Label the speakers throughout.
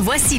Speaker 1: Voici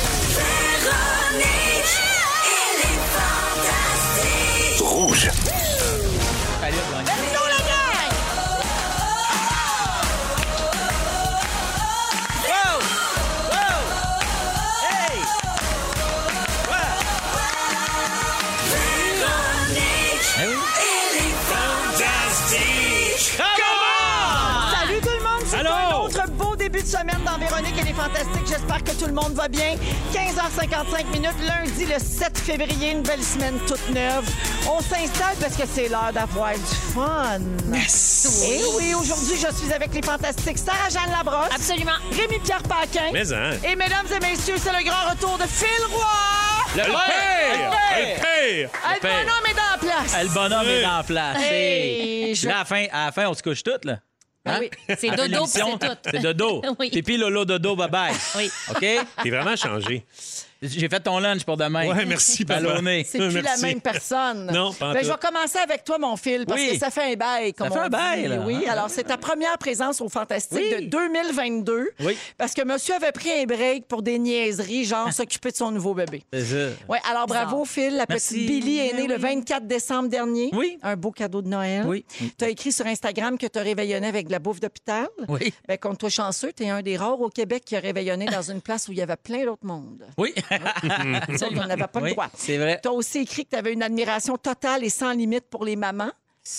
Speaker 2: Rouge.
Speaker 3: Salut tout le monde, c'est
Speaker 4: Ah,
Speaker 5: Allô?
Speaker 3: un autre beau début de semaine dans Véronique et les Fantastiques. J'espère que tout le monde va bien. 15h55 minutes, lundi le 7 février, une belle semaine toute neuve. On s'installe parce que c'est l'heure d'avoir du fun. Et oui, aujourd'hui, je suis avec les Fantastiques Sarah-Jeanne Labrosse. Absolument. Rémi-Pierre Paquin.
Speaker 5: Mais hein.
Speaker 3: Et mesdames et messieurs, c'est le grand retour de Phil Roy.
Speaker 5: Le pire!
Speaker 3: Le pire!
Speaker 5: Le pire!
Speaker 3: Ah, Le bonhomme est dans la place.
Speaker 4: Ah, Le bonhomme est en place.
Speaker 6: Hey,
Speaker 4: hey.
Speaker 6: je-
Speaker 4: Là, à la, fin, Hein, à la fin, on se couche toutes, là.
Speaker 6: Ah oui, c'est
Speaker 4: Après
Speaker 6: dodo, puis
Speaker 4: l'émission,
Speaker 6: c'est tout.
Speaker 4: C'est dodo.
Speaker 6: Oui.
Speaker 4: Pipi, lolo, dodo, bye-bye.
Speaker 6: Oui.
Speaker 4: OK?
Speaker 5: T'es vraiment changé.
Speaker 4: J'ai fait ton lunch pour demain.
Speaker 5: Ouais, merci, papa.
Speaker 4: Ballonné.
Speaker 3: C'est plus la
Speaker 5: Merci.
Speaker 3: même personne.
Speaker 5: Non, pas en
Speaker 3: Ben,
Speaker 5: tout.
Speaker 3: Je vais commencer avec toi, mon Phil, parce
Speaker 4: Oui.
Speaker 3: que ça fait un bail. Comme
Speaker 4: Ça fait
Speaker 3: on
Speaker 4: un bail,
Speaker 3: dit.
Speaker 4: là. Ah.
Speaker 3: Oui, alors c'est ta première présence au Fantastique de
Speaker 4: Oui.
Speaker 3: 2022.
Speaker 4: Oui. Ah.
Speaker 3: Parce que monsieur avait pris un break pour des niaiseries, genre s'occuper de son nouveau bébé.
Speaker 4: C'est ça.
Speaker 3: Oui, alors bravo, Phil. La
Speaker 4: Merci.
Speaker 3: petite Billy est née
Speaker 4: Ben
Speaker 3: le
Speaker 4: oui.
Speaker 3: 24 décembre dernier.
Speaker 4: Oui.
Speaker 3: Un beau cadeau de Noël.
Speaker 4: Oui.
Speaker 3: Tu as écrit sur Instagram que tu réveillonné avec de la bouffe d'hôpital.
Speaker 4: Oui.
Speaker 3: Ben, compte-toi chanceux, tu es un des rares au Québec qui a réveillonné dans une place où il y avait plein d'autres mondes.
Speaker 4: Oui.
Speaker 3: Ça, on n'avait pas le
Speaker 4: Oui,
Speaker 3: droit.
Speaker 4: c'est vrai.
Speaker 3: Tu as aussi écrit que tu avais une admiration totale et sans limite pour les mamans.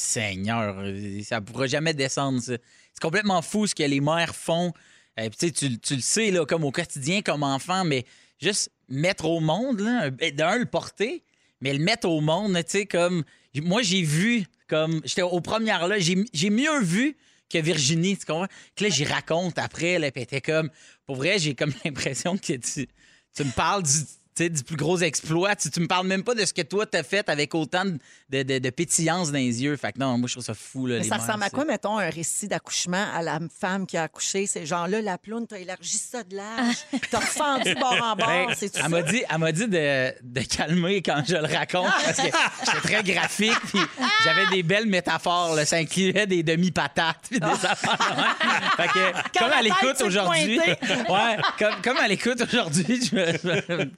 Speaker 4: Seigneur, euh, ça ne pourra jamais descendre, ça. C'est complètement fou ce que les mères font. Euh, puis tu sais, tu, tu le sais, là, comme au quotidien, comme enfant, mais juste mettre au monde, là, un- ben, d'un, le porter, mais le mettre au monde, tu sais, comme. Moi, j'ai vu, comme. J'étais aux premières, là, j'ai j'ai mieux vu que Virginie, tu comprends? Que là, j'y raconte après, là, puis elle était comme. Pour vrai, j'ai comme l'impression que tu, tu me parles du. tu sais, du plus gros exploit. Tu, tu me parles même pas de ce que toi t'as fait avec autant de, de, de- de pétillance dans les yeux. Fait que non, moi je trouve ça fou. Là,
Speaker 3: Mais
Speaker 4: les
Speaker 3: ça
Speaker 4: mères,
Speaker 3: ressemble à
Speaker 4: ça.
Speaker 3: quoi, mettons, un récit d'accouchement à la femme qui a accouché? C'est genre là, la ploune, t'as élargi ça de l'âge, t'as fendu bord en
Speaker 4: Ben,
Speaker 3: bord, c'est tout
Speaker 4: elle
Speaker 3: ça?
Speaker 4: m'a dit, elle m'a dit de, de calmer quand je le raconte parce que j'étais très graphique puis j'avais des belles métaphores. là. Ça incluait des demi-patates puis des affaires de même. Fait que, comme
Speaker 3: Ah. la
Speaker 4: elle
Speaker 3: tête
Speaker 4: écoute
Speaker 3: s'est
Speaker 4: aujourd'hui, ouais, comme, comme elle écoute aujourd'hui, je, me-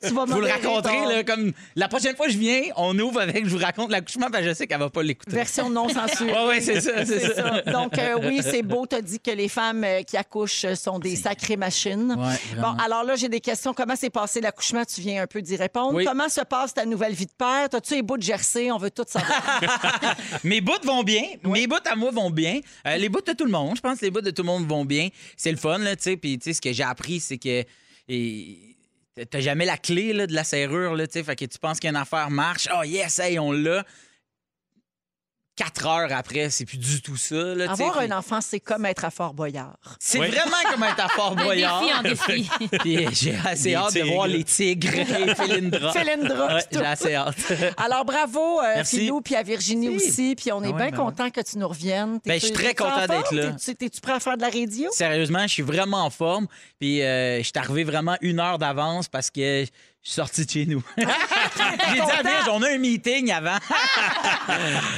Speaker 4: je-
Speaker 3: vas
Speaker 4: vous le
Speaker 3: modérer
Speaker 4: raconterez
Speaker 3: ton-
Speaker 4: là, comme la prochaine fois que je viens, on ouvre avec, je vous raconte l'accouchement, ben je sais qu'elle va pas l'écouter.
Speaker 3: Version non censurée.
Speaker 4: Ouais, ouais, c'est ça, c'est
Speaker 3: C'est
Speaker 4: ça.
Speaker 3: ça. Donc, euh, oui, c'est beau. T'as dit que les femmes euh, qui accouchent euh, sont des sacrées machines.
Speaker 4: Ouais,
Speaker 3: bon,
Speaker 4: vraiment.
Speaker 3: alors là, j'ai des questions. Comment s'est passé l'accouchement? Tu viens un peu d'y répondre.
Speaker 4: Oui.
Speaker 3: Comment se passe ta nouvelle vie de père? T'as-tu les bouts de jersey? On veut tout savoir. ah,
Speaker 4: Mes bouts vont bien. Mes bouts à moi vont bien. Euh, les bouts de tout le monde, je pense que les bouts de tout le monde vont bien. C'est le fun, là, tu sais. Puis, tu sais, ce que j'ai appris, c'est que. et- T'as jamais la clé là, de la serrure, là, tu sais. Fait que tu penses qu'une affaire marche. Oh yes, hey, on l'a. Quatre heures après, c'est plus du tout ça, là, tu sais.
Speaker 3: Avoir
Speaker 4: Puis
Speaker 3: un enfant, c'est comme être à Fort Boyard.
Speaker 4: C'est
Speaker 5: Oui.
Speaker 4: vraiment comme un fort
Speaker 6: Un
Speaker 4: boyard.
Speaker 6: défi en défi.
Speaker 4: Puis j'ai assez
Speaker 5: Les
Speaker 4: hâte de voir
Speaker 5: tigres.
Speaker 4: les tigres et Félindra.
Speaker 3: Félindra,
Speaker 4: Ah. Ouais,
Speaker 3: c'est tout.
Speaker 4: j'ai assez hâte.
Speaker 3: Alors, bravo, euh,
Speaker 4: Merci.
Speaker 3: Philou, puis à Virginie
Speaker 4: Merci.
Speaker 3: aussi. Puis on est
Speaker 4: Ah ouais,
Speaker 3: bien
Speaker 4: ben
Speaker 3: content que tu nous reviennes. T'es-
Speaker 4: Ben, je suis
Speaker 3: t'es-
Speaker 4: très
Speaker 3: t'es-tu en
Speaker 4: content d'être
Speaker 3: forme?
Speaker 4: là.
Speaker 3: T'es-tu- T'es-tu prêt à faire de la radio?
Speaker 4: Sérieusement, je suis vraiment en forme. Puis euh, je suis arrivé vraiment une heure d'avance parce que je suis sorti de chez nous. J'ai dit à Virge, on a un meeting avant.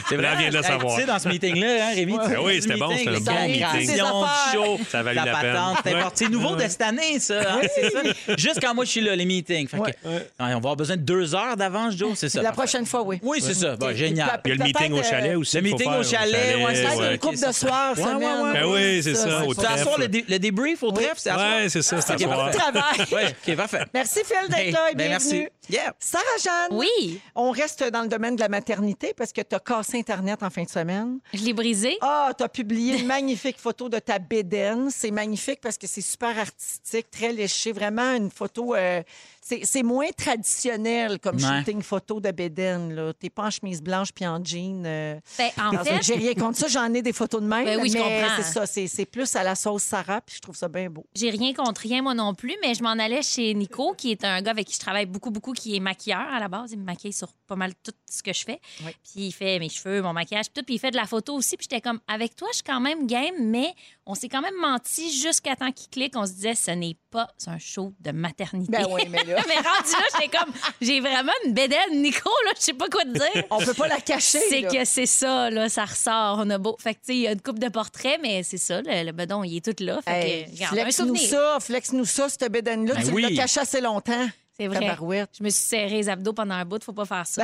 Speaker 4: C'est
Speaker 5: Là, elle vient de le
Speaker 4: Hey,
Speaker 5: savoir. Ben
Speaker 4: Tu sais, dans ce meeting-là, hein, Rémi? tu sais,
Speaker 5: oui,
Speaker 4: du
Speaker 5: c'était bon,
Speaker 4: meeting,
Speaker 5: c'était un
Speaker 4: les
Speaker 5: bon
Speaker 4: grandes
Speaker 5: meeting.
Speaker 4: actions,
Speaker 3: Des
Speaker 4: du show,
Speaker 5: Ça valait la peine.
Speaker 4: patente, c'était
Speaker 5: Ouais.
Speaker 4: important. C'est nouveau de cette année, ça. hein, c'est ça. Juste quand moi, je suis là, les meetings. Fait que, ouais, On va avoir besoin de deux heures d'avance, Joe, c'est ça.
Speaker 3: La
Speaker 4: parfait.
Speaker 3: prochaine fois, oui.
Speaker 4: Oui, c'est ça. Bon,
Speaker 3: Puis-
Speaker 4: génial.
Speaker 5: Il y a le meeting au
Speaker 3: Peut-être,
Speaker 5: chalet
Speaker 3: euh,
Speaker 5: aussi.
Speaker 4: le
Speaker 5: qu'il faut
Speaker 4: meeting au
Speaker 5: faire
Speaker 4: chalet, ouais, c'est
Speaker 3: Peut-être
Speaker 4: Ouais,
Speaker 3: une
Speaker 4: ok,
Speaker 3: couple
Speaker 4: c'est
Speaker 3: de
Speaker 4: ça.
Speaker 3: soir,
Speaker 4: Ouais,
Speaker 3: semaine.
Speaker 4: ouais, ouais.
Speaker 5: Ben oui, c'est ça, au
Speaker 4: C'est à
Speaker 5: trèfle.
Speaker 4: soir, le, dé- le débrief au trèfle, c'est à soir.
Speaker 5: Ouais, c'est ça, c'est à
Speaker 4: Ok,
Speaker 5: soir.
Speaker 4: parfait.
Speaker 3: Travail.
Speaker 4: Ouais, OK, parfait.
Speaker 3: Merci, Phil, d'être
Speaker 4: Hey,
Speaker 3: là et
Speaker 4: ben,
Speaker 3: bienvenue.
Speaker 4: merci. Yeah.
Speaker 3: Sarah-Jeanne,
Speaker 6: Oui,
Speaker 3: on reste dans le domaine de la maternité parce que tu as cassé Internet en fin de semaine.
Speaker 6: je l'ai brisé.
Speaker 3: Ah, tu as publié une magnifique photo de ta bédaine. C'est magnifique parce que c'est super artistique, très léché. Vraiment, une photo. euh, c'est c'est moins traditionnel comme
Speaker 4: Ouais.
Speaker 3: shooting photo de bédaine. là. T'es pas en chemise blanche puis en jean. euh,
Speaker 6: Ben, en
Speaker 3: dans un-
Speaker 6: fait,
Speaker 3: J'ai rien contre ça, j'en ai des photos de même.
Speaker 6: Ben oui, je
Speaker 3: mais
Speaker 6: comprends.
Speaker 3: c'est ça, c'est c'est plus à la sauce Sarah, puis je trouve ça bien beau.
Speaker 6: j'ai rien contre rien, moi non plus, mais je m'en allais chez Nico, qui est un gars avec qui je travaille beaucoup, beaucoup, qui est maquilleur à la base. Il me maquille sur pas mal tout ce que je fais.
Speaker 3: Oui.
Speaker 6: Puis il fait mes cheveux, mon maquillage, puis tout. Puis il fait de la photo aussi. Puis j'étais comme, avec toi, je suis quand même game, mais on s'est quand même menti jusqu'à temps qu'il clique. On se disait, ce n'est pas, c'est un show de maternité.
Speaker 3: Ben oui, mais là-
Speaker 6: mais rendu là, j'étais comme, j'ai vraiment une bédaine, Nico, là, je sais pas quoi te dire.
Speaker 3: On peut pas la cacher.
Speaker 6: C'est
Speaker 3: là.
Speaker 6: que c'est ça, là, ça ressort. On a beau. Fait que, tu sais, il y a une coupe de portraits, mais c'est ça, le, le bedon, il est tout là. Fait que,
Speaker 3: Hey,
Speaker 6: regarde, un
Speaker 3: flex-nous
Speaker 6: souvenir.
Speaker 3: ça, flex-nous ça, cette bédaine-là.
Speaker 4: Ben
Speaker 3: tu
Speaker 4: oui.
Speaker 3: l'as cachée assez longtemps.
Speaker 6: C'est vrai.
Speaker 3: Tabarouette.
Speaker 6: Je me suis serré les abdos pendant un bout, faut pas faire ça.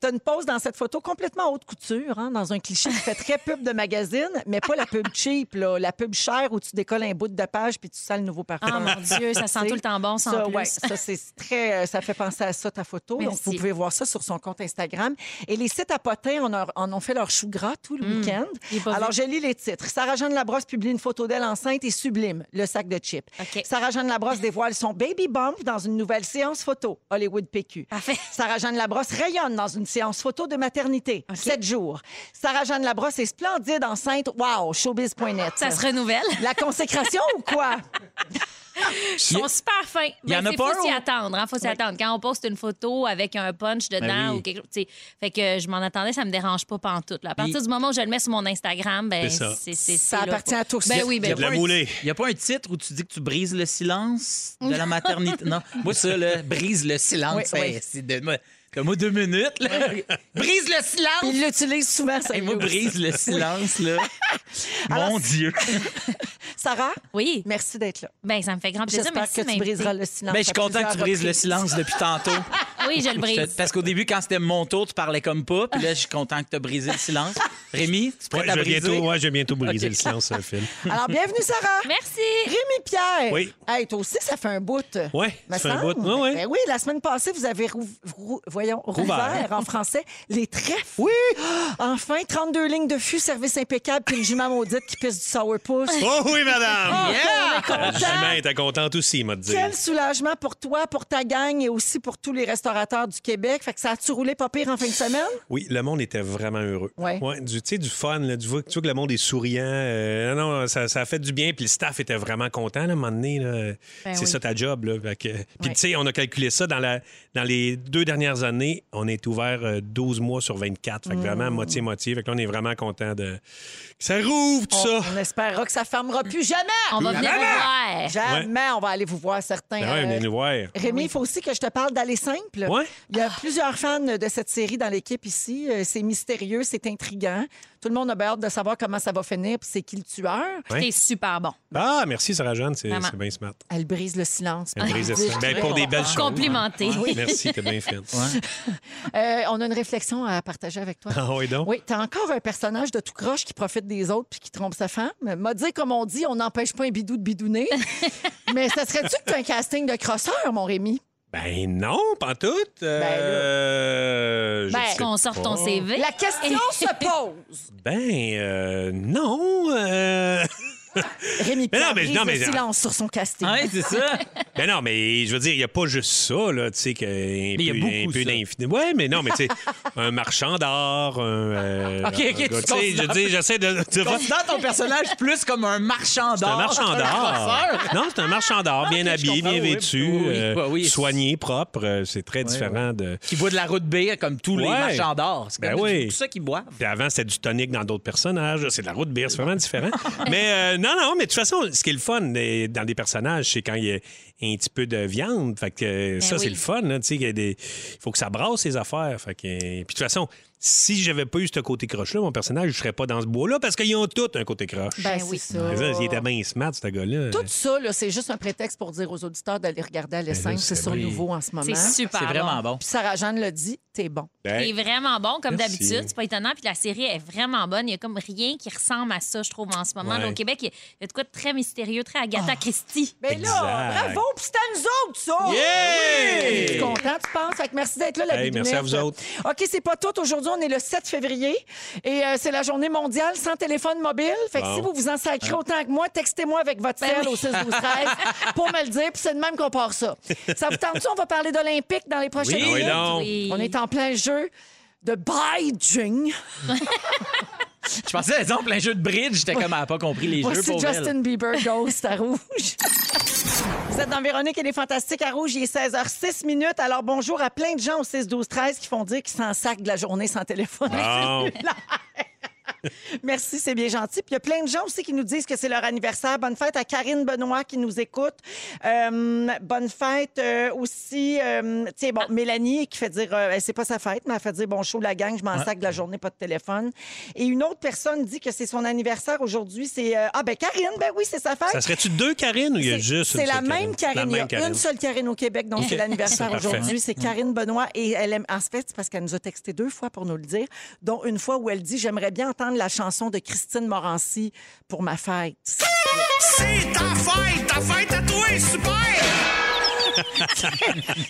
Speaker 3: T'as une pose dans cette photo complètement haute couture, hein, dans un cliché qui fait très pub de magazine, mais pas la pub cheap, là, la pub chère où tu décolles un bout de page puis tu sens le nouveau parfum.
Speaker 6: Ah, mon Dieu, ça sent tout le temps bon, ça, en
Speaker 3: ça,
Speaker 6: plus.
Speaker 3: ouais, ça, c'est très, euh, ça fait penser à ça, ta photo. Donc,
Speaker 6: Merci.
Speaker 3: vous pouvez voir ça sur son compte Instagram. Et les sites à potins en, ont- en ont fait leur chou gras tout le
Speaker 6: j'ai
Speaker 3: week-end.
Speaker 6: Hmm. pas
Speaker 3: Alors,
Speaker 6: vu.
Speaker 3: je lis les titres. Sarah-Jeanne Labrosse publie une photo d'elle enceinte et sublime, le sac de chips.
Speaker 6: OK.
Speaker 3: Sarah-Jeanne Labrosse dévoile son baby bump dans une nouvelle séance photo, Hollywood PQ.
Speaker 6: Parfait.
Speaker 3: Sarah-Jeanne Labrosse rayonne dans une séance photo de maternité, sept jours. Sarah-Jeanne Labrosse est splendide enceinte. Wow, showbiz.net.
Speaker 6: Ça se renouvelle.
Speaker 3: La consécration ou quoi?
Speaker 6: Ils sont super fins.
Speaker 4: Il y en a
Speaker 6: c'est-
Speaker 4: pas
Speaker 6: faut
Speaker 4: un,
Speaker 6: s'y
Speaker 4: ou-
Speaker 6: attendre. Hein, faut s'y attendre. Quand on poste une photo avec un punch dedans
Speaker 4: Ben oui.
Speaker 6: ou quelque chose, tu sais, fait que je m'en attendais, ça me dérange pas pantoute. Là. À partir
Speaker 4: Puis-
Speaker 6: du moment où je le mets sur mon Instagram, ben
Speaker 5: C'est ça.
Speaker 6: c'est c'est-
Speaker 3: Ça
Speaker 6: c'est là,
Speaker 3: appartient
Speaker 6: faut-
Speaker 3: à tous.
Speaker 6: Ben oui, ben
Speaker 5: de la
Speaker 4: oui.
Speaker 5: moulée.
Speaker 4: Il n'y a pas un titre où tu dis que tu brises le silence de la maternité. Non, moi, ça, là, brise le silence,
Speaker 3: Oui,
Speaker 4: c'est-
Speaker 3: oui.
Speaker 4: c'est de moi. Comme moi, deux minutes, là. brise le silence!
Speaker 3: Il l'utilise souvent, ça.
Speaker 4: Et moi, brise le silence, là. Mon Dieu!
Speaker 3: Sarah,
Speaker 6: Oui,
Speaker 3: merci d'être là.
Speaker 6: ben ça me fait grand plaisir.
Speaker 3: J'espère
Speaker 6: Merci
Speaker 3: que
Speaker 6: de
Speaker 3: tu
Speaker 6: m'inviter.
Speaker 3: briseras le silence.
Speaker 4: Mais Ben, je suis
Speaker 3: à
Speaker 4: content que tu
Speaker 3: plusieurs
Speaker 4: brises le
Speaker 3: reprises.
Speaker 4: silence depuis tantôt.
Speaker 6: Oui, je le
Speaker 4: Je-
Speaker 6: brise.
Speaker 4: Parce qu'au début, quand c'était mon tour, tu parlais comme pas. Puis là, je suis content que tu as brisé le silence. Rémi, tu
Speaker 5: Ouais,
Speaker 4: prêtes
Speaker 5: je
Speaker 4: à
Speaker 5: vais
Speaker 4: briser?
Speaker 5: bientôt, ouais, je vais bientôt briser
Speaker 4: Ok.
Speaker 5: le silence, un film.
Speaker 3: Alors, bienvenue, Sarah.
Speaker 6: Merci.
Speaker 3: Rémi Pierre.
Speaker 5: Oui.
Speaker 3: Hey, toi aussi, ça fait un bout. euh,
Speaker 5: Oui,
Speaker 3: Me
Speaker 5: ça fait un
Speaker 3: semble.
Speaker 5: bout. Oui, oui.
Speaker 3: Ben oui, la semaine passée, vous avez rou- rou- voyons, rouvert,
Speaker 5: Rouvert.
Speaker 3: en français les trèfles. Oui! Enfin, 32 lignes de fût, service impeccable, puis une jument maudite qui pisse du sourpuss.
Speaker 5: Oh oui, madame!
Speaker 4: Yeah! Euh,
Speaker 5: La jument était contente aussi, m'a dit.
Speaker 3: Quel soulagement pour toi, pour ta gang et aussi pour tous les restaurateurs du Québec. Fait que ça a-tu roulé pas pire en fin de semaine?
Speaker 5: Oui, le monde était vraiment heureux.
Speaker 3: Ouais.
Speaker 5: du, tu sais, du fun, là, du- tu vois, que le monde est souriant. euh, non, non, ça, ça a fait du bien. Puis le staff était vraiment content, là, à un moment donné. là. c'est
Speaker 6: oui.
Speaker 5: ça ta job. Là, Fait que- Puis, tu sais, on a calculé ça. Dans, la, dans les deux dernières années, on est ouvert euh, 12 mois sur 24. Fait que vraiment, moitié-moitié. Fait que là, on est vraiment content de. que Ça rouvre, tout ça.
Speaker 3: On espérera que ça fermera plus jamais!
Speaker 6: On va venir vous voir.
Speaker 3: Jamais on va aller vous voir certains.
Speaker 5: Ben ouais, on
Speaker 3: euh,
Speaker 5: est ouvert.
Speaker 3: Rémi, il faut aussi que je te parle d'aller simple.
Speaker 5: Ouais.
Speaker 3: Il y a plusieurs fans de cette série dans l'équipe ici. Euh, C'est mystérieux, c'est intriguant. Tout le monde a bien hâte de savoir comment ça va finir, puis c'est qui le tueur.
Speaker 5: Ouais.
Speaker 6: T'es super bon.
Speaker 5: Ah, merci, Sarah-Jeanne. C'est
Speaker 6: Vraiment.
Speaker 5: c'est bien smart.
Speaker 3: Elle brise le silence.
Speaker 5: Elle brise le silence. Ben, pour des belles choses.
Speaker 6: Complimenté.
Speaker 5: Ouais. Merci, t'es bien fine.
Speaker 3: Euh, on a une réflexion à partager avec toi.
Speaker 5: Ah oui, donc?
Speaker 3: Oui, t'as encore un personnage de tout croche qui profite des autres puis qui trompe sa femme. M'a dit, comme on dit, on n'empêche pas un bidou de bidouner. Mais ça serait-tu que t'as un casting de crosseur, mon Rémi?
Speaker 5: Ben non, pas toutes. Euh, je
Speaker 3: Ben,
Speaker 5: sais
Speaker 6: Qu'on sorte ton
Speaker 5: pas.
Speaker 6: CV.
Speaker 3: La question se pose.
Speaker 5: Ben euh, non. euh,
Speaker 3: Rémi
Speaker 5: Mais non,
Speaker 3: Pierre
Speaker 5: mais-
Speaker 3: brise
Speaker 5: non, mais-
Speaker 3: le silence sur son casting.
Speaker 4: Ouais, c'est ça.
Speaker 5: ben non, mais je veux dire, il n'y a pas juste ça, là, tu sais, que un
Speaker 4: il y a
Speaker 5: peu-
Speaker 4: beaucoup
Speaker 5: un peu
Speaker 4: ça.
Speaker 5: d'infini. Ouais, mais non, mais tu sais, un marchand d'art, un. euh,
Speaker 4: OK, OK,
Speaker 5: un
Speaker 4: tu
Speaker 5: gars, tu sais, je veux dire, j'essaie de. tu vois,
Speaker 4: Considère ton personnage plus comme un marchand
Speaker 5: C'est un
Speaker 4: d'art.
Speaker 5: marchand d'art. Non, c'est un marchand d'art, bien habillé,
Speaker 4: comprends,
Speaker 5: bien
Speaker 4: oui.
Speaker 5: vêtu,
Speaker 4: Oui, oui,
Speaker 5: euh,
Speaker 4: bah oui.
Speaker 5: soigné, propre. euh, C'est très différent de.
Speaker 4: Qui boit de la route bière comme tous les
Speaker 5: Ouais.
Speaker 4: marchands d'art. C'est
Speaker 5: Ben
Speaker 4: comme
Speaker 5: oui.
Speaker 4: tout ça qu'ils boivent.
Speaker 5: Puis avant, c'était du tonic dans d'autres personnages. C'est de la route bière, c'est vraiment différent. mais euh, non, non, mais de toute façon, ce qui est le fun euh, dans des personnages, c'est quand il y a un petit peu de viande. Fait que euh,
Speaker 3: Ben
Speaker 5: ça,
Speaker 6: oui.
Speaker 5: c'est le fun. là, tu sais, Il y a des- il faut que ça brasse les affaires. Fait que... euh, Puis de toute façon, si j'avais pas eu ce côté croche-là, mon personnage, je serais pas dans ce bois-là parce qu'ils ont tous un côté croche.
Speaker 3: Ben,
Speaker 6: Ben oui.
Speaker 3: c'est ça.
Speaker 5: Mais là, il était bien smart, ce gars-là.
Speaker 3: Tout ça, là, c'est juste un prétexte pour dire aux auditeurs d'aller regarder à
Speaker 5: Ben
Speaker 3: l'essence.
Speaker 5: là,
Speaker 3: C'est
Speaker 5: c'est
Speaker 3: sur
Speaker 5: oui.
Speaker 3: nouveau en ce moment.
Speaker 6: C'est super
Speaker 4: C'est vraiment bon.
Speaker 3: Puis Sarah-Jeanne le dit, t'es bon.
Speaker 5: Ben,
Speaker 6: Il est vraiment bon, comme
Speaker 5: Merci.
Speaker 6: d'habitude. C'est pas étonnant. Puis la série est vraiment bonne. Il y a comme rien qui ressemble à ça, je trouve, en ce moment.
Speaker 5: Ouais.
Speaker 6: Là, au Québec, il y a- il y a de quoi de très mystérieux, très
Speaker 4: Ah.
Speaker 6: Agatha Christie.
Speaker 3: Ben là,
Speaker 5: Exact.
Speaker 3: bravo, puis c'est à nous autres, ça!
Speaker 5: Yeah!
Speaker 3: Oui! Tu es content, tu penses? Fait que merci d'être là, la
Speaker 5: Hey,
Speaker 3: Bidounette.
Speaker 5: merci à vous autres.
Speaker 3: OK, c'est pas tout. Aujourd'hui, on est le 7 février et euh, c'est la journée mondiale sans téléphone mobile. Fait que
Speaker 5: Bon.
Speaker 3: si vous vous en sacrez autant que moi, textez-moi avec votre
Speaker 6: Ben
Speaker 3: sel au 6 12 13 pour me le dire, puis c'est de même qu'on part ça. Ça vous tente ça? On va parler d'Olympique dans les prochaines
Speaker 5: Oui, oui,
Speaker 3: minutes.
Speaker 5: donc.
Speaker 6: Oui.
Speaker 3: On est en plein jeu de Beijing.
Speaker 4: Je pensais, exemple, un jeu de bridge, j'étais comme, elle a pas compris les jeux
Speaker 3: Voici
Speaker 4: pour elle.
Speaker 3: Justin Bieber Ghost à Rouge. Vous êtes dans Véronique et les Fantastiques à Rouge. Il est 16h06 minutes. Alors, bonjour à
Speaker 5: Ah.
Speaker 3: plein de gens au 6, 12, 13 qui font dire qu'ils s'en sacent de la journée sans téléphone.
Speaker 5: Bon.
Speaker 3: Merci, c'est bien gentil. Puis il y a plein de gens aussi qui nous disent que c'est leur anniversaire. Bonne fête à Karine Benoît qui nous écoute. Euh, bonne fête euh, aussi, euh, tu sais, bon, Mélanie qui fait dire, euh, c'est pas sa fête, mais elle fait dire bon show la gang, je m'en sac de la journée, pas de téléphone. Et une autre personne dit que c'est son anniversaire aujourd'hui. C'est, euh, ah ben Karine, ben oui, c'est sa fête.
Speaker 5: Ça serait-tu deux Karine ou il y a
Speaker 3: C'est-
Speaker 5: juste une
Speaker 3: C'est la
Speaker 5: seule
Speaker 3: même Karine. Il y a une seule Karine au Québec, donc
Speaker 5: OK.
Speaker 3: c'est l'anniversaire
Speaker 5: C'est parfait.
Speaker 3: aujourd'hui. C'est Karine Benoît et elle aime. En fait, c'est parce qu'elle nous a texté deux fois pour nous le dire, dont une fois où elle dit J'aimerais bien entendre la chanson de Christine Morancy pour ma fête.
Speaker 7: C'est ta fête! Ta fête à toi! Super!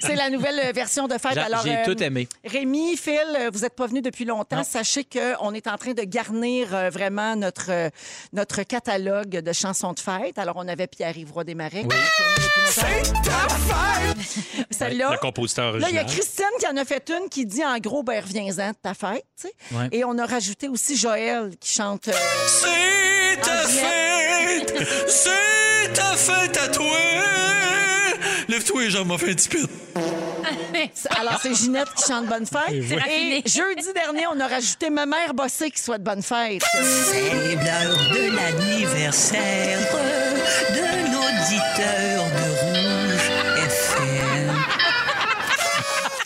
Speaker 3: c'est la nouvelle euh, version de fête.
Speaker 4: J'a-
Speaker 3: Alors, euh,
Speaker 4: j'ai tout aimé.
Speaker 3: Rémi, Phil, euh, vous n'êtes pas venus depuis longtemps. Sachez qu'on est en train de garnir euh, vraiment notre, euh, notre catalogue de chansons de fête. Alors, on avait Pierre-Yves Roy Desmarais. qui a tourné depuis longtemps.
Speaker 7: C'est ta fête!
Speaker 3: Celle-là,
Speaker 5: Le compositeur
Speaker 3: Là, il y a
Speaker 5: original.
Speaker 3: Christine qui en a fait une qui dit en gros, ben reviens-en de ta fête. tu sais.
Speaker 4: Ouais.
Speaker 3: Et on a rajouté aussi Joël qui chante. euh,
Speaker 7: C'est ta fête! C'est ta fête à toi! Lève-toi et j'en m'en fais un petit peu.
Speaker 3: alors, c'est Ginette qui chante Bonne fête. Et
Speaker 6: raffiné.
Speaker 3: jeudi dernier, on a rajouté Ma mère bossée qui souhaite bonne fête.
Speaker 8: C'est l'heure de l'anniversaire de l'auditeur de Rouge FM.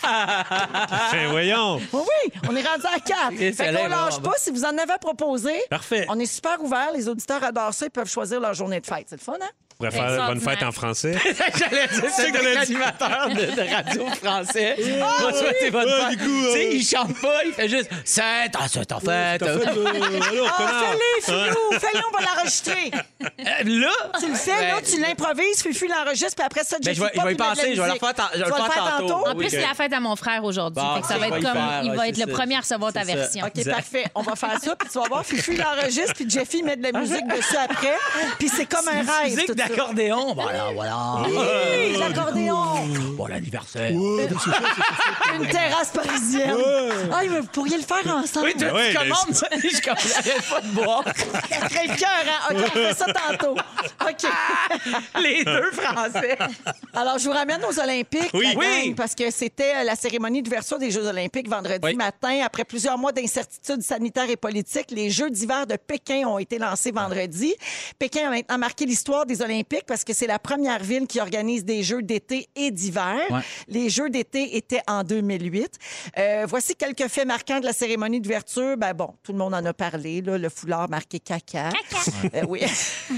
Speaker 5: Enfin, Ben, voyons.
Speaker 3: Oui, oui, on est rendu à quatre. fait
Speaker 4: Et ça
Speaker 3: qu'on
Speaker 4: allait
Speaker 3: lâche
Speaker 4: voir.
Speaker 3: pas. Si vous en avez proposé,
Speaker 5: Parfait.
Speaker 3: on est super ouverts. Les auditeurs adorent ça. Ils peuvent choisir leur journée de fête. C'est le fun, hein?
Speaker 5: On pourrait faire bonne fête en français.
Speaker 4: J'allais dire, c'est
Speaker 5: que t'allais dire.
Speaker 4: l'animateur de, de radio français. Bonne soirée, c'est bonne
Speaker 5: Ah,
Speaker 4: fête.
Speaker 5: du coup,
Speaker 4: Tu sais,
Speaker 5: euh,
Speaker 4: il chante pas, il fait juste « C'est ta c'est ta fête!
Speaker 5: T'as fait, euh,
Speaker 4: Euh,
Speaker 5: allô,
Speaker 3: Ah,
Speaker 5: connard.
Speaker 3: fais-le, Filou! Fais-le, on va l'enregistrer.
Speaker 4: Euh, Là!
Speaker 3: Tu le fais, là,
Speaker 4: Ben,
Speaker 3: tu l'improvises, Fufu l'enregistre, puis après ça,
Speaker 4: Ben, je vais,
Speaker 3: Jeffy
Speaker 4: je vais y
Speaker 3: Pop, il met de la
Speaker 4: penser, je vais le
Speaker 3: musique.
Speaker 4: faire, tan- je vais
Speaker 3: Tu
Speaker 4: le
Speaker 3: vas
Speaker 4: faire tantôt.
Speaker 6: En
Speaker 4: Oui,
Speaker 6: plus, c'est
Speaker 4: ok.
Speaker 6: la fête à mon frère aujourd'hui.
Speaker 4: Bon,
Speaker 6: Fait que ça
Speaker 4: ok, je
Speaker 6: va être
Speaker 4: vais y
Speaker 6: comme.
Speaker 4: faire,
Speaker 6: il
Speaker 4: ouais,
Speaker 6: va être
Speaker 4: c'est
Speaker 6: le
Speaker 4: ça.
Speaker 6: premier à recevoir ta
Speaker 4: C'est ça.
Speaker 6: version.
Speaker 3: OK,
Speaker 4: Exact.
Speaker 3: parfait. On va faire ça, puis tu vas voir, Fufu l'enregistre, puis Jeffy met de la musique dessus après. Puis c'est comme un rêve.
Speaker 4: Musique
Speaker 3: tout ça.
Speaker 4: d'accordéon, voilà, voilà.
Speaker 3: Hey, L'accordéon,
Speaker 4: Bon l'anniversaire.
Speaker 3: une terrasse parisienne. Ah, mais vous pourriez le faire ensemble.
Speaker 4: Oui, toi,
Speaker 7: ben
Speaker 5: Ouais,
Speaker 4: tu
Speaker 5: mais
Speaker 4: commandes ça, je comme j'arrête pas de boire.
Speaker 3: Ça serait le cœur, hein? OK, on fait ça tantôt. OK.
Speaker 4: Les deux français.
Speaker 3: Alors, je vous ramène aux Olympiques.
Speaker 5: Oui.
Speaker 3: la gang,
Speaker 4: Oui.
Speaker 3: Parce que c'était euh, la cérémonie d'ouverture des Jeux Olympiques vendredi
Speaker 4: Oui.
Speaker 3: matin. Après plusieurs mois d'incertitudes sanitaires et politiques, les Jeux d'hiver de Pékin ont été lancés vendredi. Pékin a maintenant marqué l'histoire des Olympiques parce que c'est la première ville qui organise des Jeux d'été et d'hiver.
Speaker 4: Ouais.
Speaker 3: Les Jeux d'été étaient en 2008. Euh, voici quelques faits marquants de la cérémonie d'ouverture. Ben bon, tout le monde en a parlé. là, le foulard marqué caca. Euh, oui.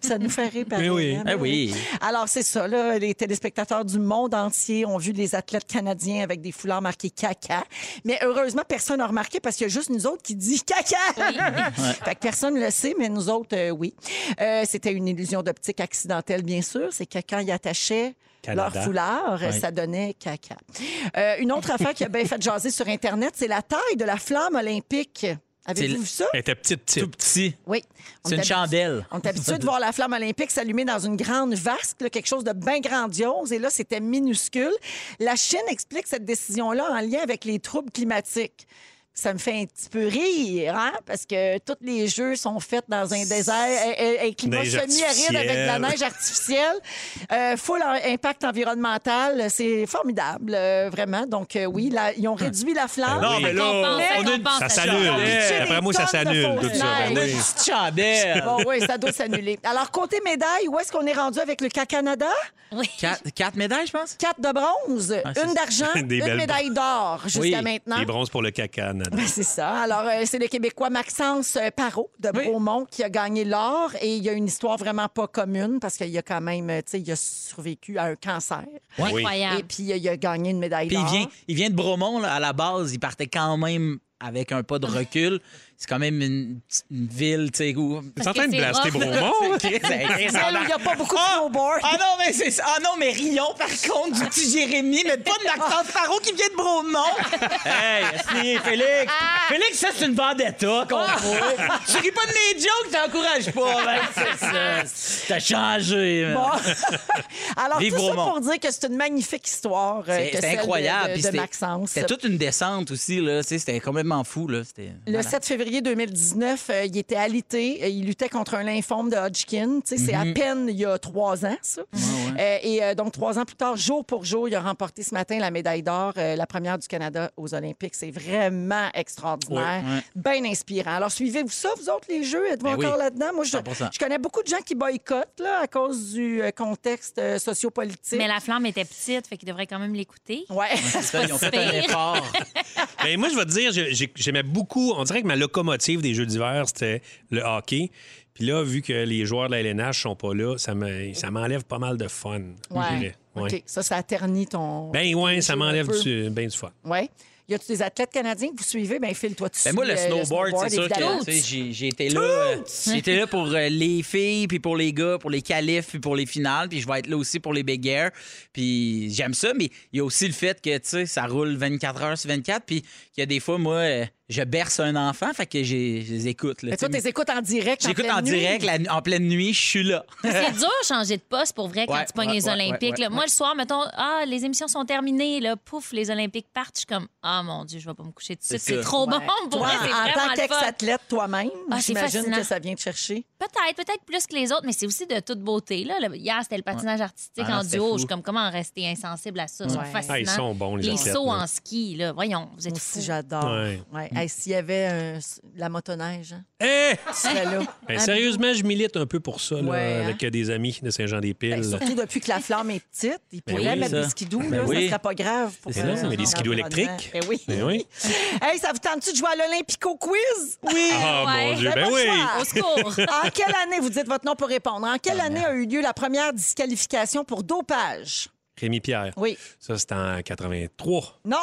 Speaker 3: Ça nous fait rire. pareil,
Speaker 5: oui.
Speaker 3: hein,
Speaker 4: Eh oui.
Speaker 3: alors, c'est ça, là. Les téléspectateurs du monde entier ont vu les athlètes canadiens avec des foulards marqués caca. Mais heureusement, personne n'a remarqué parce qu'il y a juste nous autres qui dit caca. fait que personne ne le sait, mais nous autres, euh, oui. Euh, C'était une illusion d'optique accidentelle, bien sûr. C'est que quand ils attachaient
Speaker 5: Canada.
Speaker 3: leur foulard,
Speaker 4: Oui.
Speaker 3: ça donnait caca. Euh, une autre affaire qui a bien fait jaser sur Internet, c'est la taille de la flamme olympique.
Speaker 4: C'est
Speaker 3: Avez-vous
Speaker 4: le-
Speaker 3: vu ça?
Speaker 5: Elle était petite,
Speaker 4: Tout
Speaker 5: petite.
Speaker 4: petit.
Speaker 3: Oui. On
Speaker 4: C'est une
Speaker 3: est habitué-
Speaker 4: chandelle.
Speaker 3: On est habitué de voir la flamme olympique s'allumer dans une grande vasque, là, quelque chose de bien grandiose, et là, c'était minuscule. La Chine explique cette décision-là en lien avec les troubles climatiques. Ça me fait un petit peu rire, hein, parce que tous les jeux sont faits dans un désert, un, un- un climat
Speaker 5: Neige
Speaker 3: semi-aride avec de la
Speaker 5: artificielle.
Speaker 3: neige artificielle. Euh, full en- impact environnemental, c'est formidable, euh, vraiment. Donc, euh, oui, là, ils ont réduit la flamme.
Speaker 5: Non, mais là,
Speaker 6: Compense,
Speaker 5: on a une-
Speaker 6: compense,
Speaker 5: ça
Speaker 6: ça
Speaker 5: s'annule. Eh,
Speaker 3: change.
Speaker 5: Après moi, ça
Speaker 3: Une tonne de
Speaker 5: s'annule, tout
Speaker 3: fausses
Speaker 5: ça. Ben
Speaker 3: neiges.
Speaker 5: oui.
Speaker 4: Une petite chandelle.
Speaker 3: Bon, oui, ça doit s'annuler. Alors, côté médaille, où est-ce qu'on est rendu avec le Canada?
Speaker 6: Oui.
Speaker 4: Quatre, quatre médailles, je pense?
Speaker 3: Quatre de bronze,
Speaker 4: Ah, c'est
Speaker 3: une
Speaker 4: ça.
Speaker 3: d'argent, une
Speaker 5: Des belles
Speaker 3: médaille d'or jusqu'à
Speaker 4: Oui,
Speaker 3: maintenant.
Speaker 5: Les bronzes pour le caca, Nada.
Speaker 3: Ben, c'est ça. Alors, euh, c'est le Québécois Maxence euh, Parot de
Speaker 4: Oui.
Speaker 3: Beaumont qui a gagné l'or et il y a une histoire vraiment pas commune parce qu'il y a quand même, euh, tu sais, il a survécu à un cancer
Speaker 5: Oui.
Speaker 3: et
Speaker 6: Incroyable.
Speaker 3: puis euh, il a gagné une médaille
Speaker 4: Puis
Speaker 3: d'or.
Speaker 4: il vient, il vient de Bromont, là, à la base, il partait quand même avec un pas de recul. C'est quand même une, petite- une ville, tu sais, où...
Speaker 5: T'es en train de
Speaker 6: c'est
Speaker 5: blaster
Speaker 6: rough.
Speaker 5: Bromont? hein?
Speaker 4: C'est- c'est-
Speaker 3: Celle où il n'y a pas beaucoup de snowboard.
Speaker 4: Ah non, mais c'est ça. Ah non, mais Rion, par contre, du petit Jérémy, mais pas de Maxence Faro qui vient de Bromont. hey, merci, Félix. Félix, ça, c'est une vendetta qu'on trouve. Ah. Tu ris pas de mes jokes, t'encourages pas. Ben, c'est ça. T'as changé. man.
Speaker 3: Bon. Alors,
Speaker 4: Vive
Speaker 3: tout ça
Speaker 4: Bromont.
Speaker 3: pour dire que c'est une magnifique histoire. euh,
Speaker 4: C'est
Speaker 3: que
Speaker 4: c'était
Speaker 3: celle de-
Speaker 4: incroyable.
Speaker 3: De,
Speaker 4: puis
Speaker 3: de
Speaker 4: c'était-
Speaker 3: Maxence.
Speaker 4: C'était toute une descente aussi, là. tu sais, C'était complètement fou, là. C'était-
Speaker 3: Le
Speaker 4: voilà.
Speaker 3: 7 février, février 2019, euh, il était alité. euh, il luttait contre un lymphome de Hodgkin. Tu sais, C'est à peine il y a trois ans, ça. Euh, et euh, donc, trois ans plus tard, jour pour jour, il a remporté ce matin la médaille d'or, euh, la première du Canada aux Olympiques. C'est vraiment extraordinaire, bien inspirant. Alors, suivez-vous ça, vous autres, les Jeux? Êtes-vous
Speaker 4: Ben oui.
Speaker 3: encore là-dedans? Moi, je,
Speaker 4: 100%.
Speaker 3: je connais beaucoup de gens qui boycottent là, à cause du euh, contexte euh, sociopolitique.
Speaker 6: Mais la flamme était petite, fait qu'il devrait quand même l'écouter.
Speaker 3: Ouais.
Speaker 4: Ça, ils ont fait un
Speaker 6: Pire.
Speaker 4: effort.
Speaker 5: Ben, moi, je vais te dire, j'ai- j'ai- j'aimais beaucoup. On dirait que ma locomotive des Jeux d'hiver, c'était le hockey. Puis là, vu que les joueurs de la LNH sont pas là, ça me- ça m'enlève pas mal de fun. je
Speaker 3: ouais.
Speaker 5: dirais. Ouais.
Speaker 3: OK. Ça, ça ternit ton.
Speaker 5: Ben ouais, ça
Speaker 3: jeu
Speaker 5: m'enlève
Speaker 3: un peu.
Speaker 5: du, ben du fun.
Speaker 3: Ouais. Y a-tu des athlètes canadiens que vous suivez? Ben, Phil, toi, tu
Speaker 4: Ben
Speaker 3: suis,
Speaker 4: moi, le
Speaker 3: euh,
Speaker 4: snowboard, c'est sûr
Speaker 3: évidemment.
Speaker 4: que tu sais, j'ai- j'ai été là. euh, J'étais là pour euh, les filles, puis pour les gars, pour les qualifs, puis pour les finales, puis je vais être là aussi pour les big air. Puis j'aime ça, mais il y a aussi le fait que, tu sais, ça roule 24 heures sur 24, puis qu'il y a des fois, moi, euh, je berce un enfant, fait que j'ai- je les écoute. là,
Speaker 3: Mais toi,
Speaker 4: tu sais.
Speaker 3: t'es écoutes en direct.
Speaker 4: J'écoute
Speaker 3: pleine
Speaker 4: en
Speaker 3: nuit.
Speaker 4: direct, la nu- en pleine nuit, je suis là.
Speaker 6: C'est dur de changer de poste pour vrai quand
Speaker 4: Ouais,
Speaker 6: tu pognes
Speaker 4: ouais,
Speaker 6: les
Speaker 4: ouais,
Speaker 6: Olympiques.
Speaker 4: ouais, ouais,
Speaker 6: là.
Speaker 4: ouais.
Speaker 6: Moi, le soir, mettons, ah, les émissions sont terminées, là, pouf, les Olympiques partent. Je suis comme, ah mon Dieu, je vais pas me coucher tout de suite.
Speaker 4: ça.
Speaker 6: C'est trop
Speaker 3: Ouais.
Speaker 6: bon pour
Speaker 3: Toi,
Speaker 6: moi. C'est
Speaker 3: en
Speaker 6: vraiment
Speaker 3: tant
Speaker 6: le fun.
Speaker 3: qu'ex-athlète toi-même,
Speaker 6: Ah, c'est
Speaker 3: j'imagine
Speaker 6: fascinant.
Speaker 3: que ça vient te chercher.
Speaker 6: Peut-être, peut-être plus que les autres, mais c'est aussi de toute beauté. Là. Le- hier, c'était le patinage artistique
Speaker 4: Ah non,
Speaker 6: en
Speaker 4: c'était
Speaker 6: duo.
Speaker 4: fou.
Speaker 6: Je suis comme, comment rester insensible à ça? C'est
Speaker 3: Ouais.
Speaker 6: fascinant.
Speaker 5: Ah, ils sont bons, les
Speaker 6: Les
Speaker 5: athlètes,
Speaker 6: sauts
Speaker 5: là.
Speaker 6: en ski, là. Voyons, vous êtes
Speaker 3: Moi aussi,
Speaker 6: fous.
Speaker 3: j'adore.
Speaker 5: Ouais.
Speaker 3: Ouais. Hey, S'il y avait un- la motoneige, hein,
Speaker 5: Hé!
Speaker 3: tu serais
Speaker 6: Hein?
Speaker 3: là.
Speaker 5: Eh!
Speaker 3: Ah,
Speaker 5: Ben, sérieusement, je milite un peu pour ça, là,
Speaker 3: Ouais, hein?
Speaker 5: avec euh, des amis de
Speaker 3: Ben,
Speaker 5: Saint-Jean-des-Piles.
Speaker 3: surtout depuis que la flamme est petite, il
Speaker 5: Ben
Speaker 3: pourrait
Speaker 5: oui,
Speaker 3: mettre
Speaker 4: ça.
Speaker 3: des skidous,
Speaker 4: Ben
Speaker 3: là, ça
Speaker 4: oui.
Speaker 3: serait pas grave. Pour
Speaker 4: C'est
Speaker 3: euh,
Speaker 4: ça, mais
Speaker 5: des skidoo
Speaker 3: l'environnement.
Speaker 5: électriques.
Speaker 3: Ben oui.
Speaker 5: Ben oui.
Speaker 3: Hey, ça vous tente-tu de jouer à l'Olympico Quiz? Oui.
Speaker 5: Ah,
Speaker 6: Ouais.
Speaker 5: mon Dieu,
Speaker 3: Vous avez
Speaker 5: ben
Speaker 3: pas le
Speaker 5: oui!
Speaker 3: choix.
Speaker 6: Au secours!
Speaker 3: En quelle année, vous dites votre nom pour répondre, en
Speaker 4: Ah,
Speaker 3: quelle année a eu lieu la première disqualification pour dopage?
Speaker 5: Rémi Pierre.
Speaker 3: Oui.
Speaker 5: Ça, c'était en 83.
Speaker 3: Non.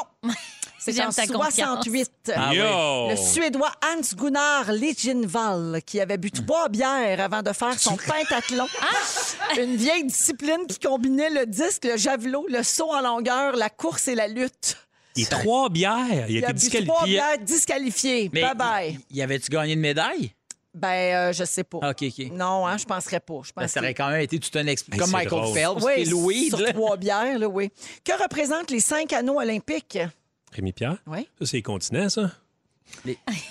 Speaker 3: C'est
Speaker 6: J'aime
Speaker 3: en
Speaker 6: ta
Speaker 3: 68.
Speaker 4: Ah
Speaker 5: Yo!
Speaker 3: Le Suédois Hans Gunnar Lijinval, qui avait bu trois bières avant de faire son pentathlon.
Speaker 4: Ah!
Speaker 3: Une vieille discipline qui combinait le disque, le javelot, le saut en longueur, la course et la lutte.
Speaker 5: Et trois bières. Il a
Speaker 3: Il
Speaker 5: été
Speaker 3: a bu trois
Speaker 5: disqualifié.
Speaker 3: bières disqualifiées.
Speaker 4: Mais
Speaker 3: Bye-bye.
Speaker 4: y- Y avait-tu gagné une médaille?
Speaker 3: Ben, euh, je sais pas.
Speaker 4: Ah, OK, OK.
Speaker 3: Non, hein, je penserais pas. Je
Speaker 4: Ben,
Speaker 3: pense
Speaker 4: ça aurait quand même été tout un exploit.
Speaker 5: Hey,
Speaker 4: Comme
Speaker 5: c'est
Speaker 4: Michael
Speaker 5: drôle.
Speaker 4: Phelps et
Speaker 3: Oui,
Speaker 4: Louis.
Speaker 3: sur trois bières, là, oui. Que représentent les cinq anneaux olympiques?
Speaker 5: Rémi Pierre?
Speaker 3: Oui.
Speaker 5: Ça, c'est les continents, ça?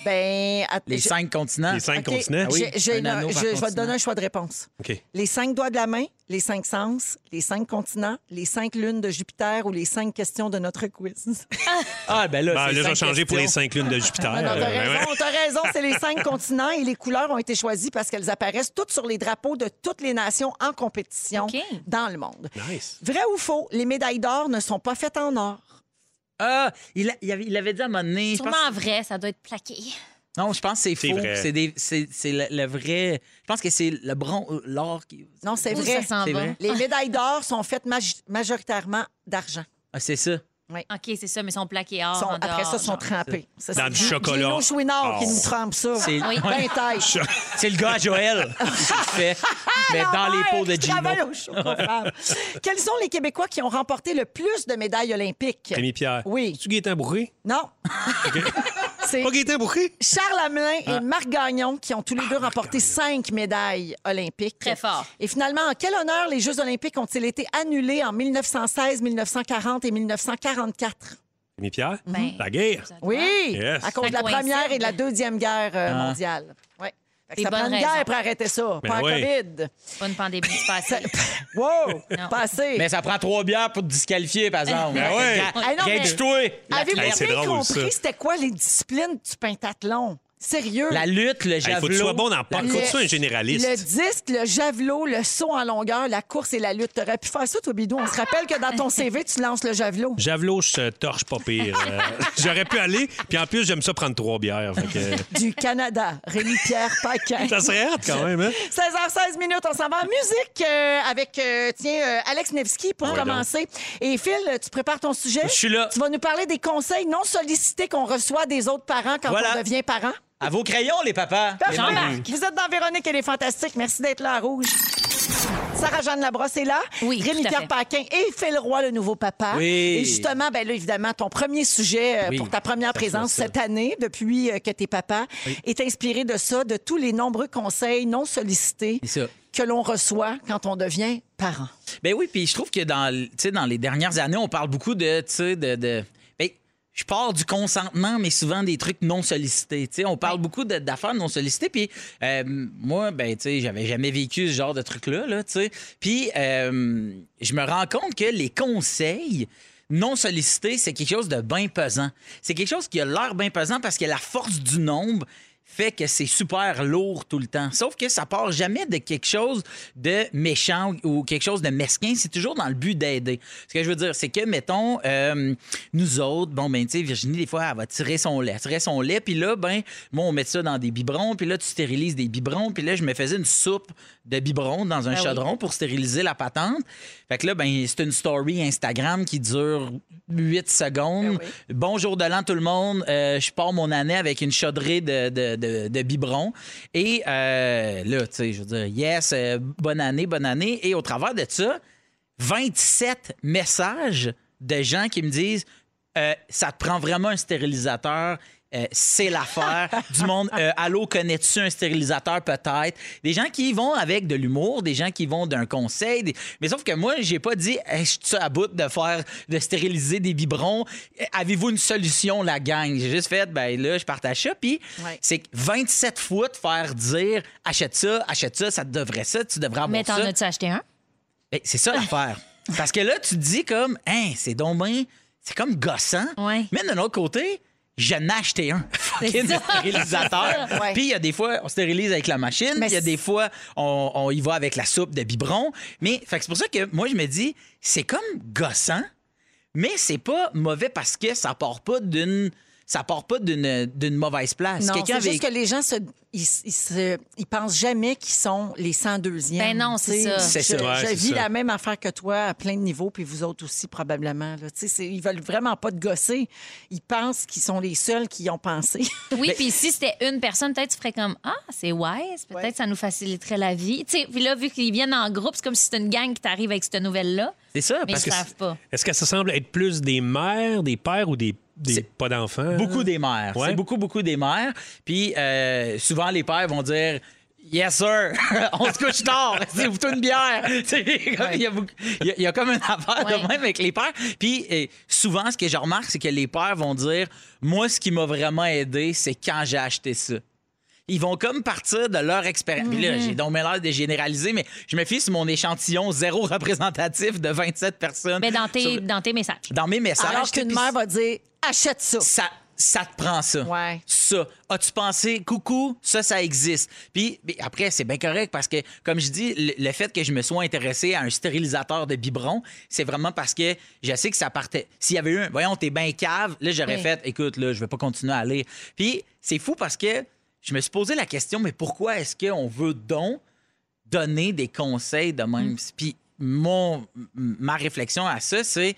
Speaker 3: Ben, att-
Speaker 4: Les
Speaker 3: je-
Speaker 4: cinq continents.
Speaker 5: Les cinq
Speaker 3: OK, Ah
Speaker 5: continents?
Speaker 4: Ah, oui.
Speaker 3: j'ai- j'ai
Speaker 4: un
Speaker 3: une-
Speaker 4: anneau
Speaker 3: je,
Speaker 4: par
Speaker 3: je vais te
Speaker 4: continent.
Speaker 3: donner un choix de réponse.
Speaker 5: OK.
Speaker 3: Les cinq doigts de la main, les cinq sens, les cinq continents, les cinq lunes de Jupiter ou les cinq questions de notre
Speaker 5: Euh,
Speaker 3: quiz.
Speaker 4: Ah, ben là,
Speaker 5: Ben,
Speaker 4: c'est
Speaker 5: là,
Speaker 4: cinq
Speaker 5: j'ai changé pour les
Speaker 4: questions.
Speaker 5: cinq lunes de Jupiter.
Speaker 3: Ah non, t'as
Speaker 5: Euh, ben,
Speaker 3: raison,
Speaker 5: ouais.
Speaker 3: t'as raison, c'est les cinq continents et les couleurs ont été choisies parce qu'elles apparaissent toutes sur les drapeaux de toutes les nations en compétition
Speaker 6: OK.
Speaker 3: dans le monde.
Speaker 5: Nice.
Speaker 3: Vrai ou faux, les médailles d'or ne sont pas faites en or.
Speaker 4: Ah, il, a- il avait, il avait dit à un moment donné. je
Speaker 6: Sûrement
Speaker 4: pense-
Speaker 6: vrai, ça doit être plaqué.
Speaker 4: non, je pense que c'est
Speaker 5: C'est
Speaker 4: faux.
Speaker 5: vrai.
Speaker 4: C'est des- C'est c'est le, le vrai. Je pense que c'est le bron, euh, l'or qui.
Speaker 3: Non, c'est
Speaker 6: Où
Speaker 3: vrai.
Speaker 6: ça s'en
Speaker 4: c'est
Speaker 6: va?
Speaker 4: vrai.
Speaker 3: Les médailles d'or sont faites maj- majoritairement d'argent.
Speaker 4: Ah, c'est ça.
Speaker 6: OK, c'est ça, mais ils sont plaqués or.
Speaker 3: Sont-
Speaker 6: en
Speaker 3: après ça,
Speaker 6: dehors,
Speaker 3: sont
Speaker 6: genre.
Speaker 3: trempés. Ça,
Speaker 5: Dans
Speaker 3: c'est
Speaker 5: du chocolat.
Speaker 3: Gino Chouinard qui
Speaker 5: Oh.
Speaker 3: nous trempe ça.
Speaker 4: C'est-
Speaker 3: Ben
Speaker 4: Oui.
Speaker 3: tête.
Speaker 4: C'est le gars à Joël qui le fait. Mais dans les pots de
Speaker 3: Je travaille
Speaker 4: Gino.
Speaker 3: au show, pas grave. Quels sont les Québécois qui ont remporté le plus de médailles olympiques?
Speaker 5: Rémi Pierre.
Speaker 3: Oui.
Speaker 5: Tu Gaétan Bourré?
Speaker 3: Non. C'est
Speaker 5: Pas Gaétan Bourré?
Speaker 3: Charles Hamelin
Speaker 4: Ah.
Speaker 3: et Marc Gagnon qui ont tous les deux remporté cinq médailles olympiques.
Speaker 6: Très fort.
Speaker 3: Et finalement, en quel honneur les Jeux olympiques ont-ils été annulés en 1916, 1940 et 1944?
Speaker 5: Rémi Pierre?
Speaker 6: Ben,
Speaker 5: La guerre.
Speaker 6: ça doit.
Speaker 3: Oui,
Speaker 5: Yes.
Speaker 3: à cause
Speaker 6: Ça
Speaker 3: de la
Speaker 6: coïncide.
Speaker 3: première et de la deuxième guerre euh,
Speaker 4: Ah.
Speaker 3: mondiale. Oui. Fait que
Speaker 6: Des
Speaker 3: Ça prend
Speaker 6: bonnes
Speaker 3: une guerre
Speaker 6: raisons.
Speaker 3: pour arrêter ça,
Speaker 5: Ben
Speaker 3: pas la
Speaker 5: oui.
Speaker 3: COVID.
Speaker 6: Pas une pandémie qui se passe.
Speaker 3: Wow,
Speaker 6: Non.
Speaker 3: pas assez.
Speaker 4: Mais ça prend trois bières pour te disqualifier, par exemple.
Speaker 5: Ben ouais.
Speaker 3: Ah non, mais-
Speaker 4: Gage-toi. La,
Speaker 3: Avez-vous
Speaker 5: Hey, c'est
Speaker 3: bien
Speaker 5: drôle,
Speaker 3: compris
Speaker 5: ça.
Speaker 3: c'était quoi les disciplines du pentathlon? Sérieux?
Speaker 4: la lutte, le
Speaker 5: Il
Speaker 4: javelot.
Speaker 5: faut que tu sois bon dans pas.
Speaker 4: la-
Speaker 5: Faut que tu sois un
Speaker 3: le
Speaker 5: généraliste.
Speaker 3: disque, le javelot, le saut en longueur, la course et la lutte. T'aurais pu faire ça, toi, Bidou. On se rappelle que dans ton CV, tu lances le javelot.
Speaker 5: Javelot, je te torche pas pire. Euh, J'aurais pu aller, puis en plus, j'aime ça prendre trois bières. fait que-
Speaker 3: Du Canada, Rémi-Pierre Paquin.
Speaker 5: Ça serait hâte quand même, hein?
Speaker 3: 16h16 minutes, on s'en va en musique euh, avec, euh, tiens, euh, Alex Nevsky pour
Speaker 5: Ouais,
Speaker 3: commencer. Et Phil, tu prépares ton sujet?
Speaker 4: Je suis là.
Speaker 3: Tu vas nous parler des conseils non sollicités qu'on reçoit des autres parents quand
Speaker 4: Voilà.
Speaker 3: on devient parent.
Speaker 4: À vos crayons, les papas.
Speaker 6: Jean-Marc.
Speaker 3: Vous êtes dans Véronique, elle est fantastique. Merci d'être là à Rouge. Sarah-Jeanne Labrosse est là.
Speaker 6: Oui, tout à
Speaker 3: Rémi-Pierre
Speaker 6: fait.
Speaker 3: Paquin et Phil Roy, le nouveau papa.
Speaker 4: Oui.
Speaker 3: Et justement, ben là, évidemment, ton premier sujet euh,
Speaker 4: Oui,
Speaker 3: pour ta première
Speaker 4: ça se voit
Speaker 3: présence
Speaker 4: ça.
Speaker 3: cette année, depuis euh, que t'es papa, est inspiré de ça, de tous les nombreux conseils non sollicités
Speaker 4: C'est ça.
Speaker 3: que l'on reçoit quand on devient parent.
Speaker 4: Ben oui, puis je trouve que dans, le- tu sais, dans les dernières années, on parle beaucoup de, tu sais, de, de- ben, je pars du consentement, mais souvent des trucs non sollicités. Tu sais, on parle beaucoup de- d'affaires non sollicitées. Puis euh, moi, ben, tu sais, j'avais jamais vécu ce genre de truc-là. Là, tu sais. puis euh, je me rends compte que les conseils non sollicités, c'est quelque chose de bien pesant. C'est quelque chose qui a l'air bien pesant parce que la force du nombre fait que c'est super lourd tout le temps. Sauf que ça part jamais de quelque chose de méchant ou quelque chose de mesquin. C'est toujours dans le but d'aider. Ce que je veux dire, c'est que, mettons, euh, nous autres, bon, ben, tu sais, Virginie, des fois, elle va tirer son lait. Elle tirait son lait, puis là, ben, moi, on met ça dans des biberons, puis là, tu stérilises des biberons, puis là, je me faisais une soupe de biberons dans un
Speaker 6: Ben oui.
Speaker 4: chaudron pour stériliser la patente. Fait que là, ben, c'est une story Instagram qui dure 8 secondes. Bonjour de l'an, tout le monde. Euh, je pars mon année avec une chaudrée de, de, de- de biberons. Et euh, là, tu sais, je veux dire, yes, euh, bonne année, bonne année. Et au travers de ça, 27 messages de gens qui me disent euh, ça te prend vraiment un stérilisateur. euh, c'est l'affaire du monde. euh, allô, connais-tu un stérilisateur peut-être? Des gens qui y vont avec de l'humour, des gens qui vont d'un conseil. des- Mais sauf que moi, j'ai pas dit, Hey, je suis à bout de faire, de stériliser des biberons. Euh, Avez-vous une solution, la gang? J'ai juste fait, ben là, je partage ça. Puis
Speaker 9: Ouais.
Speaker 4: c'est que 27 fois de faire dire, achète ça, achète ça, ça te devrait ça, tu devrais avoir
Speaker 6: Mais t'en
Speaker 4: ça.
Speaker 6: as-tu acheté un?
Speaker 4: Ben, c'est ça l'affaire. Parce que là, tu te dis comme, hein, c'est donc bien- c'est comme gossant.
Speaker 6: Ouais.
Speaker 4: Mais d'un autre côté, j'en ai acheté un. Fucking
Speaker 6: ça.
Speaker 4: stérilisateur.
Speaker 9: Ouais.
Speaker 4: Puis il y a des fois, on stérilise avec la machine.
Speaker 6: Mais
Speaker 4: Puis il y a
Speaker 6: c'est-
Speaker 4: des fois, on, on y va avec la soupe de biberon. Mais fait que c'est pour ça que moi, je me dis, c'est comme gossant, mais c'est pas mauvais parce que ça part pas d'une. Ça part pas d'une d'une mauvaise place.
Speaker 3: Non, c'est
Speaker 4: Quelqu'un
Speaker 3: juste
Speaker 4: avec-
Speaker 3: que les gens, se, ils, ils se- ils pensent jamais qu'ils sont les 102e.
Speaker 6: Ben non, c'est
Speaker 3: tu sais.
Speaker 6: ça.
Speaker 4: C'est
Speaker 3: Je,
Speaker 4: ça.
Speaker 5: Ouais,
Speaker 3: je
Speaker 5: c'est
Speaker 3: vis
Speaker 5: ça.
Speaker 3: la même affaire que toi à plein de niveaux, puis vous autres aussi probablement. Là. Tu sais, c'est- Ils veulent vraiment pas te gosser. Ils pensent qu'ils sont les seuls qui y ont pensé.
Speaker 6: Oui, puis si c'était une personne, peut-être tu ferais comme Ah, c'est wise, peut-être
Speaker 9: Ouais.
Speaker 6: ça nous faciliterait la vie. Tu sais, puis là, vu qu'ils viennent en groupe, c'est comme si c'était une gang qui t'arrive avec cette nouvelle-là.
Speaker 4: C'est ça,
Speaker 6: Mais ils
Speaker 4: parce que.
Speaker 6: savent pas.
Speaker 5: Est-ce que ça semble être plus des mères, des pères ou des, des
Speaker 4: C'est-
Speaker 5: pas d'enfants?
Speaker 4: Beaucoup des mères.
Speaker 5: Ouais.
Speaker 4: C'est beaucoup, beaucoup des mères. Puis euh, souvent, les pères vont dire. Yes, sir! On se couche tard! C'est vous une bière! Tu sais, comme Il y, a beaucoup- il y a- il y a comme une affaire
Speaker 6: Ouais.
Speaker 4: de même avec les pères. Puis eh, souvent, ce que je remarque, c'est que les pères vont dire Moi, ce qui m'a vraiment aidé, c'est quand j'ai acheté ça. Ils vont comme partir de leur expérience. Puis
Speaker 6: Mm-hmm.
Speaker 4: là, j'ai donc bien l'air de généraliser, mais je me fie sur mon échantillon zéro représentatif de 27 personnes.
Speaker 6: Mais dans
Speaker 4: sur-
Speaker 6: tes, dans tes messages.
Speaker 4: dans mes messages.
Speaker 3: Alors qu'une
Speaker 4: Puis
Speaker 3: mère va dire achète ça.
Speaker 4: ça, ça te prend ça.
Speaker 3: Ouais.
Speaker 4: Ça. As-tu pensé, coucou, ça, ça existe. Puis mais après, c'est bien correct parce que, comme je dis, le, le fait que je me sois intéressé à un stérilisateur de biberon, c'est vraiment parce que je sais que ça partait. S'il y avait eu un, voyons, t'es bien cave, là, j'aurais
Speaker 6: Oui.
Speaker 4: fait, écoute, là, je vais pas continuer à lire. Puis c'est fou parce que je me suis posé la question, mais pourquoi est-ce qu'on veut donc donner des conseils de même.
Speaker 6: Mm.
Speaker 4: Puis mon, m- ma réflexion à ça, c'est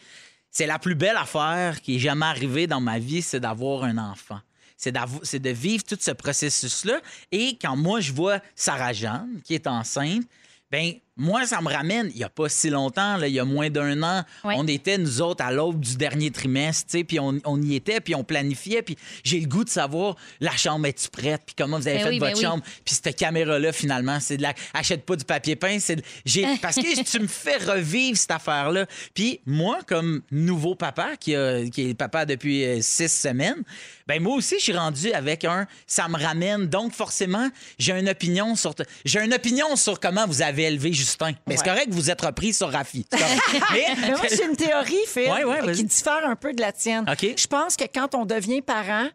Speaker 4: c'est la plus belle affaire qui est jamais arrivée dans ma vie, c'est d'avoir un enfant. C'est d'avo- c'est de vivre tout ce processus-là. Et quand moi, je vois Sarah Jeanne, qui est enceinte, ben moi, ça me ramène, il n'y a pas si longtemps, là, il y a moins d'un an,
Speaker 6: Ouais.
Speaker 4: on était, nous autres, à l'aube du dernier trimestre, tu sais, puis on, on y était, puis on planifiait, puis j'ai le goût de savoir, la chambre est-tu prête, puis comment vous avez
Speaker 6: Ben
Speaker 4: fait
Speaker 6: oui, ben
Speaker 4: votre
Speaker 6: oui.
Speaker 4: chambre, puis cette caméra-là, finalement, c'est de la. Achète pas du papier peint. C'est de- j'ai Parce que tu me fais revivre cette affaire-là. Puis moi, comme nouveau papa, qui, a- qui est papa depuis euh, six semaines, ben moi aussi, je suis rendu avec un. Ça me ramène. Donc, forcément, j'ai une opinion sur. t- J'ai une opinion sur comment vous avez élevé Justin. Mais c'est correct que vous êtes repris sur Rafi. C'est correct.
Speaker 3: Mais moi, j'ai une théorie, Phil,
Speaker 4: Ouais, ouais, vas-y.
Speaker 3: qui diffère un peu de la tienne.
Speaker 4: OK.
Speaker 3: Je pense que quand on devient parent,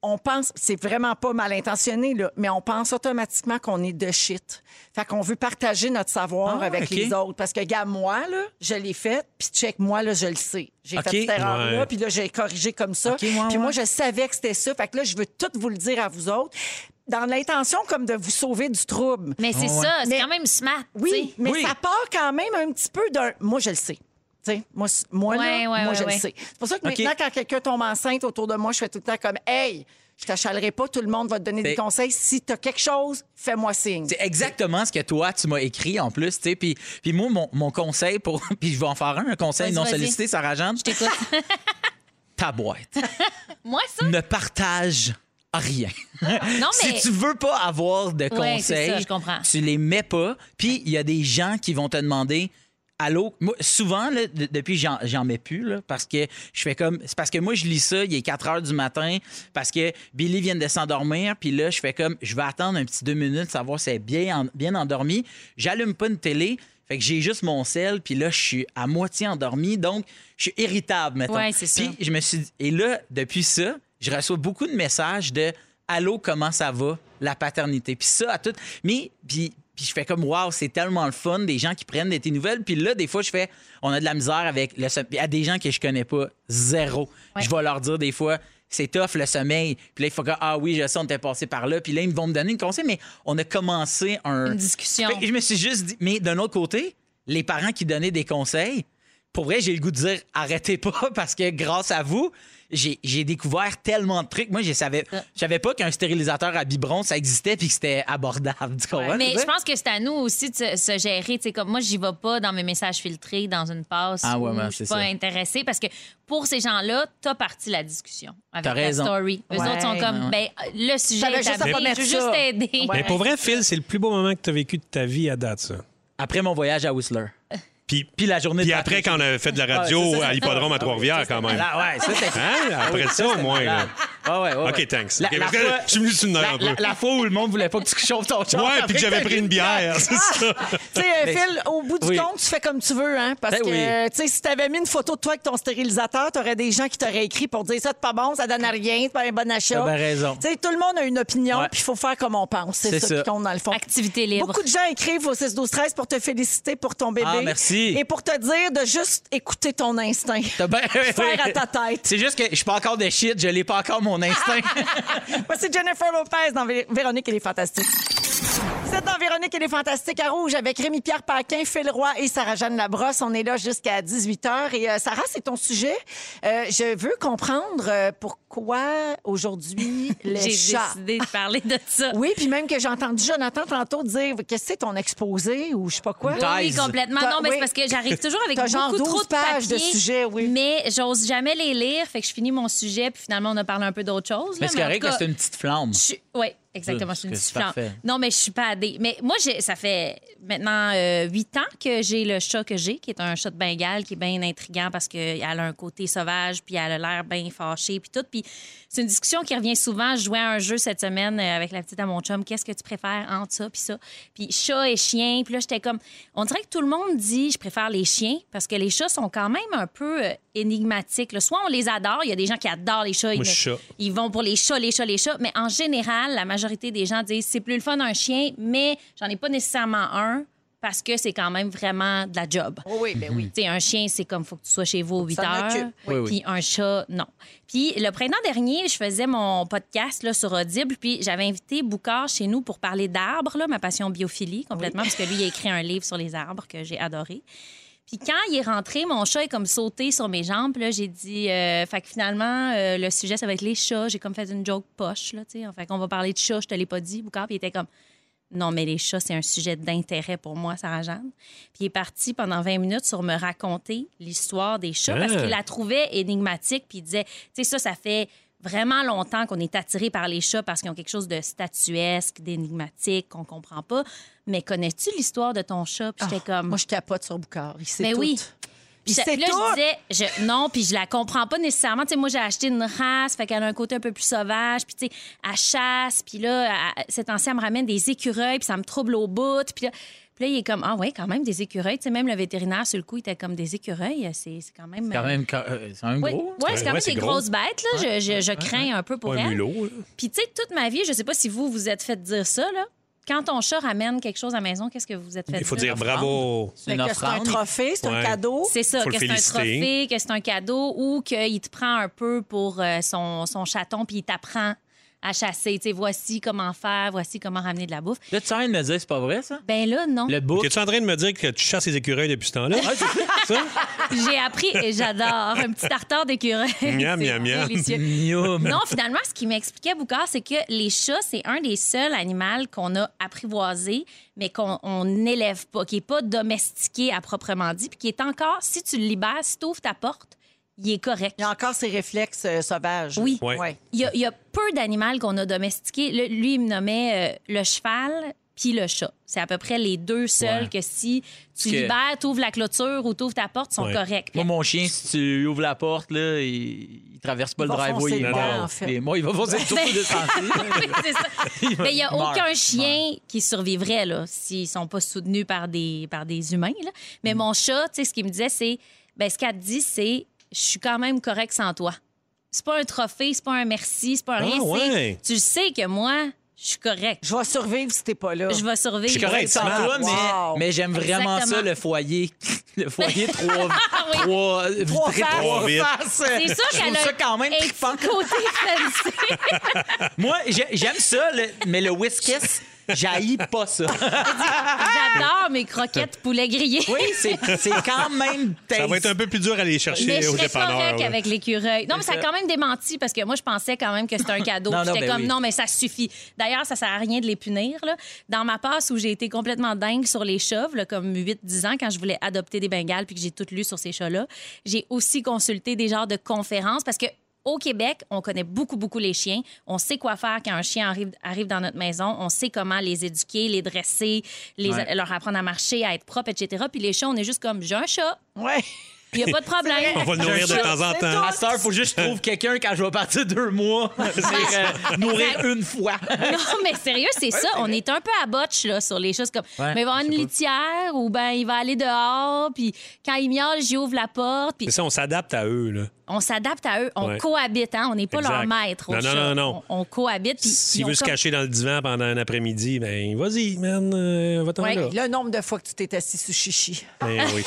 Speaker 3: on pense, c'est vraiment pas mal intentionné, là, mais on pense automatiquement qu'on est de shit. Fait qu'on veut partager notre savoir
Speaker 4: Ah,
Speaker 3: avec
Speaker 4: OK.
Speaker 3: les autres. Parce que, gars, moi, là, je l'ai fait, puis check, moi, là, je le sais. J'ai
Speaker 4: OK.
Speaker 3: fait cette erreur-là,
Speaker 5: Ouais.
Speaker 3: puis là, j'ai corrigé comme ça.
Speaker 4: OK, ouais,
Speaker 3: puis
Speaker 4: ouais.
Speaker 3: moi, je savais que c'était ça. Fait que là, je veux tout vous le dire à vous autres. Dans l'intention comme de vous sauver du trouble.
Speaker 6: Mais
Speaker 4: Ouais.
Speaker 6: c'est ça, c'est
Speaker 3: Mais-
Speaker 6: quand même smart.
Speaker 3: Oui, mais
Speaker 4: Oui.
Speaker 3: ça part quand même un petit peu d'un. Moi, je le sais. Tu sais, moi, c- moi, là,
Speaker 6: Ouais, ouais,
Speaker 3: moi
Speaker 6: ouais,
Speaker 3: je
Speaker 6: ouais.
Speaker 3: le sais. C'est pour ça que
Speaker 4: OK.
Speaker 3: maintenant, quand quelqu'un tombe enceinte autour de moi, je fais tout le temps comme Hey, je t'achalerai pas, tout le monde va te donner des
Speaker 4: C'est-
Speaker 3: conseils. Si t'as quelque chose, fais-moi signe.
Speaker 4: C'est exactement ce que toi, tu m'as écrit en plus. tu sais. Puis, puis moi, mon, mon conseil pour. Puis je vais en faire un, un conseil
Speaker 6: Vas-y,
Speaker 4: non
Speaker 6: vas-y.
Speaker 4: sollicité, Sarah Jeanne. Je t'écoute. Ta boîte.
Speaker 6: Moi, ça,
Speaker 4: ne partage rien.
Speaker 6: non, mais.
Speaker 4: Si tu veux pas avoir de
Speaker 6: Ouais, c'est
Speaker 4: conseils,
Speaker 6: ça, je comprends.
Speaker 4: tu les mets pas. Puis il y a des gens qui vont te demander à l'eau. Moi, souvent, là, de- depuis, j'en, j'en mets plus, là, parce que je fais comme. C'est parce que moi, je lis ça, il est 4 heures du matin, parce que Billy vient de s'endormir, puis là, je fais comme. Je vais attendre un petit deux minutes, savoir si elle est bien, en- bien endormie. J'allume pas une télé. Fait que j'ai juste mon sel, puis là, je suis à moitié endormi, donc je suis irritable, mettons.
Speaker 6: Ouais, c'est ça.
Speaker 4: Puis je me suis dit- et là, depuis ça, je reçois beaucoup de messages de Allô, comment ça va? La paternité. Puis ça, à tout. Mais, puis, puis je fais comme Waouh, c'est tellement le fun, des gens qui prennent de tes nouvelles. Puis là, des fois, je fais On a de la misère avec le sommeil. À des gens que je connais pas, zéro.
Speaker 6: Ouais.
Speaker 4: Je vais leur dire des fois. C'est tough le sommeil. Puis là, il faut que, ah oui, je sais, on était passé par là. Puis là, ils vont me donner une conseil, mais on a commencé un.
Speaker 6: Une discussion.
Speaker 4: Fait que je me suis juste dit, mais d'un autre côté, les parents qui donnaient des conseils, pour vrai, j'ai le goût de dire arrêtez pas parce que grâce à vous, j'ai j'ai découvert tellement de trucs. Moi, je savais, je savais pas qu'un stérilisateur à biberon, ça existait puis que c'était abordable. Tu comprends?
Speaker 6: Mais
Speaker 4: Tu sais?
Speaker 6: je pense que c'est à nous aussi de se, se gérer. Tu sais, comme moi, j'y vais pas dans mes messages filtrés, dans une passe
Speaker 4: Ah ouais,
Speaker 6: où
Speaker 4: ouais,
Speaker 6: je suis
Speaker 4: c'est
Speaker 6: pas
Speaker 4: ça.
Speaker 6: intéressée. Parce que pour ces gens-là, t'as parti la discussion avec
Speaker 4: T'as
Speaker 6: la
Speaker 4: raison.
Speaker 6: story. Eux
Speaker 3: Ouais.
Speaker 6: autres sont comme, ben, le sujet
Speaker 3: T'avais
Speaker 6: est
Speaker 3: juste à
Speaker 6: établi,
Speaker 3: pas mettre
Speaker 6: je veux juste
Speaker 3: ça.
Speaker 6: t'aider.
Speaker 5: Mais pour vrai, Phil, c'est le plus beau moment que tu as vécu de ta vie à date, ça.
Speaker 4: Après mon voyage à Whistler.
Speaker 5: Puis,
Speaker 4: Puis la journée
Speaker 5: puis
Speaker 4: de
Speaker 5: après, quand on a fait de la radio
Speaker 4: Ah, c'est ça,
Speaker 5: à
Speaker 4: c'est
Speaker 5: l'hippodrome
Speaker 4: ça.
Speaker 5: à Trois-Rivières, quand même.
Speaker 4: Là, Ah, ouais, ça, c'est-
Speaker 5: Hein? Après
Speaker 4: Ah oui,
Speaker 5: ça, au
Speaker 4: c'est
Speaker 5: moins,
Speaker 4: malade. Ah, Ouais, ouais, ouais,
Speaker 5: OK,
Speaker 4: ouais.
Speaker 5: thanks.
Speaker 4: La,
Speaker 5: OK,
Speaker 4: la
Speaker 5: parce que
Speaker 4: fois-
Speaker 5: je suis venu sur une heure
Speaker 4: la-
Speaker 5: un peu.
Speaker 4: la- la fois où le monde voulait pas que tu chauffes ton char.
Speaker 5: euh, Ouais, puis que j'avais pris une bière. c'est ça.
Speaker 4: Ah,
Speaker 3: Tu sais, euh, Phil, au bout du
Speaker 4: ben, Oui.
Speaker 3: compte, tu fais comme tu veux, hein? Parce
Speaker 4: Ben
Speaker 3: que,
Speaker 4: oui.
Speaker 3: euh, tu sais, si t'avais mis une photo de toi avec ton stérilisateur, t'aurais des gens qui t'auraient écrit pour dire ça, t'es pas bon, ça donne à rien, c'est pas un bon achat.
Speaker 4: T'as bien raison.
Speaker 3: Tu sais, tout le monde a une opinion,
Speaker 4: Ouais.
Speaker 3: puis il faut faire comme on pense. C'est
Speaker 4: C'est
Speaker 3: ça,
Speaker 4: ça.
Speaker 3: puis qu'on dans le fond.
Speaker 6: Activité libre.
Speaker 3: Beaucoup de gens écrivent au 6 12 13 pour te féliciter pour ton bébé.
Speaker 4: Ah, merci.
Speaker 3: Et pour te dire de juste écouter ton instinct.
Speaker 4: T'as bien-
Speaker 3: Faire à ta tête.
Speaker 4: C'est juste que je suis pas encore de shit, je l'ai pas encore mon instinct.
Speaker 3: Voici Jennifer Lopez dans Vé- Véronique et les Fantastiques. C'est dans Véronique et les Fantastiques à Rouge avec Rémi-Pierre Paquin, Phil Roy et Sarah-Jeanne Labrosse. On est là jusqu'à 18h. Et euh, Sarah, c'est ton sujet. Euh, je veux comprendre euh, pourquoi aujourd'hui les
Speaker 6: J'ai
Speaker 3: chats...
Speaker 6: décidé de parler de ça.
Speaker 3: Oui, puis même que j'ai entendu Jonathan tantôt dire « Qu'est-ce que c'est ton exposé? » ou je sais pas quoi.
Speaker 4: T'as-
Speaker 6: Oui,
Speaker 4: Thèse.
Speaker 6: complètement.
Speaker 3: T'as-
Speaker 6: Non, mais
Speaker 3: oui.
Speaker 6: c'est parce que j'arrive toujours avec
Speaker 3: T'as
Speaker 6: beaucoup
Speaker 3: genre 12
Speaker 6: trop de
Speaker 3: pages de
Speaker 6: papiers,
Speaker 3: sujets, oui.
Speaker 6: Mais j'ose jamais les lire, fait que je finis mon sujet, puis finalement, on a parlé un peu d'autre chose.
Speaker 4: Mais
Speaker 6: là,
Speaker 4: c'est
Speaker 6: mais en
Speaker 4: correct,
Speaker 6: tout
Speaker 4: parce que
Speaker 6: cas,
Speaker 4: c'est une petite flamme.
Speaker 6: Oui, exactement. Je suis une
Speaker 4: que
Speaker 6: petite
Speaker 4: c'est
Speaker 6: flamme.
Speaker 4: parfait.
Speaker 6: Non, mais je suis pas adée. Mais moi, j'ai- ça fait maintenant euh, huit ans que j'ai le chat que j'ai, qui est un chat de Bengale, qui est bien intriguant parce qu'elle a un côté sauvage, puis elle a l'air bien fâchée, puis tout. Puis c'est une discussion qui revient souvent. Je jouais à un jeu cette semaine euh, avec la petite à mon chum. Qu'est-ce que tu préfères entre ça, puis ça? Puis chat et chien. Puis là, j'étais comme. On dirait que tout le monde dit je préfère les chiens parce que les chats sont quand même un peu euh, énigmatiques. là. Soit on les adore, il y a des gens qui adorent les chats. ils
Speaker 5: Moi, je
Speaker 6: ne-
Speaker 5: suis chat.
Speaker 6: ils vont pour les chats, les chats, les chats. Mais en général, la majorité des gens disent c'est plus le fun un chien, mais j'en ai pas nécessairement un parce que c'est quand même vraiment de la job.
Speaker 3: Oui, ben oui.
Speaker 6: Tu sais, un chien, c'est comme faut que tu sois chez vous aux 8
Speaker 3: S'en
Speaker 6: heures.
Speaker 3: occupe,
Speaker 4: Mhm. oui. Oui, oui.
Speaker 6: Puis un chat, non. Puis le printemps dernier, je faisais mon podcast là, sur Audible, puis j'avais invité Boucard chez nous pour parler d'arbres, là, ma passion biophilie complètement, parce que lui, il a écrit un livre sur les arbres que j'ai adoré. Puis quand il est rentré, mon chat est comme sauté sur mes jambes. Puis Là, j'ai dit, euh, fait que finalement, euh, le sujet, ça va être les chats. J'ai comme fait une joke poche, là, tu sais. Fait qu'on va parler de chats, je te l'ai pas dit, Boucard. Puis il était comme, non, mais les chats, c'est un sujet d'intérêt pour moi, Sarah-Jeanne. Puis il est parti pendant 20 minutes sur me raconter l'histoire des chats parce
Speaker 5: Ah.
Speaker 6: qu'il la trouvait énigmatique. Puis il disait, tu sais, ça, ça fait vraiment longtemps qu'on est attiré par les chats parce qu'ils ont quelque chose de statuesque, d'énigmatique, qu'on comprend pas. Mais connais-tu l'histoire de ton chat? Puis j'étais comme...
Speaker 3: Moi, je capote sur Boucard. Il sait
Speaker 6: Mais
Speaker 3: tout.
Speaker 6: oui.
Speaker 3: Il
Speaker 6: Puis ça-
Speaker 3: sait
Speaker 6: là,
Speaker 3: tout.
Speaker 6: je disais, je- non, puis je la comprends pas nécessairement. Tu sais, moi, j'ai acheté une race, fait qu'elle a un côté un peu plus sauvage, puis tu sais, elle chasse, puis là, à- cet ancien me ramène des écureuils, puis ça me trouble au bout, puis là, puis là, il est comme, ah ouais, quand même, des écureuils. Tu sais, même le vétérinaire, sur le coup, il était comme, des écureuils, c'est c'est quand même...
Speaker 4: Quand même, quand- euh, c'est quand même
Speaker 6: Oui,
Speaker 4: gros. hein?
Speaker 6: ouais, c'est quand
Speaker 5: Ouais,
Speaker 6: même
Speaker 5: c'est
Speaker 6: des
Speaker 5: gros.
Speaker 6: grosses bêtes, là. Je- je, je crains un peu pour
Speaker 5: Pas un
Speaker 6: elle.
Speaker 5: mulot. là.
Speaker 6: Puis, tu sais, toute ma vie, je sais pas si vous vous êtes fait dire ça, là. Quand ton chat ramène quelque chose à la maison, qu'est-ce que vous vous êtes fait
Speaker 5: Il faut dire
Speaker 6: dire?
Speaker 5: bravo.
Speaker 4: C'est
Speaker 3: Fait
Speaker 4: une
Speaker 3: que C'est un
Speaker 4: offrande.
Speaker 3: trophée, c'est un
Speaker 5: Ouais.
Speaker 3: cadeau.
Speaker 6: C'est ça,
Speaker 5: Faut
Speaker 6: que
Speaker 5: le
Speaker 6: c'est un
Speaker 5: féliciter.
Speaker 6: trophée, que c'est un cadeau ou qu'il te prend un peu pour euh, son, son chaton puis il t'apprend à chasser. Tu sais, voici comment faire, voici comment ramener de la bouffe.
Speaker 4: Là, tu viens de me dire, c'est pas vrai, ça?
Speaker 6: Ben là, non.
Speaker 4: Le book.
Speaker 5: Es-tu en train de me dire que tu chasses les écureuils depuis ce temps-là? ça?
Speaker 6: J'ai appris et j'adore un petit tartare d'écureuil.
Speaker 5: Miam,
Speaker 6: C'est
Speaker 5: miam, miam.
Speaker 6: délicieux.
Speaker 4: Miam.
Speaker 6: Non, finalement, ce qui m'expliquait Boucard, c'est que les chats, c'est un des seuls animaux qu'on a apprivoisé, mais qu'on on n'élève pas, qui n'est pas domestiqué à proprement dit, puis qui est encore, si tu le libères, si tu ouvres ta porte, il est correct.
Speaker 3: Il y a encore ses réflexes euh, sauvages.
Speaker 6: Oui.
Speaker 5: Ouais.
Speaker 3: Ouais.
Speaker 6: Il y, a, il y a peu d'animaux qu'on a domestiqués. Le- lui, il me nommait euh, le cheval, puis le chat. C'est à peu près les deux seuls
Speaker 5: Ouais.
Speaker 6: que si tu
Speaker 4: Parce que-
Speaker 6: libères, t'ouvres la clôture ou t'ouvres ta porte, sont
Speaker 5: Ouais.
Speaker 6: corrects.
Speaker 4: Moi,
Speaker 6: Puis
Speaker 4: mon chien, si tu ouvres la porte, là, il, il traverse pas
Speaker 3: Il
Speaker 4: le
Speaker 3: va
Speaker 4: driveway.
Speaker 3: foncer
Speaker 4: est
Speaker 5: dedans,
Speaker 4: mort.
Speaker 3: en fait.
Speaker 4: Mais moi, il va foncer sur tout de sentier.
Speaker 6: Ah C'est ça. Mais il n'y a
Speaker 4: meurt.
Speaker 6: aucun chien qui survivrait là, s'ils ne sont pas soutenus par des, par des humains. là. Mais
Speaker 5: Mm.
Speaker 6: mon chat, tu sais, ce qu'il me disait, c'est ben, ce qu'elle te dit, c'est je suis quand même correct sans toi. C'est pas un trophée, c'est pas un merci, c'est pas un
Speaker 5: Ah,
Speaker 6: rien. c'est-
Speaker 5: ouais.
Speaker 6: Tu le sais que moi, je suis correct.
Speaker 3: Je vais survivre si t'es pas là.
Speaker 6: Je vais survivre.
Speaker 5: Je suis correct sans
Speaker 4: Sans toi, mais,
Speaker 3: Wow.
Speaker 4: mais j'aime vraiment ça,
Speaker 6: Exactement.
Speaker 4: le foyer. Le foyer, trois,
Speaker 6: Ah
Speaker 4: trois,
Speaker 3: Trois
Speaker 4: vitrées,
Speaker 3: faces,
Speaker 4: trois-
Speaker 5: trois vitres.
Speaker 3: faces.
Speaker 6: C'est sûr
Speaker 4: Je
Speaker 6: qu'elle
Speaker 4: trouve
Speaker 6: a
Speaker 4: ça quand même
Speaker 6: un
Speaker 4: trippant.
Speaker 6: petit côté fancy.
Speaker 4: Moi, j'ai- j'aime ça, le- mais le whiskas, j'haïs pas ça.
Speaker 6: J'adore mes croquettes poulet grillé.
Speaker 4: Oui, c'est c'est quand même
Speaker 5: Ça va être
Speaker 4: tasty.
Speaker 5: un peu plus dur à aller
Speaker 6: Mais
Speaker 5: chercher
Speaker 6: je
Speaker 5: au
Speaker 6: serais
Speaker 5: dépanneur.
Speaker 6: correct
Speaker 5: là.
Speaker 6: avec l'écureuil. Non, mais ça a
Speaker 4: ça.
Speaker 6: quand même démenti parce que moi, je pensais quand même que c'était un cadeau.
Speaker 4: Non,
Speaker 6: Puis
Speaker 4: non,
Speaker 6: J'étais
Speaker 4: ben
Speaker 6: comme,
Speaker 4: oui.
Speaker 6: non, mais ça suffit. D'ailleurs, ça sert à rien de les punir. là. Dans ma passe où j'ai été complètement dingue sur les chats, là, comme 8-10 ans, quand je voulais adopter des Bengales puis que j'ai tout lu sur ces chats-là, j'ai aussi consulté des genres de conférences parce que au Québec, on connaît beaucoup, beaucoup les chiens. On sait quoi faire quand un chien arrive, arrive dans notre maison. On sait comment les éduquer, les dresser, les-
Speaker 4: Ouais.
Speaker 6: leur apprendre à marcher, à être propre, etc. Puis les chats, on est juste comme, j'ai un chat,
Speaker 3: Ouais.
Speaker 6: il n'y a pas de problème.
Speaker 5: On va le nourrir de temps en
Speaker 3: c'est
Speaker 5: temps.
Speaker 4: À cette heure, faut juste que je trouve quelqu'un quand je vais partir deux mois. C'est euh, nourrir une fois.
Speaker 6: Non, mais sérieux, c'est ça. On est un peu à botch là, sur les choses comme.
Speaker 4: Ouais,
Speaker 6: mais il va avoir
Speaker 4: je
Speaker 6: une
Speaker 4: sais pas.
Speaker 6: litière ou ben il va aller dehors, puis quand il miaule, j'y ouvre la porte, puis
Speaker 5: Mais ça, on s'adapte à eux. Là.
Speaker 6: on s'adapte à eux. On
Speaker 5: Ouais.
Speaker 6: cohabite, hein. On n'est pas
Speaker 5: Exact.
Speaker 6: leur maître. au
Speaker 5: Non, non, non,
Speaker 6: chat.
Speaker 5: non.
Speaker 6: On, on cohabite. puis ils
Speaker 5: S'il
Speaker 6: ont
Speaker 5: veut se
Speaker 6: comme-
Speaker 5: cacher dans le divan pendant un après-midi, ben vas-y, man, euh, va-t'en
Speaker 6: Ouais,
Speaker 5: là.
Speaker 3: Le nombre de fois que tu t'es assis sous chichi.
Speaker 5: Ben oui.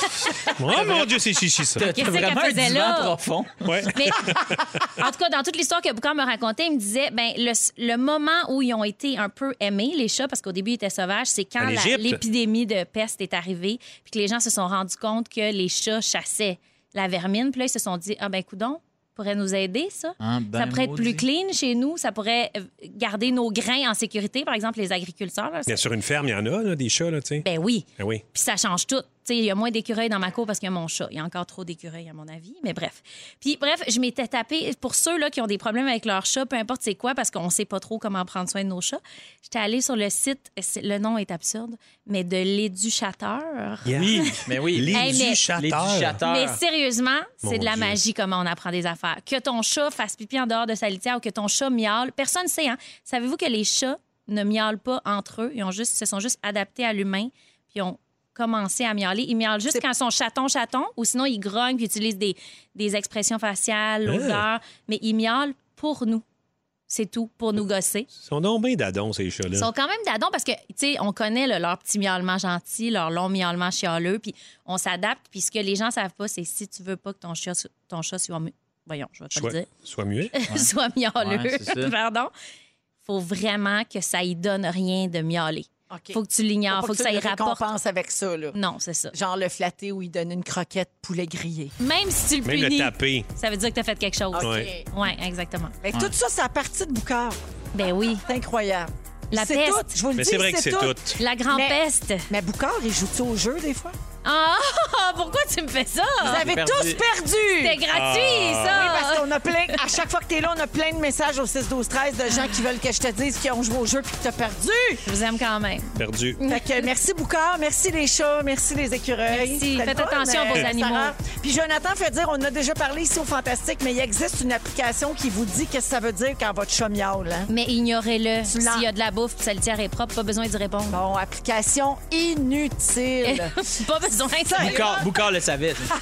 Speaker 5: oh mon Dieu, c'est chichi, ça.
Speaker 4: T'as
Speaker 6: Qu'est-ce
Speaker 4: vraiment
Speaker 6: qu'elle
Speaker 4: un
Speaker 6: faisait
Speaker 4: divan
Speaker 6: là?
Speaker 4: profond.
Speaker 5: Ouais.
Speaker 6: Mais en tout cas, dans toute l'histoire que Boucan me racontait, il me disait ben, le, le moment où ils ont été un peu aimés, les chats, parce qu'au début, ils étaient sauvages, c'est
Speaker 5: En
Speaker 6: quand la-
Speaker 5: Égypte.
Speaker 6: l'épidémie de peste est arrivée, puis que les gens se sont rendus compte que les chats chassaient la vermine. Puis là, ils se sont dit ah, ben, coudon pourrait nous aider, ça.
Speaker 4: Ah, ben,
Speaker 6: ça pourrait être
Speaker 4: maudit.
Speaker 6: plus clean chez nous. Ça pourrait euh, garder nos grains en sécurité, par exemple, les agriculteurs. là.
Speaker 5: Bien, sur une ferme, il y en a, là, des chats, là, tu sais.
Speaker 6: Ben oui.
Speaker 5: Ben oui.
Speaker 6: Puis ça change tout. Tu sais, Il y a moins d'écureuils dans ma cour parce qu'il y a mon chat. Il y a encore trop d'écureuils, à mon avis. Mais bref. Puis bref, je m'étais tapé. Pour ceux là, qui ont des problèmes avec leur chat, peu importe c'est quoi, parce qu'on ne sait pas trop comment prendre soin de nos chats, j'étais allée sur le site, c'est- le nom est absurde, mais de l'éducateur.
Speaker 5: Oui.
Speaker 4: Mais oui,
Speaker 5: Les
Speaker 6: Hey, mais-
Speaker 5: duchateurs.
Speaker 4: les duchateurs.
Speaker 6: Mais sérieusement,
Speaker 5: Mon
Speaker 6: c'est de la
Speaker 5: Dieu.
Speaker 6: magie comment on apprend des affaires. Que ton chat fasse pipi en dehors de sa litière ou que ton chat miaule, personne ne sait. Hein? Savez-vous que les chats ne miaulent pas entre eux? Ils ont juste, se sont juste adaptés à l'humain puis ont commencé à miauler. Ils miaulent juste quand ils sont chatons-chatons ou sinon ils grognent puis utilisent des, des expressions faciales,
Speaker 5: Hein?
Speaker 6: l'odeur. Mais ils miaulent pour nous. C'est tout, pour nous gosser.
Speaker 5: Ils sont donc bien d'adons, ces
Speaker 6: Ils
Speaker 5: chats-là.
Speaker 6: sont quand même dadons parce que, tu sais, on connaît là, leur petit miaulement gentil, leur long miaulement chialeux, puis on s'adapte. Puis ce que les gens savent pas, c'est si tu veux pas que ton chat, ton chat soit... mu- Voyons, je vais pas
Speaker 5: Soit,
Speaker 6: le dire.
Speaker 5: soit muet.
Speaker 6: soit miauleux,
Speaker 4: Ouais, c'est ça.
Speaker 6: pardon. Faut vraiment que ça y donne rien de miauler.
Speaker 3: OK.
Speaker 6: Faut que tu l'ignores, faut, que ça y rapporte.
Speaker 3: récompense avec ça, là.
Speaker 6: Non, c'est ça.
Speaker 3: Genre le flatter où il donne une croquette poulet grillé.
Speaker 6: Même si tu le
Speaker 5: Même le
Speaker 6: punis,
Speaker 5: taper.
Speaker 6: ça veut dire que t'as fait quelque chose.
Speaker 3: OK.
Speaker 5: Ouais.
Speaker 6: Ouais, exactement.
Speaker 3: Mais tout ça, c'est à partir de Boucard.
Speaker 6: Ben oui.
Speaker 3: C'est incroyable.
Speaker 6: La
Speaker 3: c'est
Speaker 6: peste.
Speaker 3: tout. Je vous le
Speaker 5: Mais
Speaker 3: dis,
Speaker 5: c'est vrai que c'est tout.
Speaker 6: La grand
Speaker 3: Mais-
Speaker 6: peste.
Speaker 3: Mais Boucard, il joue-tu au jeu des fois?
Speaker 6: Ah, pourquoi tu me fais ça?
Speaker 5: Ah,
Speaker 3: Vous avez
Speaker 4: perdu.
Speaker 3: tous perdu!
Speaker 6: C'était gratuit, ça!
Speaker 3: Oui, parce qu'on a plein. À chaque fois que t'es là, on a plein de messages au 6 12 13 de gens qui veulent que je te dise qu'ils ont joué au jeu puis que t'as perdu.
Speaker 6: Je vous aime quand même.
Speaker 5: Perdu.
Speaker 3: Fait que merci Boucard, merci les chats, merci les écureuils.
Speaker 6: Merci.
Speaker 3: C'était le
Speaker 6: Faites
Speaker 3: fun,
Speaker 6: attention à vos
Speaker 3: euh,
Speaker 6: animaux.
Speaker 3: Sarah. Puis Jonathan fait dire, on a déjà parlé ici au Fantastique, mais il existe une application qui vous dit qu'est-ce que ça veut dire quand votre chat miaule. hein.
Speaker 6: Mais ignorez-le.
Speaker 3: l'as.
Speaker 6: S'il y a de la bouffe, puis sa litière est propre, pas besoin d'y répondre.
Speaker 3: Bon, ben application inutile.
Speaker 6: pas besoin de ça.
Speaker 4: Boucard, Boucard le savait. ça.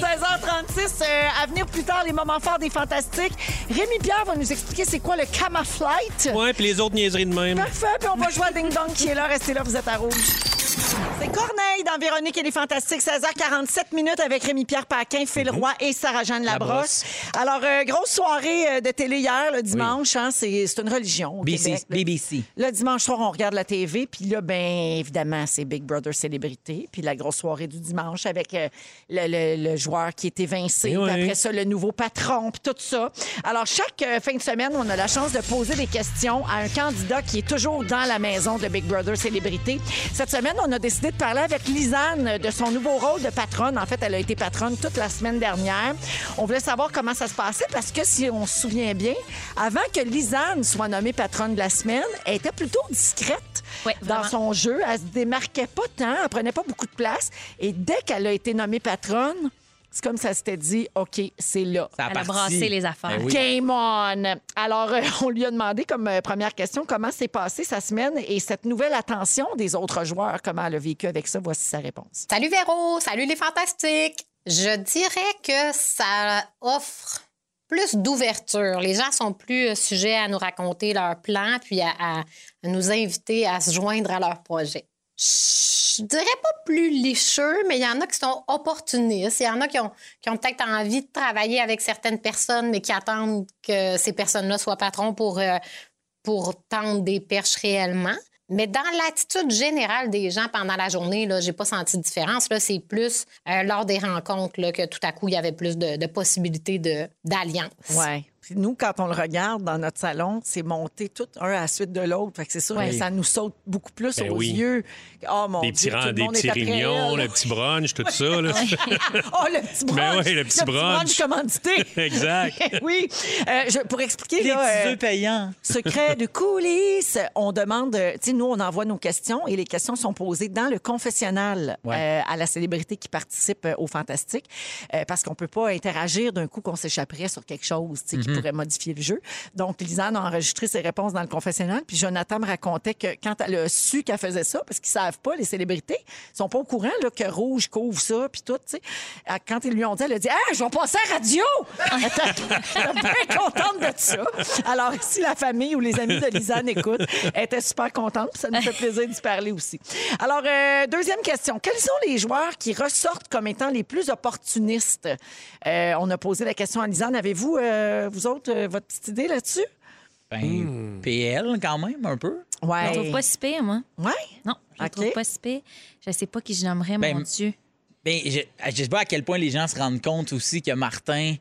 Speaker 3: 16h36, euh, à venir plus tard, les moments forts des Fantastiques. Rémi Pierre va nous expliquer c'est quoi le Camaflight.
Speaker 5: Ouais, puis les autres niaiseries de même.
Speaker 3: Parfait, puis on va jouer à Ding Dong qui est là. Restez là, vous êtes à rouge. C'est Corneille dans Véronique et les Fantastiques, 16h47 minutes avec Rémi-Pierre Paquin, Phil Roy et Sarah-Jeanne Labrosse. Alors, euh, grosse soirée euh, de télé hier, le dimanche. hein, c'est c'est une religion au
Speaker 4: BC,
Speaker 3: Québec, là.
Speaker 4: BBC.
Speaker 3: Le dimanche soir, on regarde la TV, puis là, ben évidemment, c'est Big Brother Célébrité, puis la grosse soirée du dimanche avec euh, le, le- le joueur qui est évincé,
Speaker 5: Eh
Speaker 3: puis
Speaker 5: oui.
Speaker 3: après ça, le nouveau patron, puis tout ça. Alors, chaque euh, fin de semaine, on a la chance de poser des questions à un candidat qui est toujours dans la maison de Big Brother Célébrité. Cette semaine, on a décidé de parler avec Lisanne de son nouveau rôle de patronne. En fait, elle a été patronne toute la semaine dernière. On voulait savoir comment ça se passait parce que si on se souvient bien, avant que Lisanne soit nommée patronne de la semaine, elle était plutôt discrète
Speaker 6: Ouais,
Speaker 3: dans
Speaker 6: vraiment.
Speaker 3: son jeu. Elle se démarquait pas tant, elle prenait pas beaucoup de place. Et dès qu'elle a été nommée patronne, c'est comme ça s'était dit, OK, c'est là.
Speaker 4: Ça
Speaker 6: Elle a
Speaker 4: parti.
Speaker 6: brassé les affaires.
Speaker 4: Ben oui.
Speaker 3: Game on! Alors, euh, on lui a demandé comme euh, première question comment s'est passée sa semaine et cette nouvelle attention des autres joueurs, comment elle a vécu avec ça. Voici sa réponse.
Speaker 10: Salut Véro, salut les fantastiques. Je dirais que ça offre plus d'ouverture. Les gens sont plus euh, sujets à nous raconter leurs plans puis à, à- à nous inviter à se joindre à leur projet. Je dirais pas plus licheux, mais il y en a qui sont opportunistes. Il y en a qui ont, qui ont peut-être envie de travailler avec certaines personnes, mais qui attendent que ces personnes-là soient patrons pour, euh, pour tendre des perches réellement. Mais dans l'attitude générale des gens pendant la journée, là, j'ai pas senti de différence. Là, c'est plus euh, lors des rencontres là, que tout à coup, il y avait plus de, de possibilités de, d'alliance.
Speaker 3: Ouais. Puis nous, quand on le regarde dans notre salon, c'est monté tout un à la suite de l'autre. Fait que c'est sûr
Speaker 5: Ouais.
Speaker 3: que ça nous saute beaucoup plus
Speaker 5: Ben
Speaker 3: aux
Speaker 5: oui.
Speaker 3: yeux. Oh mon
Speaker 5: Des petits,
Speaker 3: Dieu, tout
Speaker 5: rangs,
Speaker 3: le
Speaker 5: des
Speaker 3: monde est
Speaker 5: petits
Speaker 3: après
Speaker 5: réunions,
Speaker 3: elle.
Speaker 5: le petit brunch, tout ça. là.
Speaker 3: Oh, le petit brunch!
Speaker 5: Ben oui, le petit brunch.
Speaker 3: commandité!
Speaker 5: exact.
Speaker 3: oui. Euh, je- pour expliquer,
Speaker 4: Les
Speaker 3: là,
Speaker 4: petits
Speaker 3: euh,
Speaker 4: œufs payants.
Speaker 3: Secret de coulisses. On demande, euh, tu sais, nous, on envoie nos questions et les questions sont posées dans le confessionnal
Speaker 4: Ouais.
Speaker 3: euh, à la célébrité qui participe euh, au Fantastique euh, parce qu'on peut pas interagir d'un coup qu'on s'échapperait sur quelque chose, tu sais, qui pourrait modifier le jeu. Donc, Lisanne a enregistré ses réponses dans le confessionnal. Puis Jonathan me racontait que quand elle a su qu'elle faisait ça, parce qu'ils savent pas, les célébrités, ils sont pas au courant là, que Rouge couvre ça, puis tout, tu sais. Euh, Quand ils lui ont dit, elle a dit « Ah, je vais passer à la radio! » Elle était bien contente de ça. Alors, si la famille ou les amis de Lisanne écoutent, elle était super contente, puis ça nous fait plaisir d'y parler aussi. Alors, euh, deuxième question. Quels sont les joueurs qui ressortent comme étant les plus opportunistes? Euh, on a posé la question à Lisanne. Avez-vous, euh, vous autres, euh, votre petite idée là-dessus?
Speaker 4: Ben, PL quand même, un peu.
Speaker 6: Je
Speaker 3: Ouais.
Speaker 6: le trouve pas si pire, moi.
Speaker 3: Ouais.
Speaker 6: Non, je le
Speaker 3: OK.
Speaker 6: trouve pas si pire. Je sais pas qui je nommerais,
Speaker 4: Ben,
Speaker 6: mon Dieu.
Speaker 4: Ben, je, je sais pas à quel point les gens se rendent compte aussi que Martin.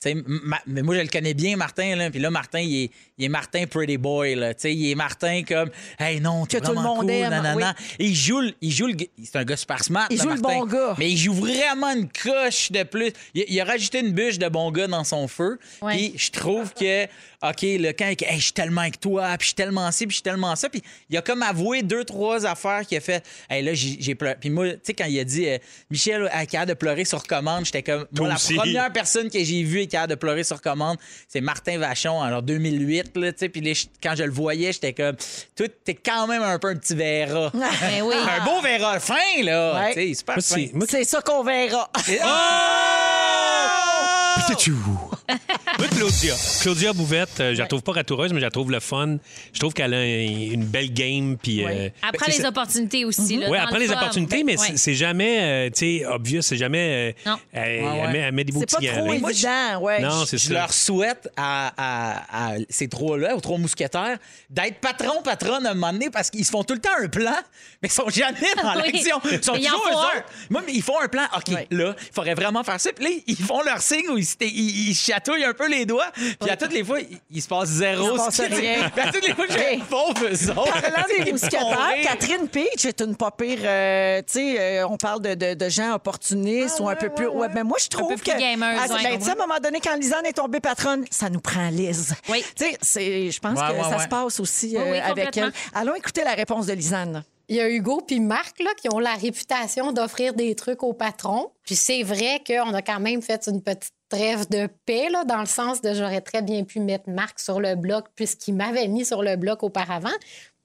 Speaker 4: tu sais, Ma- mais moi, je le connais bien, Martin. Là. Puis là, Martin, il est, il est Martin Pretty Boy. Là. Tu sais, Il est Martin comme Hey, non, t'es
Speaker 3: Que tout le
Speaker 4: vraiment
Speaker 3: monde
Speaker 4: cool,
Speaker 3: aime,
Speaker 4: nanana. Et il joue, le- il joue le. g- C'est un gars super smart.
Speaker 3: Il
Speaker 4: là,
Speaker 3: joue le
Speaker 4: Martin.
Speaker 3: bon gars.
Speaker 4: Mais il joue vraiment une coche de plus. Il, il a rajouté une bûche de bon gars dans son feu.
Speaker 6: Ouais.
Speaker 4: Puis je trouve que, OK, le quand il dit, Hey, je suis tellement avec toi, puis je suis tellement ci, puis je suis tellement ça. Puis il a comme avoué deux, trois affaires qu'il a fait. Hey, là, j'ai j'ai pleuré. Puis moi, tu sais, quand il a dit, euh, Michel a capable de pleurer sur commande, j'étais comme, moi, la
Speaker 5: aussi.
Speaker 4: première personne que j'ai vue est capable de pleurer sur commande, c'est Martin Vachon, alors 2008, là, tu sais. Puis là, je- quand je le voyais, j'étais comme, toi, t'es quand même un peu un petit Vera.
Speaker 6: Ben oui.
Speaker 4: Un beau Vera fin, là.
Speaker 3: Ouais.
Speaker 4: Tu sais, il est super
Speaker 5: Moi,
Speaker 4: fin.
Speaker 5: c'est- moi,
Speaker 3: C'est ça qu'on verra.
Speaker 5: Oh!
Speaker 4: Ah!
Speaker 5: Pikachu! Oh. Moi, Claudia. Claudia Bouvette, euh, je la trouve pas ratoureuse, mais je la trouve le fun. Je trouve qu'elle a un- une belle game. Puis, euh,
Speaker 6: Après
Speaker 5: tu sais,
Speaker 6: les
Speaker 5: c'est-
Speaker 6: opportunités aussi.
Speaker 3: Mhm.
Speaker 6: là,
Speaker 5: Oui,
Speaker 6: dans
Speaker 5: après
Speaker 6: le
Speaker 5: les
Speaker 6: fun.
Speaker 5: opportunités, mais
Speaker 3: Ben,
Speaker 6: Ouais.
Speaker 5: c'est- c'est jamais, euh, tu sais, obvious, c'est jamais. euh,
Speaker 6: Non.
Speaker 5: Elle,
Speaker 4: Ouais,
Speaker 5: elle
Speaker 4: ouais.
Speaker 5: met, elle met des beaux
Speaker 3: C'est
Speaker 5: petits
Speaker 3: pas
Speaker 5: gants,
Speaker 3: trop
Speaker 5: là.
Speaker 3: évident, ouais.
Speaker 5: Non, c'est
Speaker 4: je
Speaker 5: ça.
Speaker 4: leur souhaite à, à- à ces trois-là, aux trois mousquetaires, d'être patron, patronne à un moment donné parce qu'ils se font tout le temps un plan, mais ils sont jamais dans
Speaker 6: Oui.
Speaker 4: l'action. Ils sont
Speaker 6: Mais ils en
Speaker 4: toujours
Speaker 6: font
Speaker 4: eux
Speaker 6: un.
Speaker 4: autres. Moi, mais ils font un plan. OK,
Speaker 3: Ouais.
Speaker 4: là, il faudrait vraiment faire ça. Puis là, ils font leur signe où ils, se- ils- ils chatouillent un peu les doigts. Puis à toutes les fois, il, il se passe zéro.
Speaker 3: Il se
Speaker 4: ce
Speaker 3: passe
Speaker 4: qui-
Speaker 3: rien.
Speaker 4: Puis à toutes les fois, je pauvre eux
Speaker 6: Oh.
Speaker 4: autres.
Speaker 3: Parlant des
Speaker 4: Ils font
Speaker 3: mousquetaires,
Speaker 4: rire.
Speaker 3: Catherine Peach est une pas pire. euh, tu sais, euh, on parle de, de- de gens opportunistes
Speaker 6: Ah,
Speaker 3: ou un peu plus. Ouais, mais moi, je trouve
Speaker 6: plus
Speaker 3: que.
Speaker 6: gameuse,
Speaker 3: Ah,
Speaker 6: ouais,
Speaker 3: ben, tu sais, à un
Speaker 6: comprends.
Speaker 3: moment donné, quand Lisanne est tombée patronne, ça nous prend Lise.
Speaker 6: Oui.
Speaker 3: Tu sais, c'est- je pense
Speaker 4: Ouais,
Speaker 3: que
Speaker 4: ouais,
Speaker 3: ça
Speaker 4: ouais.
Speaker 3: se passe aussi
Speaker 6: Oui,
Speaker 3: euh,
Speaker 6: oui,
Speaker 3: avec
Speaker 6: complètement.
Speaker 3: elle. Allons écouter la réponse de Lisanne.
Speaker 10: Il y a Hugo puis Marc là, qui ont la réputation d'offrir des trucs au patron. Puis c'est vrai qu'on a quand même fait une petite trêve de paix, là, dans le sens de j'aurais très bien pu mettre Marc sur le bloc puisqu'il m'avait mis sur le bloc auparavant.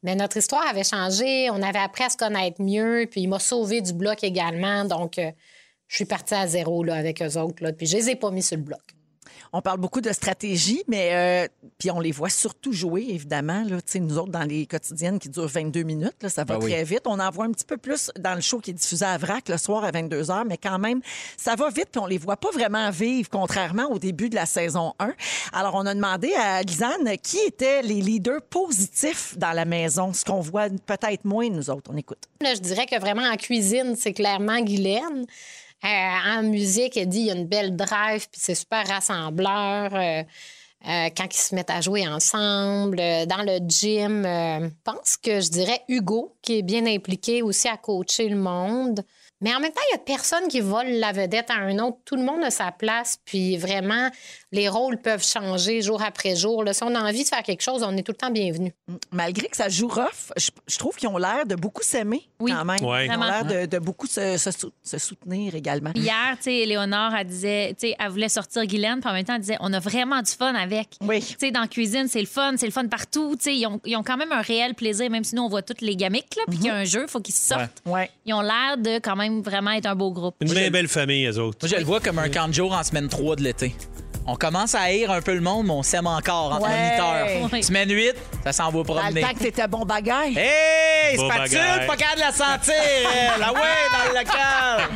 Speaker 10: Mais notre histoire avait changé, on avait appris à se connaître mieux, puis il m'a sauvé du bloc également. Donc, euh, je suis partie à zéro là, avec eux autres, là, puis je les ai pas mis sur le bloc.
Speaker 3: On parle beaucoup de stratégie, mais euh, puis on les voit surtout jouer, évidemment. Là, Tu sais, nous autres, dans les quotidiennes qui durent 22 minutes, là, ça va
Speaker 4: Ben oui.
Speaker 3: très vite. On en voit un petit peu plus dans le show qui est diffusé à Vrac le soir à 22 h, mais quand même, ça va vite, puis on les voit pas vraiment vivre, contrairement au début de la saison 1. Alors, on a demandé à Lisanne qui étaient les leaders positifs dans la maison, ce qu'on voit peut-être moins, nous autres. On écoute.
Speaker 10: Là, je dirais que vraiment en cuisine, c'est clairement Guylaine. Euh, en musique, elle dit il y a une belle drive, puis c'est super rassembleur. Euh, euh, quand ils se mettent à jouer ensemble, euh, dans le gym. euh, Je pense que je dirais Hugo, qui est bien impliqué aussi à coacher le monde. Mais en même temps, il n'y a personne qui vole la vedette à un autre. Tout le monde a sa place. Puis vraiment, les rôles peuvent changer jour après jour. là. Si on a envie de faire quelque chose, on est tout le temps bienvenu.
Speaker 3: Malgré que ça joue rough, je, je trouve qu'ils ont l'air de beaucoup s'aimer
Speaker 6: Oui,
Speaker 3: quand même.
Speaker 5: Ouais.
Speaker 3: Ils ont
Speaker 6: vraiment.
Speaker 3: l'air de, de beaucoup se, se sou- se soutenir également.
Speaker 6: Puis Hier, tu sais, Léonore, elle disait, tu sais, elle voulait sortir Guylaine, puis en même temps, elle disait, on a vraiment du fun avec.
Speaker 3: Oui.
Speaker 6: Tu sais, dans la cuisine, c'est le fun, c'est le fun partout. Tu sais, ils ont, ils ont quand même un réel plaisir, même si nous, on voit toutes les gamiques, là, puis
Speaker 5: Mhm.
Speaker 6: qu'il y a un jeu, il faut qu'ils sortent.
Speaker 3: Ouais.
Speaker 6: Ils ont l'air de quand même vraiment être un beau groupe.
Speaker 5: Une bien belle famille, eux autres.
Speaker 4: Moi, je le vois comme un camp de jour en semaine 3 de l'été. On commence à haïr un peu le monde, mais on s'aime encore entre
Speaker 3: Ouais.
Speaker 4: moniteurs.
Speaker 6: Ouais.
Speaker 4: Semaine 8, ça s'en va
Speaker 3: Dans le
Speaker 4: promener.
Speaker 3: temps que t'étais bon
Speaker 4: Hein?
Speaker 3: bagaille.
Speaker 4: Hey,
Speaker 5: Beau
Speaker 4: spatule,
Speaker 5: bagage.
Speaker 4: pas capable de la sentir, elle. Ah ouais, dans le local.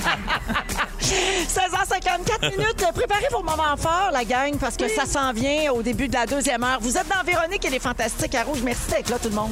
Speaker 3: 16h54 minutes. euh, Préparez vos moments forts, la gang, parce que ça s'en vient au début de la deuxième heure. Vous êtes dans Véronique et les Fantastiques à Rouge. Merci d'être là, tout le monde.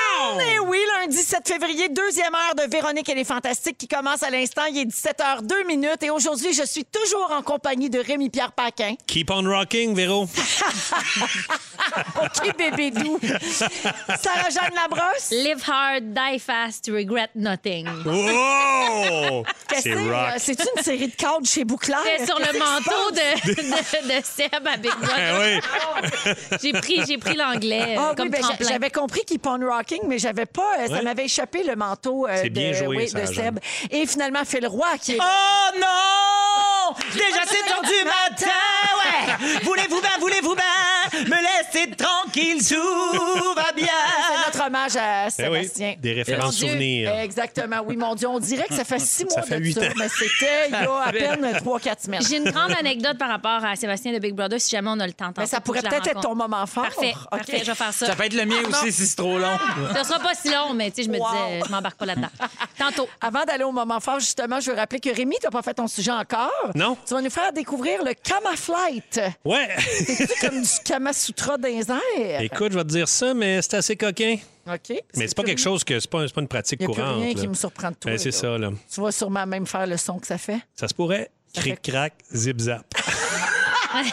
Speaker 3: Eh oui, lundi 7 février, deuxième heure de Véronique et les Fantastiques qui commence à l'instant. Il est 17h02 minutes et aujourd'hui, je suis toujours en compagnie de Rémi-Pierre Paquin.
Speaker 5: Keep on rocking, Véro.
Speaker 3: OK, bébé doux. Sarah-Jeanne Labrosse.
Speaker 6: Live hard, die fast, regret nothing.
Speaker 5: Wow!
Speaker 3: Qu'est-ce
Speaker 5: C'est
Speaker 3: que
Speaker 5: rock.
Speaker 3: euh, C'est-tu une série de cadres chez Bouclair?
Speaker 6: C'était sur le manteau de, de, de Seb à Big
Speaker 5: Eh
Speaker 6: Brother.
Speaker 5: oui.
Speaker 6: J'ai pris, j'ai pris l'anglais euh,
Speaker 3: Ah
Speaker 6: comme
Speaker 3: oui, ben, j'a-
Speaker 6: tremplin.
Speaker 3: j'avais compris qu'il pon rocking, mais j'avais pas. euh, Ça
Speaker 5: Ouais.
Speaker 3: m'avait échappé le manteau euh,
Speaker 5: C'est bien
Speaker 3: de,
Speaker 5: joué,
Speaker 3: oui,
Speaker 5: Sarah
Speaker 3: de
Speaker 5: Jeanne.
Speaker 3: Seb. Et finalement, Phil Roy qui est.
Speaker 4: Oh non! Déjà c'est heures du matin, ouais! Voulez-vous bien, voulez-vous bien? Me laissez tranquille, tout va bien!
Speaker 3: C'est notre hommage à
Speaker 5: Eh oui.
Speaker 3: Sébastien.
Speaker 5: Des
Speaker 6: Mon
Speaker 5: références
Speaker 6: Dieu.
Speaker 5: souvenirs.
Speaker 3: Exactement, oui, mon Dieu, on dirait que ça fait six mois
Speaker 5: fait
Speaker 3: de
Speaker 5: huit
Speaker 3: ça,
Speaker 5: ans.
Speaker 3: mais c'était il y a à peine trois, quatre semaines.
Speaker 6: J'ai une grande anecdote par rapport à Sébastien de Big Brother, si jamais on a le temps.
Speaker 3: Mais Ben, ça
Speaker 6: tantôt,
Speaker 3: pourrait
Speaker 6: faut que je la
Speaker 3: peut-être être
Speaker 6: rencontre.
Speaker 3: ton moment fort.
Speaker 6: Parfait,
Speaker 3: OK.
Speaker 6: parfait, je vais faire ça.
Speaker 4: Ça peut être le
Speaker 3: Ah,
Speaker 4: mien aussi si c'est trop long.
Speaker 6: Ce sera pas si long, mais tu sais, je me
Speaker 3: Wow.
Speaker 6: disais, euh, je m'embarque pas là-dedans. Tantôt.
Speaker 3: Avant d'aller au moment fort, justement, je veux rappeler que Rémi, tu pas fait ton sujet encore.
Speaker 5: Non.
Speaker 3: Tu vas nous faire découvrir le Camaflight.
Speaker 5: Ouais.
Speaker 3: C'est comme du Kamasutra dans les airs.
Speaker 5: Écoute, je vais te dire ça, mais c'est assez coquin.
Speaker 3: OK.
Speaker 5: Mais c'est pas quelque chose que c'est pas, c'est pas une pratique
Speaker 3: Il n'y a plus
Speaker 5: courante.
Speaker 3: rien
Speaker 5: là.
Speaker 3: qui me surprend de toi.
Speaker 5: Ben, c'est
Speaker 3: là.
Speaker 5: ça, là.
Speaker 3: Tu vas sûrement même faire le son que ça fait.
Speaker 5: Ça se pourrait. Cric crac, zip zap.
Speaker 4: Ah,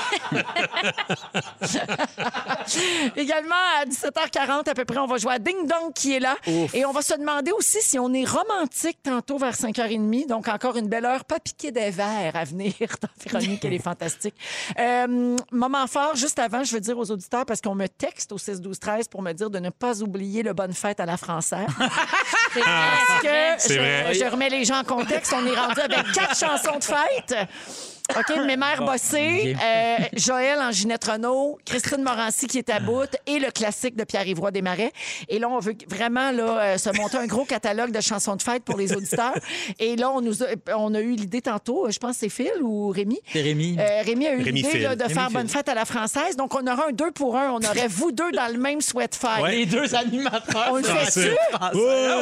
Speaker 3: Également, à 17h40 à peu près, on va jouer à Ding Dong qui est là. Et on va se demander aussi si on est romantique tantôt vers 5h30. Donc, encore une belle heure, pas piquer des verres à venir dans Véronique, elle est fantastique. Euh, moment fort, juste avant, je veux dire aux auditeurs, parce qu'on me texte au 6-12-13 pour me dire de ne pas oublier le bonne fête à la française.
Speaker 6: C'est vrai, c'est vrai.
Speaker 3: que je,
Speaker 5: vrai.
Speaker 3: je remets les gens en contexte. On est rendu avec quatre chansons de fête. OK, mes mères bossées, euh, Joël en Ginette Renault, Christine Morancy qui est à bout et le classique de Pierre-Yvroy Desmarais. Et là, on veut vraiment là, euh, se monter un gros catalogue de chansons de fête pour les auditeurs. Et là, on, nous a, on a eu l'idée tantôt, euh, je pense que c'est Phil ou Rémi.
Speaker 4: C'est Rémi.
Speaker 3: Euh, Rémi a eu
Speaker 5: Rémi
Speaker 3: l'idée
Speaker 5: Phil.
Speaker 3: là, de
Speaker 4: Rémi
Speaker 3: faire
Speaker 4: Phil.
Speaker 3: bonne fête à la française. Donc, on aura un deux pour un. On aurait vous deux dans le même souhait de fête.
Speaker 5: Ouais.
Speaker 4: Les deux animateurs.
Speaker 3: On le fait
Speaker 4: français.
Speaker 3: sûr?
Speaker 4: Français.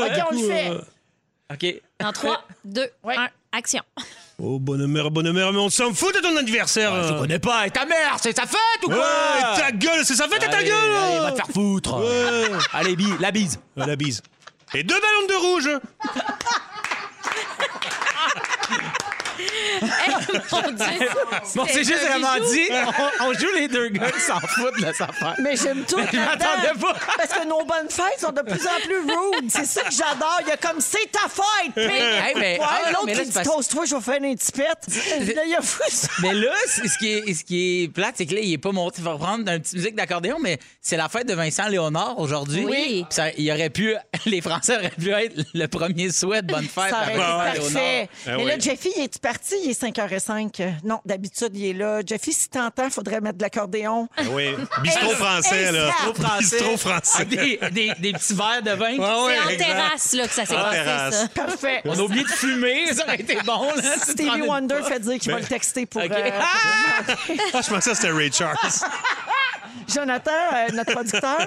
Speaker 3: OK, on le fait.
Speaker 5: euh,
Speaker 4: OK.
Speaker 6: Dans 3, 2,
Speaker 3: Euh, Ouais.
Speaker 6: 1, action.
Speaker 5: Oh, bonne humeur, bonne humeur, mais on s'en fout de ton anniversaire.
Speaker 4: Je
Speaker 5: hein.
Speaker 4: connais pas. Et ta mère, c'est sa fête ou
Speaker 5: Ouais,
Speaker 4: quoi?
Speaker 5: ta gueule, c'est ça fait à ta
Speaker 4: Allez,
Speaker 5: gueule.
Speaker 4: allez, va
Speaker 5: hein.
Speaker 4: te faire foutre.
Speaker 5: Ouais.
Speaker 4: Euh, Allez, bi, la bise.
Speaker 5: Ah, La bise. Et deux ballons de rouge.
Speaker 6: Mon Dieu.
Speaker 4: Bon, c'est juste
Speaker 6: un
Speaker 4: vraiment
Speaker 6: bijou.
Speaker 4: dit. On, on joue les deux gars qui s'en foutent de la affaire.
Speaker 3: Mais j'aime tout.
Speaker 4: je m'attendais
Speaker 3: là-dedans.
Speaker 4: pas.
Speaker 3: Parce que nos bonnes fêtes sont de plus en plus rudes. C'est ça que j'adore. Il y a comme c'est ta fête. puis-
Speaker 4: Hey, mais-
Speaker 3: Ouais,
Speaker 4: ah, non,
Speaker 3: L'autre
Speaker 4: mais là,
Speaker 3: qui
Speaker 4: c'est
Speaker 3: dit
Speaker 4: parce-
Speaker 3: toast toi, je vais faire une tipette. Là, il y a fou ça.
Speaker 4: Mais là, c'est- ce qui est, ce qui est plate, c'est que là, il est pas monté. Il va prendre un petit musique d'accordéon, mais c'est la fête de Vincent Léonard aujourd'hui.
Speaker 6: Oui.
Speaker 4: Puis ça- il aurait pu, les Français auraient pu être le premier souhait de bonne fête
Speaker 3: Ça
Speaker 4: à
Speaker 3: aurait été
Speaker 4: Vincent
Speaker 3: parfait.
Speaker 5: Ben
Speaker 3: Mais là,
Speaker 5: oui.
Speaker 3: Jeffy, il est parti? Il est 5h05. Euh, Non, d'habitude, il est là. Jeffy, si t'entends, faudrait mettre de l'accordéon.
Speaker 5: Ah Oui, bistrot
Speaker 3: Hey,
Speaker 5: français,
Speaker 3: hey,
Speaker 5: là.
Speaker 3: ça.
Speaker 4: Léonard. Français.
Speaker 5: Bistrot français.
Speaker 4: Avec Ah, des, des- des petits verres de vin.
Speaker 5: Ah ouais,
Speaker 6: C'est en
Speaker 5: exact.
Speaker 6: terrasse là, que ça s'est
Speaker 5: En
Speaker 6: passé,
Speaker 5: terrasse.
Speaker 6: ça.
Speaker 3: Parfait.
Speaker 4: On a oublié de fumer, ça aurait été bon. Là, Tu te
Speaker 3: Stevie
Speaker 4: prends une-
Speaker 3: Wonder fait dire qu'il va le texter pour.
Speaker 4: OK.
Speaker 3: euh,
Speaker 5: Ah, je pensais que c'était Ray Charles.
Speaker 3: Jonathan, euh, notre producteur,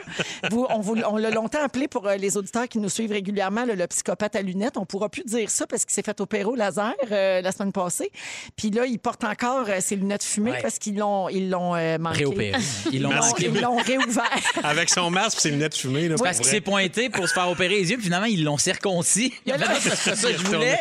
Speaker 3: vous- on, vous- on l'a longtemps appelé pour euh, les auditeurs qui nous suivent régulièrement, le, le psychopathe à lunettes. On pourra plus dire ça parce qu'il s'est fait opérer au laser euh, la semaine passée. Puis là, il porte encore euh, ses lunettes fumées
Speaker 4: Ouais.
Speaker 3: parce qu'ils l'ont ils l'ont euh, manqué.
Speaker 4: Réopéré. Ils l'ont
Speaker 3: Ils l'ont-
Speaker 4: manqué.
Speaker 3: Ils l'ont réouvert.
Speaker 5: Avec son masque et ses lunettes fumées. Là, pour
Speaker 4: Parce qu'il
Speaker 5: vrai.
Speaker 4: s'est pointé pour se faire opérer les yeux, puis finalement, ils l'ont circoncis. Il a fait, Non, c'est pas ça que je voulais.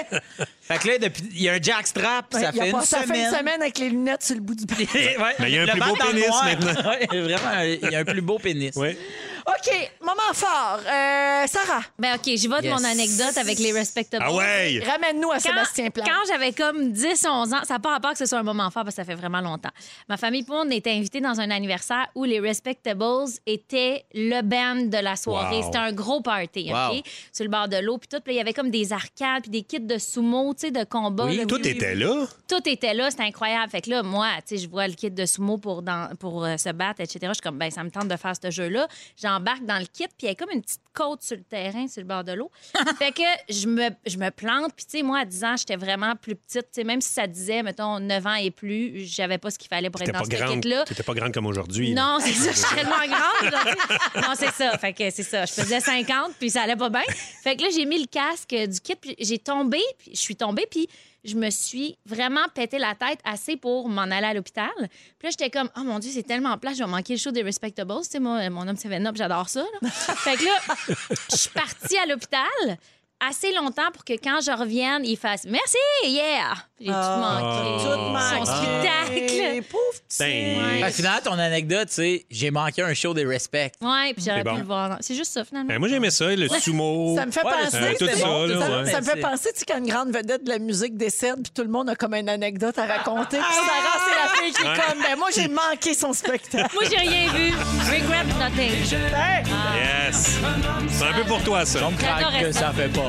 Speaker 4: Fait que là, depuis, il y a un jackstrap, ça
Speaker 3: il a
Speaker 4: fait une
Speaker 3: passé la fin de
Speaker 4: semaine.
Speaker 3: semaine avec les lunettes sur le bout du bras.
Speaker 4: Ouais,
Speaker 5: Mais il y a un
Speaker 4: le
Speaker 5: plus beau
Speaker 4: bat dans le
Speaker 5: pénis
Speaker 4: noir.
Speaker 5: maintenant.
Speaker 4: Ouais, vraiment, il y a un plus beau pénis.
Speaker 5: Ouais.
Speaker 3: OK, moment fort. Euh, Sarah,
Speaker 6: Ben OK, je vais de
Speaker 4: Yes.
Speaker 6: mon anecdote avec les respectables.
Speaker 5: Ah ouais!
Speaker 3: ramène-nous à Sébastien
Speaker 6: Quand,
Speaker 3: Plan.
Speaker 6: quand j'avais comme 10-11 ans, ça n'a pas rapport que ce soit un moment fort parce que ça fait vraiment longtemps. Ma famille Pond était invitée dans un anniversaire où les Respectables étaient le band de la soirée.
Speaker 5: Wow.
Speaker 6: C'était un gros party,
Speaker 4: Wow.
Speaker 6: OK? Sur le bord de l'eau, puis tout. Puis là, il y avait comme des arcades, puis des kits de sumo, tu sais, de combat.
Speaker 4: Oui,
Speaker 6: là.
Speaker 5: Tout était là.
Speaker 6: tout était là, c'était incroyable. Fait que là, moi, tu sais, je vois le kit de sumo pour, dans- pour euh, se battre, etc. Je suis comme, ben, ça me tente de faire ce jeu-là. J'embarque dans le kit, puis il y a comme une petite côte sur le terrain, sur le bord de l'eau. fait que je me, je me plante, puis tu sais, moi, à 10 ans, j'étais vraiment plus petite. Tu sais, même si ça disait, mettons, 9 ans et plus, j'avais pas ce qu'il fallait pour être
Speaker 5: T'étais
Speaker 6: dans
Speaker 5: pas
Speaker 6: ce
Speaker 5: grande.
Speaker 6: kit-là.
Speaker 5: T'étais pas grande comme aujourd'hui. là.
Speaker 6: Non, c'est ça, je suis tellement grande. là, tu sais. non, c'est ça. Fait que c'est ça. Je faisais 50, puis ça allait pas bien. Fait que là, j'ai mis le casque euh, du kit, puis j'ai tombé, puis je suis tombée, puis je me suis vraiment pété la tête assez pour m'en aller à l'hôpital. Puis là, j'étais comme, oh mon Dieu, c'est tellement plat, je vais manquer le show des Respectables. Tu sais, moi, euh, mon homme 7-Up, j'adore ça. là. Fait que là, je suis partie à l'hôpital assez longtemps pour que quand je revienne, il fasse merci, yeah! Puis Ah. J'ai tout manqué.
Speaker 4: Oh,
Speaker 6: Ah.
Speaker 3: Tout
Speaker 4: ah.
Speaker 6: Son spectacle.
Speaker 3: manqué. Pauvre petit.
Speaker 5: Ben,
Speaker 6: Ouais.
Speaker 4: Fait que finalement, ton anecdote, c'est j'ai manqué un show des respects.
Speaker 6: Ouais, puis j'aurais
Speaker 5: C'est bon.
Speaker 6: pu le voir. C'est juste ça, finalement.
Speaker 5: ben, moi, j'aimais ça, le sumo.
Speaker 3: Ça me fait
Speaker 4: Ouais,
Speaker 3: penser.
Speaker 5: euh, tout
Speaker 4: c'était
Speaker 5: ça,
Speaker 4: bon,
Speaker 5: là,
Speaker 4: tout
Speaker 5: ouais.
Speaker 4: mais
Speaker 3: Ça me fait
Speaker 4: c'est-
Speaker 3: penser, tu sais, quand une grande vedette de la musique décède, puis tout le monde a comme une anecdote à raconter, puis Sarah, c'est la fille qui est comme, ben moi, j'ai manqué son spectacle.
Speaker 6: Moi, j'ai rien vu. Regret nothing.
Speaker 3: Hey!
Speaker 5: Yes. C'est un peu pour toi, ça.
Speaker 4: On me craque que ça fait pas.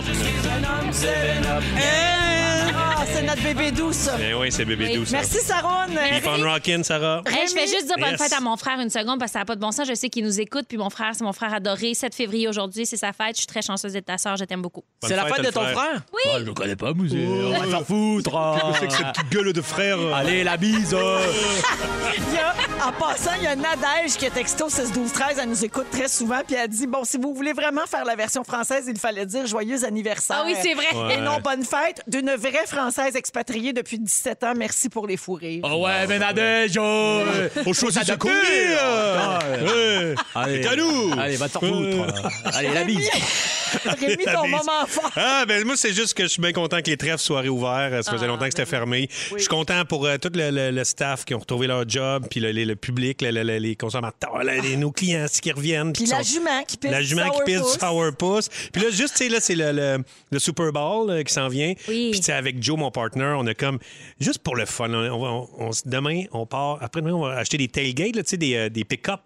Speaker 3: Ah, c'est notre bébé doux, ça.
Speaker 5: Ben oui, c'est bébé doux, ça.
Speaker 3: Merci, Saroune.
Speaker 5: Keep on rockin', Sarah.
Speaker 6: Hey, je vais juste dire bonne
Speaker 5: Yes.
Speaker 6: fête à mon frère une seconde parce que ça n'a pas de bon sens. Je sais qu'il nous écoute. Puis mon frère, c'est mon frère adoré. 7 février aujourd'hui, c'est sa fête. Je suis très chanceuse d'être ta sœur. Je t'aime beaucoup.
Speaker 5: Bonne
Speaker 4: C'est la fête de
Speaker 5: le
Speaker 4: ton frère?
Speaker 6: Oui.
Speaker 4: Ouais, je le connais pas, musée. On va s'en foutre.
Speaker 5: petite gueule de frère.
Speaker 4: Allez, la bise.
Speaker 3: Il y a- en passant, il y a Nadège qui est texto 6 12 13 Elle nous écoute très souvent. Puis elle dit Bon, si vous voulez vraiment faire la version française, il fallait dire joyeux anniversaire.
Speaker 6: Ah oui, c'est vrai.
Speaker 5: Ouais.
Speaker 3: Et non, bonne fête d'une vraie Française expatriée depuis 17 ans. Merci pour les fourrés.
Speaker 4: Oh ouais, mais Nadège. oh, euh,
Speaker 5: Faut choisir
Speaker 4: Ça
Speaker 5: ce
Speaker 4: te
Speaker 5: qu'on
Speaker 4: pue,
Speaker 5: est,
Speaker 4: là.
Speaker 5: euh.
Speaker 4: Allez,
Speaker 5: C'est à nous. Euh.
Speaker 4: Allez, va te faire foutre. Allez, la bise.
Speaker 3: Rémi, ton
Speaker 5: Abise.
Speaker 3: moment fort.
Speaker 5: Ah, ben moi, c'est juste que je suis bien content que les trèfles soient réouverts. Euh, Ça
Speaker 3: Ah,
Speaker 5: faisait longtemps que c'était
Speaker 3: ben
Speaker 5: fermé. Je suis content pour euh, tout le, le- le staff qui ont retrouvé leur job, puis le, le- le public, le- le- le- les consommateurs, là, les- nos clients aussi qui reviennent.
Speaker 3: Ah. Puis
Speaker 5: qui
Speaker 3: la
Speaker 5: sont-
Speaker 3: jument qui pisse
Speaker 5: La
Speaker 3: du
Speaker 5: jument qui pisse du sourpuss.
Speaker 3: sourpuss.
Speaker 5: Puis là, juste, tu sais, là, c'est le, le- le Super Bowl euh, qui s'en vient.
Speaker 6: Oui.
Speaker 5: Puis, tu sais, avec Joe, mon partner, on a comme, juste pour le fun, on, on va- on- on s- demain, on part, après-demain, on va acheter des tailgates, là, tu sais, des, euh, des pick-up.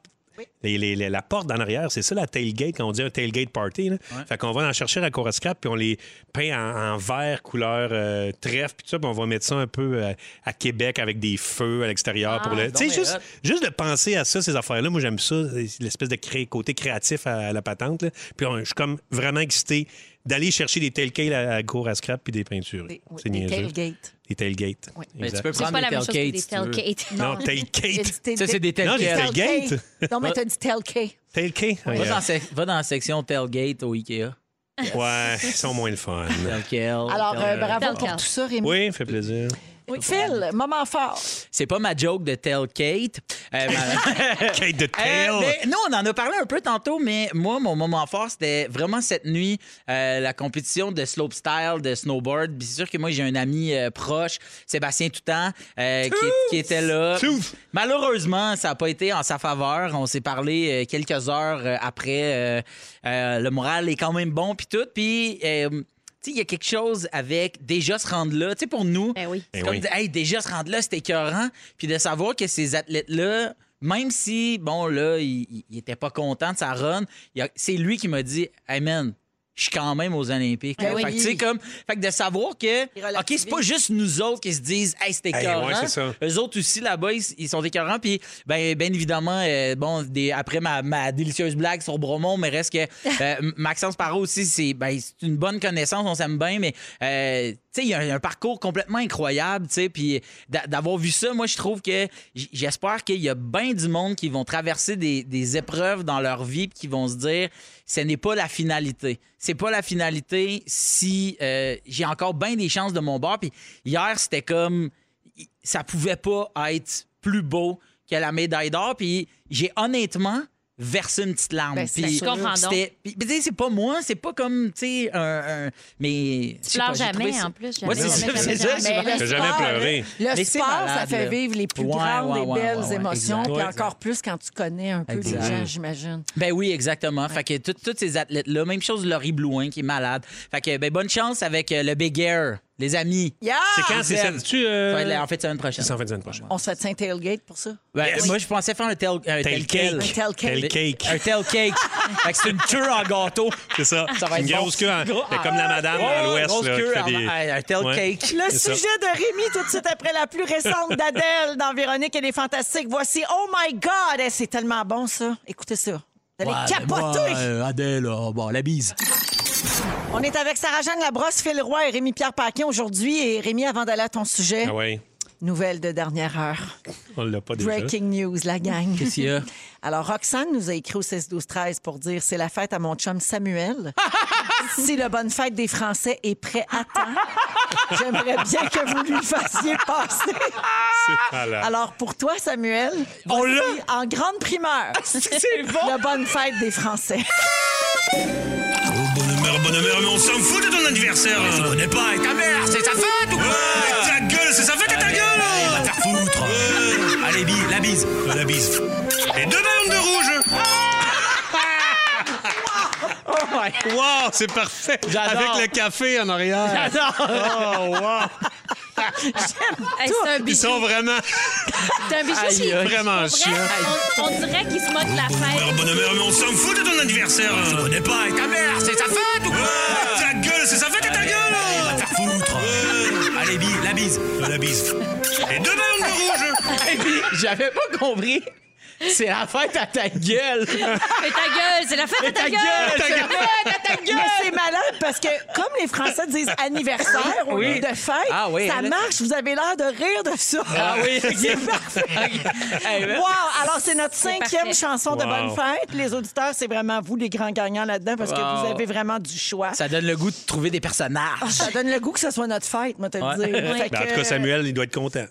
Speaker 5: Les- les- les- la porte en arrière, c'est ça la tailgate, quand on dit un tailgate party. là. Fait qu'on va en chercher à Coruscant, puis on les peint en, en vert couleur euh, trèfle, puis tout ça, puis on va mettre ça un peu euh, à Québec avec des feux à l'extérieur. pour le... Tu sais,
Speaker 4: mais
Speaker 5: juste,
Speaker 4: hot.
Speaker 5: Juste de penser à ça, ces affaires-là, moi j'aime ça, l'espèce de cré- côté créatif à la patente. là. Puis on- je suis comme vraiment excité d'aller chercher des tailgates à, à cour à scrap puis des peintures.
Speaker 3: Des- oui,
Speaker 5: C'est
Speaker 3: des
Speaker 5: niaiseux.
Speaker 3: tailgates.
Speaker 5: Des tailgates.
Speaker 4: Mais tu
Speaker 5: Exact.
Speaker 4: peux
Speaker 6: C'est
Speaker 4: prendre
Speaker 6: pas la même
Speaker 4: des
Speaker 6: chose que des
Speaker 4: tailgates. si tu veux.
Speaker 6: tailgates.
Speaker 5: Non,
Speaker 3: Il a dit
Speaker 5: tailgate.
Speaker 3: tailgate.
Speaker 4: Ça, c'est des
Speaker 5: Non, j'ai
Speaker 4: tailgates.
Speaker 5: tailgate.
Speaker 3: Non, mais t'as dit tailgate.
Speaker 5: Tailgate. Ah,
Speaker 4: Va dans,
Speaker 5: yeah.
Speaker 4: la sec- va dans la section tailgate au Ikea.
Speaker 5: Ouais, ils sont moins le fun.
Speaker 4: Tailgate.
Speaker 5: Oh,
Speaker 3: Alors, euh,
Speaker 4: tailgate.
Speaker 3: bravo pour
Speaker 6: Tailgate.
Speaker 3: tout ça, Rémi.
Speaker 5: Oui, fait plaisir.
Speaker 3: Oui, Phil, moment fort.
Speaker 4: C'est pas ma joke de tailgate. Euh, ma-
Speaker 5: Kate de tail.
Speaker 4: Euh, ben, nous, on en a parlé un peu tantôt, mais moi, mon moment fort, c'était vraiment cette nuit, euh, la compétition de slopestyle, de snowboard. Puis c'est sûr que moi, j'ai un ami euh, proche, Sébastien Toutan, euh, qui, qui était là.
Speaker 5: Touf!
Speaker 4: Malheureusement, ça n'a pas été en sa faveur. On s'est parlé euh, quelques heures euh, après. euh, euh, le moral est quand même bon, puis tout. Puis... euh, tu sais, il y a quelque chose avec déjà se rendre là. Tu sais, pour nous,
Speaker 6: Ben oui.
Speaker 4: c'est
Speaker 5: Ben
Speaker 4: comme
Speaker 5: oui.
Speaker 4: de- hey, déjà se rendre là, c'était écœurant. Puis de savoir que ces athlètes-là, même si, bon, là, il n'était pas content de sa run, il a- c'est lui qui m'a dit, hey man, je suis quand même aux Olympiques.
Speaker 3: Ben
Speaker 4: Fait que,
Speaker 3: oui.
Speaker 4: tu sais, comme, fait que de savoir que,
Speaker 3: Il relativise.
Speaker 4: OK, c'est pas juste nous autres qui se disent, hey, c'était
Speaker 5: Hey,
Speaker 4: écœurant.
Speaker 5: Eh, ouais, c'est
Speaker 3: Ah,
Speaker 5: ça.
Speaker 4: Eux autres aussi, là-bas, ils, ils sont écœurants. Puis, ben, ben évidemment, euh, bon, des- après ma, ma délicieuse blague sur Bromont, mais reste que euh, Maxence Parot aussi, c'est ben, c'est une bonne connaissance, on s'aime bien, mais euh, tu sais, il y a un, un parcours complètement incroyable, tu sais, puis d'a- d'avoir vu ça, moi, je trouve que j- j'espère qu'il y a bien du monde qui vont traverser des, des épreuves dans leur vie puis qui vont se dire, ce n'est pas la finalité. C'est pas la finalité si euh, j'ai encore bien des chances de mon bord. Puis hier, c'était comme, ça pouvait pas être plus beau que la médaille d'or. Puis j'ai honnêtement versé une petite larme.
Speaker 3: Ben, c'est
Speaker 4: Puis
Speaker 6: sûr. Je comprends Ah, donc.
Speaker 4: c'était- puis- puis tu sais, c'est pas moi, c'est pas comme, tu sais, un, un- Mais. je sais
Speaker 6: pleures
Speaker 4: pas, j'ai
Speaker 6: jamais,
Speaker 4: trouvé ça-
Speaker 6: en plus,
Speaker 4: Ouais, c'est
Speaker 6: jamais,
Speaker 4: ça,
Speaker 6: jamais, Ben,
Speaker 4: c'est
Speaker 6: jamais,
Speaker 4: ça. c'est-
Speaker 6: jamais.
Speaker 3: Mais
Speaker 5: Ah, T'as
Speaker 3: le
Speaker 5: jamais
Speaker 3: sport,
Speaker 5: pleuré.
Speaker 3: Le
Speaker 4: Mais c'est
Speaker 3: sport, ça
Speaker 4: malade,
Speaker 3: fait
Speaker 4: là.
Speaker 3: vivre les plus
Speaker 4: Ouais,
Speaker 3: grandes
Speaker 4: ouais,
Speaker 3: des
Speaker 4: ouais,
Speaker 3: belles
Speaker 4: ouais, ouais,
Speaker 3: émotions,
Speaker 4: exact.
Speaker 3: puis
Speaker 5: Ouais,
Speaker 3: encore plus quand tu connais un peu
Speaker 4: Exact.
Speaker 3: les gens, j'imagine.
Speaker 4: Ben oui, exactement. Fait que tout- tous ces athlètes-là, même chose Laurie Blouin qui est malade. Fait que ben, bonne chance avec euh, le Big Air, les amis.
Speaker 3: Yeah!
Speaker 5: C'est quand? C'est
Speaker 4: Zen.
Speaker 5: ça? Tu, euh,
Speaker 4: Ça va être la- en fait, semaine prochaine.
Speaker 5: C'est en fin de semaine prochaine.
Speaker 3: On se fait un tailgate pour ça?
Speaker 4: Ben,
Speaker 5: Yes.
Speaker 4: Moi, je pensais faire un tel, un tel quel.
Speaker 5: cake.
Speaker 3: Un tel cake.
Speaker 5: Tel cake.
Speaker 4: Un tel cake. fait que c'est une queue en gâteau.
Speaker 5: C'est ça.
Speaker 4: Ça va
Speaker 5: une
Speaker 4: être
Speaker 5: grosse
Speaker 4: bon.
Speaker 5: queue. en-
Speaker 4: Gros-
Speaker 5: T'es comme la madame
Speaker 4: Ouais,
Speaker 5: à
Speaker 4: ouais,
Speaker 5: l'ouest.
Speaker 4: grosse
Speaker 5: là, qui
Speaker 4: queue
Speaker 5: fait des-
Speaker 4: en- un tel
Speaker 5: Ouais.
Speaker 4: cake.
Speaker 3: Le
Speaker 5: C'est ça.
Speaker 3: sujet de Rémi, tout de suite après la plus récente d'Adèle dans Véronique et les Fantastiques. Voici Oh My God! Eh, C'est tellement bon, ça. Écoutez ça. Vous allez capoter!
Speaker 4: euh, Adèle, oh, bon, la bise.
Speaker 3: On est avec Sarah-Jeanne Labrosse, Phil Roy et Rémi-Pierre Paquin aujourd'hui. Et Rémi, avant d'aller à ton sujet,
Speaker 5: Ah ouais.
Speaker 3: nouvelle de dernière heure.
Speaker 5: On l'a pas déjà.
Speaker 3: Breaking news, la gang.
Speaker 4: Qu'est-ce qu'il y a?
Speaker 3: Alors, Roxane nous a écrit au 16-12-13 pour dire c'est la fête à mon chum Samuel. si le bonne fête des Français est prêt à temps, j'aimerais bien que vous lui fassiez passer.
Speaker 5: C'est malade.
Speaker 3: Ah, Alors, pour toi, Samuel,
Speaker 5: On
Speaker 3: voici
Speaker 5: l'a?
Speaker 3: en grande primeur.
Speaker 5: C'est bon.
Speaker 3: La bonne fête des Français.
Speaker 7: Oh, bonne mère, bonne mère, mais on s'en fout de ton anniversaire. Je connais pas. Ta mère, c'est sa fête ou quoi Ta gueule, c'est sa fête
Speaker 4: Ah,
Speaker 7: à ta gueule. va te faire foutre.
Speaker 4: Euh.
Speaker 7: Allez, la bise. La bise. Et deux bandes de rouge. Oh
Speaker 5: Wow, c'est parfait.
Speaker 4: J'adore.
Speaker 5: Avec le café en arrière. Oh, wow.
Speaker 6: Hey, c'est un
Speaker 5: Ils
Speaker 6: bijou.
Speaker 5: sont vraiment,
Speaker 6: C'est un bijou.
Speaker 4: Aïe,
Speaker 6: c'est-
Speaker 4: aïe.
Speaker 5: vraiment
Speaker 6: Bref,
Speaker 5: chiants.
Speaker 6: on, on dirait qu'il se moque de la fête.
Speaker 7: bonne mère, mais on s'en fout de ton anniversaire. Je connais pas. Ta mère, c'est sa fête ou quoi Ta gueule, c'est sa fête à ta gueule. va te faire foutre. Allez, la bise. La bise. Et deux bandes de rouge.
Speaker 4: Et puis, j'avais pas compris. C'est la fête à ta gueule.
Speaker 6: Fais ta gueule, c'est la fête de ta, gueule.
Speaker 4: c'est la fête à ta gueule.
Speaker 3: Mais c'est malade parce que comme les Français disent anniversaire au
Speaker 4: Oui.
Speaker 3: lieu de fête,
Speaker 4: Ah oui,
Speaker 3: ça
Speaker 4: elle-
Speaker 3: marche. Vous avez l'air de rire de ça.
Speaker 4: Ah oui,
Speaker 3: c'est parfait.
Speaker 4: Ok. Hey, là.
Speaker 3: Wow! Alors, c'est notre cinquième
Speaker 6: parfait.
Speaker 3: chanson de
Speaker 5: Wow.
Speaker 3: Bonne Fête. Les auditeurs, c'est vraiment vous les grands gagnants là-dedans parce que
Speaker 4: Wow.
Speaker 3: vous avez vraiment du choix. Ça...
Speaker 4: Ça donne le goût de trouver des personnages.
Speaker 3: donne le goût que ce soit notre fête, moi, te le
Speaker 4: Ouais.
Speaker 3: dire. Fait
Speaker 5: Ben, en
Speaker 3: que, euh,
Speaker 5: tout cas, Samuel, il doit être content.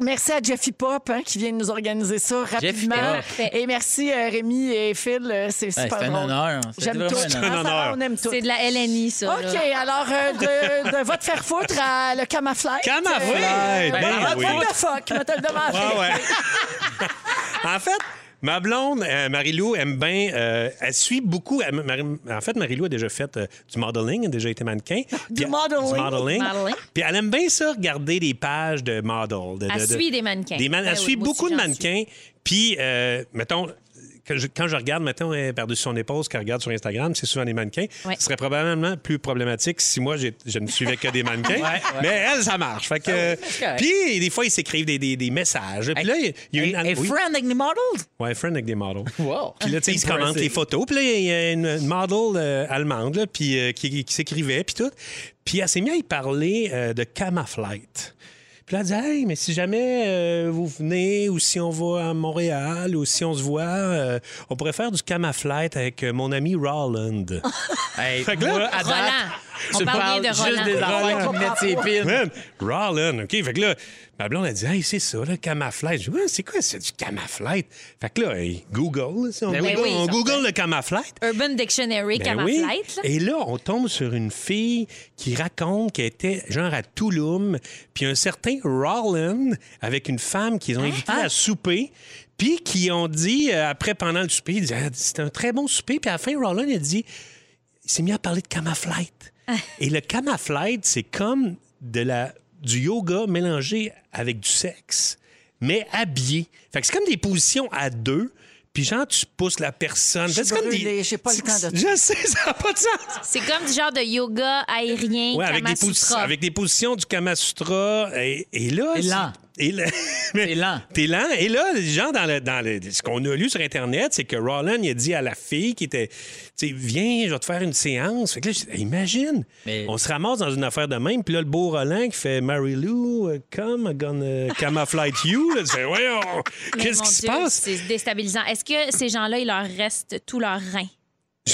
Speaker 3: Merci à Jeffy Pop hein, qui vient de nous organiser ça rapidement.
Speaker 4: Pop.
Speaker 6: Parfait.
Speaker 3: Et merci euh, Rémi et Phil, euh, c'est
Speaker 4: Ouais,
Speaker 3: super
Speaker 4: c'est un
Speaker 3: drôle.
Speaker 4: honneur. C'est
Speaker 3: J'aime
Speaker 4: vraiment
Speaker 3: tout.
Speaker 4: un
Speaker 3: Hein,
Speaker 5: honneur.
Speaker 3: Sarah, on aime tout.
Speaker 6: C'est de la LNI, ça.
Speaker 3: OK,
Speaker 6: là.
Speaker 3: alors euh, de, de votre faire foutre à le camaflage.
Speaker 5: Camaflage,
Speaker 3: Euh,
Speaker 5: ben
Speaker 3: votre
Speaker 5: oui.
Speaker 3: vote de fuck, moi, te le demande.
Speaker 5: Ah ouais. en fait, ma blonde, euh, Marie-Lou, aime bien. euh, elle suit beaucoup. elle- Marie- en fait, Marie-Lou a déjà fait euh, du modeling, elle a déjà été mannequin. Puis elle-
Speaker 3: modeling.
Speaker 5: Du modeling.
Speaker 6: Modeling.
Speaker 5: Puis elle aime bien ça, regarder des pages de models. de-
Speaker 6: Elle
Speaker 5: de- de-
Speaker 6: suit des mannequins.
Speaker 5: des man-
Speaker 6: Ben
Speaker 5: elle
Speaker 6: oui,
Speaker 5: suit
Speaker 6: moi aussi,
Speaker 5: beaucoup de
Speaker 6: j'en suis.
Speaker 5: mannequins. Puis, euh, mettons. que je- quand je regarde, mettons, euh, par-dessus son épaule, ce qu'elle regarde sur Instagram, c'est souvent des mannequins.
Speaker 6: Ouais.
Speaker 5: Ce serait probablement plus problématique si moi, j'ai- je ne suivais que des mannequins. Mais elle, ça marche. Fait que, euh,
Speaker 4: c'est correct.
Speaker 5: puis, des fois, ils s'écrivent des, des- des messages. Puis là, il y a une...
Speaker 4: Et
Speaker 5: oui.
Speaker 4: friend avec les models?
Speaker 5: Ouais, friend avec des models.
Speaker 4: Wow.
Speaker 5: Puis là, tu sais, ils se commentent les photos. Puis là, il y a une, une model euh, allemande là, puis, euh, qui, qui s'écrivait, puis tout. Puis elle s'est mise à y parler euh, de Camaflight. Puis là, elle dit Hey, mais si jamais euh, vous venez, ou si on va à Montréal, ou si on se voit, euh, on pourrait faire du Camaflight avec euh, mon ami Roland.
Speaker 4: Hey,
Speaker 5: Fait que là-
Speaker 4: moi, à
Speaker 6: Roland.
Speaker 4: date,
Speaker 6: On
Speaker 4: tu
Speaker 6: parle
Speaker 4: parles
Speaker 6: bien de
Speaker 4: juste
Speaker 6: Roland.
Speaker 4: des affaires qui me mettent ses piles.
Speaker 5: Man, Rollin, OK? Fait que là, ma blonde a dit, hey, c'est ça, le camaflette. Je dis, Ouais, c'est quoi, c'est du camaflette? Fait que là, hey, Google, là, si on
Speaker 4: Ben
Speaker 5: Google,
Speaker 6: oui, oui,
Speaker 5: on
Speaker 6: certain.
Speaker 5: Google le camaflette.
Speaker 6: Urban Dictionary,
Speaker 5: Ben
Speaker 6: Camaflight.
Speaker 5: oui.
Speaker 6: là.
Speaker 5: Et là, on tombe sur une fille qui raconte qu'elle était genre à Touloum, puis un certain Rollin avec une femme
Speaker 6: Ah,
Speaker 5: qu'ils ont invitée à souper, puis qui ont dit, euh, après, pendant le souper, ils disaient, Ah, c'était un très bon souper, puis à la fin, Rollin a dit, il s'est mis à parler de camaflette. Et le camaflette, c'est comme de la, du yoga mélangé avec du sexe, mais habillé. Fait que c'est comme des positions à deux. Puis genre, tu pousses la personne.
Speaker 3: suis
Speaker 5: C'est comme des-
Speaker 3: brûlée, j'ai pas le temps de-
Speaker 5: Je sais, ça n'a pas de sens.
Speaker 6: C'est comme du genre de yoga aérien.
Speaker 5: Ouais, avec, des
Speaker 6: Kama
Speaker 5: posi-
Speaker 6: Sutra.
Speaker 5: avec des positions du Kama Sutra. Et, et là.
Speaker 4: Et
Speaker 5: c'est-
Speaker 4: lent.
Speaker 5: Et là- mais-
Speaker 4: T'es lent.
Speaker 5: T'es lent. Et là, les gens, dans le, dans le- ce qu'on a lu sur Internet, c'est que Rollin il a dit à la fille qui était, tu sais, viens, je vais te faire une séance. Fait que là, je dis, imagine,
Speaker 4: Mais-
Speaker 5: on se ramasse dans une affaire de même. Puis là, le beau Roland qui fait Mary Lou, euh, come, I'm gonna camouflage you. Là, tu fais, voyons,
Speaker 6: Mais
Speaker 5: qu'est-ce
Speaker 6: mon
Speaker 5: qui se
Speaker 6: Dieu,
Speaker 5: passe?
Speaker 6: C'est déstabilisant. Est-ce que ces gens-là, il leur reste tout leur rein? non,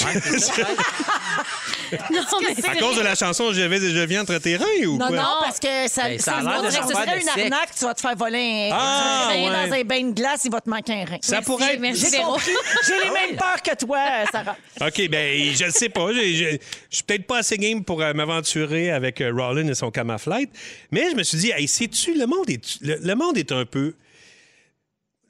Speaker 6: mais
Speaker 5: À cause de la chanson Je vais et je viens entre tes reins ou
Speaker 3: Non,
Speaker 5: quoi?
Speaker 3: non, parce que ça,
Speaker 4: Ben, ça
Speaker 3: ça,
Speaker 4: a
Speaker 3: se
Speaker 4: l'air de
Speaker 3: montrait que
Speaker 4: genre
Speaker 3: ce
Speaker 4: faire
Speaker 3: serait
Speaker 4: de
Speaker 3: une
Speaker 4: sec.
Speaker 3: arnaque, tu vas te faire voler un,
Speaker 5: Ah,
Speaker 3: un rein
Speaker 5: ouais.
Speaker 3: dans un bain de glace, il va te manquer un rein.
Speaker 5: Ça pourrait être-
Speaker 6: Merci,
Speaker 3: J'ai
Speaker 6: Véro.
Speaker 3: compris. J'ai les mêmes peurs que toi, Sarah.
Speaker 5: OK, ben je ne sais pas. Je- Je je suis peut-être pas assez game pour euh, m'aventurer avec euh, Rollin et son Camaflight, mais je me suis dit, hey, sais-tu, le monde est le, le monde est un peu.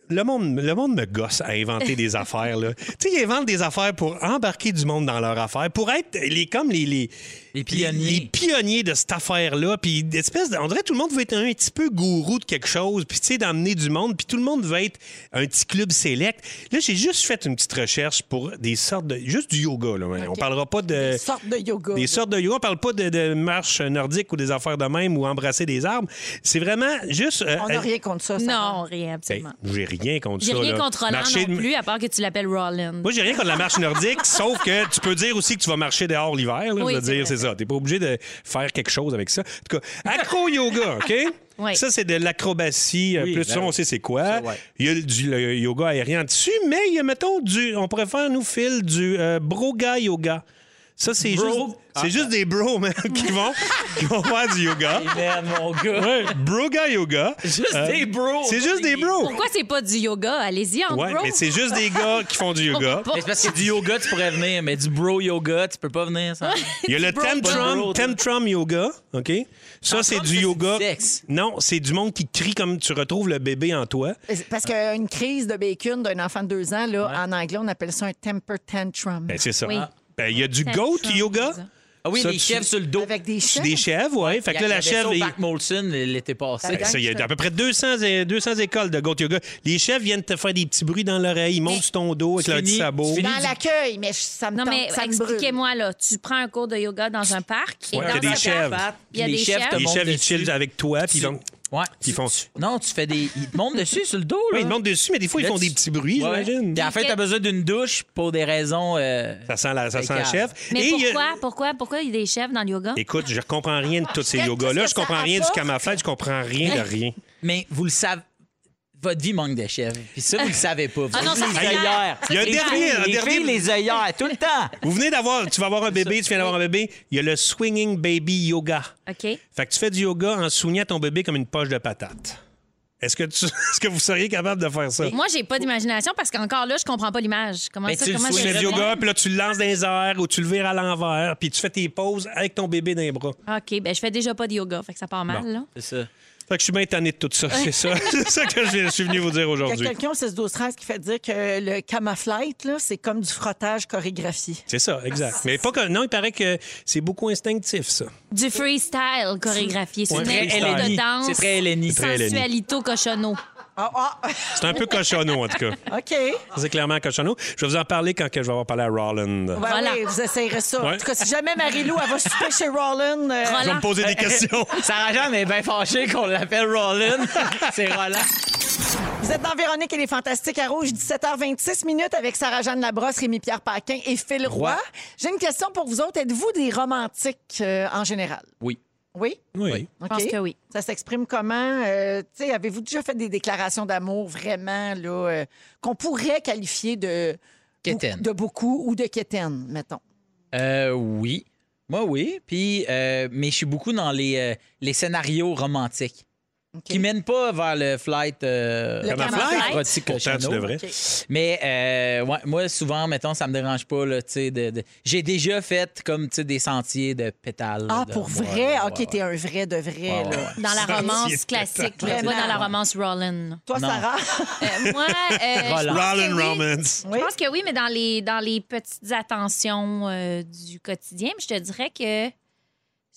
Speaker 5: Le monde, le monde me gosse à inventer des affaires. là. Tu sais, ils inventent des affaires pour embarquer du monde dans leur affaire, pour être les, comme les, les,
Speaker 4: Les pionniers.
Speaker 5: les- les pionniers de cette affaire-là. Puis, une espèce de- on dirait que tout le monde veut être un petit peu gourou de quelque chose, puis tu sais, d'emmener du monde, puis tout le monde veut être un petit club sélect. Là, j'ai juste fait une petite recherche pour des sortes de. juste du yoga, là. On parlera pas de.
Speaker 3: Une sorte de yoga.
Speaker 5: Euh, Des sortes de yoga. On parle pas de, de marche nordique ou des affaires de même ou embrasser des arbres. C'est vraiment juste. euh,
Speaker 3: On
Speaker 5: euh,
Speaker 3: n'a rien contre ça. Sarah.
Speaker 6: Non, rien,
Speaker 5: hey,
Speaker 6: absolument.
Speaker 5: j'ai rien contre
Speaker 6: J'ai
Speaker 5: ça.
Speaker 6: rien
Speaker 5: là.
Speaker 6: contre Roland
Speaker 5: Marcher de-
Speaker 6: non plus, à part que tu l'appelles Roland.
Speaker 5: moi, j'ai rien contre la marche nordique, sauf que tu peux dire aussi que tu vas marcher dehors l'hiver. là.
Speaker 6: Oui,
Speaker 5: je veux
Speaker 6: c'est
Speaker 5: dire,
Speaker 6: vrai.
Speaker 5: c'est ça. Tu n'es pas obligé de faire quelque chose avec ça. En tout cas, acro-yoga, OK?
Speaker 6: Oui.
Speaker 5: Ça, c'est de l'acrobatie. euh,
Speaker 4: Oui,
Speaker 5: plus
Speaker 4: ben
Speaker 5: ça, on
Speaker 4: oui.
Speaker 5: sait c'est quoi.
Speaker 4: Ça, ouais.
Speaker 5: Il y a du le yoga aérien dessus, mais il y a, mettons, du, on pourrait faire, nous, Phil, du euh, broga yoga. Ça, c'est juste,
Speaker 4: Bro- Ah.
Speaker 5: c'est juste des bros man, qui, vont, qui vont faire du yoga.
Speaker 4: Merde, mon gars.
Speaker 5: Ouais, broga yoga. Euh,
Speaker 4: Juste des bros.
Speaker 5: C'est juste des bros.
Speaker 6: Pourquoi c'est pas du yoga? Allez-y en
Speaker 5: Ouais,
Speaker 6: bro.
Speaker 5: mais c'est juste des gars qui font du yoga.
Speaker 4: Mais c'est parce que du yoga, tu pourrais venir, mais du bro yoga, tu peux pas venir. Ça.
Speaker 5: Il y a le tantrum,
Speaker 4: bro, toi.
Speaker 5: tantrum yoga, OK? Ça, c'est
Speaker 4: ça,
Speaker 5: du
Speaker 4: c'est
Speaker 5: yoga.
Speaker 4: du sexe.
Speaker 5: Non, c'est du monde qui crie comme tu retrouves le bébé en toi.
Speaker 3: Euh, Parce qu'une crise de bacon d'un enfant de deux ans, là, en anglais, on appelle ça un temper tantrum.
Speaker 5: Ben, c'est ça.
Speaker 6: Oui.
Speaker 5: Ben, il y a du
Speaker 6: Tantrum
Speaker 5: goat yoga.
Speaker 6: yoga.
Speaker 4: Ah oui,
Speaker 5: Ça,
Speaker 4: les
Speaker 5: tu-
Speaker 4: chèvres sur le dos.
Speaker 3: Avec des
Speaker 5: Sur
Speaker 3: chiens.
Speaker 5: des chèvres, ouais. Fait que là, la chèvre.
Speaker 4: Il
Speaker 5: il-
Speaker 4: y avait ça au Parc Molson l'été passé.
Speaker 5: Ben, ça, il y a à peu près 200, é- 200 écoles de goat yoga. Les chèvres viennent te faire des petits bruits dans l'oreille. Ils montent sur ton dos avec
Speaker 4: tu
Speaker 5: leur petit
Speaker 4: finis-
Speaker 5: sabot.
Speaker 4: tu finis-
Speaker 3: Dans l'accueil, mais je- ça me
Speaker 6: Non,
Speaker 3: tente,
Speaker 6: mais
Speaker 3: ça me brûle.
Speaker 6: expliquez-moi, là. Tu prends un cours de yoga dans un parc. et
Speaker 5: Ouais,
Speaker 6: dans
Speaker 5: il y a des
Speaker 6: ce
Speaker 5: chèvres.
Speaker 6: parc- Il y a
Speaker 4: Les
Speaker 6: des
Speaker 4: chèvres
Speaker 6: chèvres.
Speaker 4: te
Speaker 5: Les
Speaker 4: montent
Speaker 5: chèvres, ils
Speaker 4: dessus.
Speaker 5: chillent avec toi. Puis
Speaker 4: Tu-
Speaker 5: donc,
Speaker 4: Ouais.
Speaker 5: Ils font-
Speaker 4: Non, tu fais des. Ils te montent dessus sur le dos, là.
Speaker 5: ils te montent dessus, mais des fois, ils
Speaker 4: Là,
Speaker 5: font
Speaker 4: tu-
Speaker 5: des petits bruits,
Speaker 4: Ouais.
Speaker 5: j'imagine.
Speaker 4: Puis à la fin, t'as besoin d'une douche pour des raisons. euh,
Speaker 5: Ça sent la, ça sent
Speaker 4: Fait
Speaker 5: la
Speaker 4: que-
Speaker 5: chèvre.
Speaker 6: Mais
Speaker 5: Et euh, il y a-
Speaker 6: pourquoi, pourquoi, pourquoi il y a des chèvres dans le yoga?
Speaker 5: Écoute, je comprends rien de tous ces
Speaker 3: Qu'est-ce
Speaker 5: yogas-là.
Speaker 3: que
Speaker 5: Je
Speaker 3: ça
Speaker 5: comprends rien du
Speaker 3: apporte?
Speaker 5: camouflage. Je comprends rien de rien.
Speaker 4: Mais vous le savez. Votre vie manque de chèvres. Puis ça, vous le savez pas. Vous
Speaker 6: Ah non,
Speaker 4: avez
Speaker 6: ça,
Speaker 4: les
Speaker 6: c'est clair.
Speaker 4: œillères.
Speaker 5: Il y a un
Speaker 4: Les
Speaker 5: dernier,
Speaker 4: filles,
Speaker 5: un
Speaker 4: les
Speaker 5: dernier.
Speaker 4: filles, les œillères, tout le temps.
Speaker 5: Vous venez d'avoir, tu vas avoir un bébé, tu viens d'avoir un bébé. Il y a le swinging baby yoga.
Speaker 6: OK.
Speaker 5: Fait que tu fais du yoga en soignant ton bébé comme une poche de patate. Est-ce que, tu, est-ce que vous seriez capable de faire ça?
Speaker 6: Moi, j'ai pas d'imagination parce qu'encore là, je comprends pas l'image. Comment
Speaker 4: Mais
Speaker 6: ça,
Speaker 4: tu le
Speaker 6: comment
Speaker 5: Tu
Speaker 6: je
Speaker 5: fais
Speaker 4: souhaites
Speaker 5: du
Speaker 6: le
Speaker 5: yoga, puis là, tu le lances dans les airs ou tu le vires à l'envers, puis tu fais tes pauses avec ton bébé dans les bras.
Speaker 6: OK, ben je fais déjà pas de yoga, fait que ça part mal, là.
Speaker 4: C'est ça.
Speaker 5: Fait que je suis bien tanné de tout ça. C'est ça, c'est ça que je, je suis venu vous dire
Speaker 3: Il y
Speaker 5: aujourd'hui.
Speaker 3: a quelqu'un au 16 12 13 qui fait dire que le camaflight, là, c'est comme du frottage chorégraphié.
Speaker 5: C'est ça, exact. Mais pas que. Non, il paraît que c'est beaucoup instinctif, ça.
Speaker 6: Du freestyle chorégraphié. C'est
Speaker 5: Ouais,
Speaker 6: une
Speaker 5: freestyle.
Speaker 6: école de
Speaker 5: LNI.
Speaker 6: danse.
Speaker 4: C'est très Eleni.
Speaker 5: C'est très LNI.
Speaker 6: Sensualito cochono.
Speaker 3: Ah, ah,
Speaker 5: C'est un peu cochonneau, en tout cas.
Speaker 3: OK. Ben
Speaker 5: C'est clairement cochonneau. Je vais vous en parler quand que je vais avoir parlé à Roland.
Speaker 6: Voilà.
Speaker 3: oui, vous essayerez ça.
Speaker 5: Ouais.
Speaker 3: En tout cas, si jamais Marie-Lou, elle va souper chez Roland, euh,
Speaker 5: Je vais me poser des questions.
Speaker 4: Sarah-Jeanne est bien fâchée qu'on l'appelle Rollin. C'est Roland.
Speaker 3: vous êtes dans Véronique et les Fantastiques à Rouge, 17h26 minutes avec Sarah-Jeanne Labrosse, Rémi-Pierre Paquin et Phil Roy.
Speaker 4: Roy.
Speaker 3: J'ai une question pour vous autres. Êtes-vous des romantiques euh, en général?
Speaker 4: Oui.
Speaker 3: Oui?
Speaker 5: Oui.
Speaker 3: OK.
Speaker 6: Je pense que oui.
Speaker 3: Ça s'exprime comment? Euh, tu sais, avez-vous déjà fait des déclarations d'amour vraiment là, euh, qu'on pourrait qualifier de,
Speaker 4: Quétaine.
Speaker 3: de beaucoup ou de quétaine, mettons?
Speaker 4: Euh, oui. Moi, oui. Puis, euh, mais je suis beaucoup dans les, euh, les scénarios romantiques qui mènent pas vers le flight. euh,
Speaker 3: Le
Speaker 5: Comme un
Speaker 3: camouflage.
Speaker 5: fly.
Speaker 4: Rotti
Speaker 5: Pourtant, tu
Speaker 4: Cochonneau.
Speaker 5: devrais.
Speaker 4: Mais euh, ouais, moi, souvent, mettons, ça me dérange pas. Là, tu sais, de, de- J'ai déjà fait comme tu sais, des sentiers de pétales.
Speaker 3: Ah,
Speaker 4: de-
Speaker 3: pour
Speaker 4: ouais,
Speaker 3: vrai?
Speaker 4: ouais,
Speaker 3: OK,
Speaker 4: ouais.
Speaker 3: t'es un vrai de vrai.
Speaker 4: Ouais,
Speaker 3: là.
Speaker 4: ouais, ouais.
Speaker 6: Dans la
Speaker 5: Ça,
Speaker 6: romance
Speaker 5: c'est
Speaker 6: classique, là,
Speaker 3: Vraiment.
Speaker 6: pas dans la romance Rollin.
Speaker 3: Toi,
Speaker 4: Non.
Speaker 3: Sarah?
Speaker 6: Euh, moi, euh,
Speaker 4: Roland.
Speaker 5: Roland
Speaker 6: oui.
Speaker 5: Romans.
Speaker 6: Je pense que oui, mais dans les, dans les petites attentions euh, du quotidien, mais je te dirais que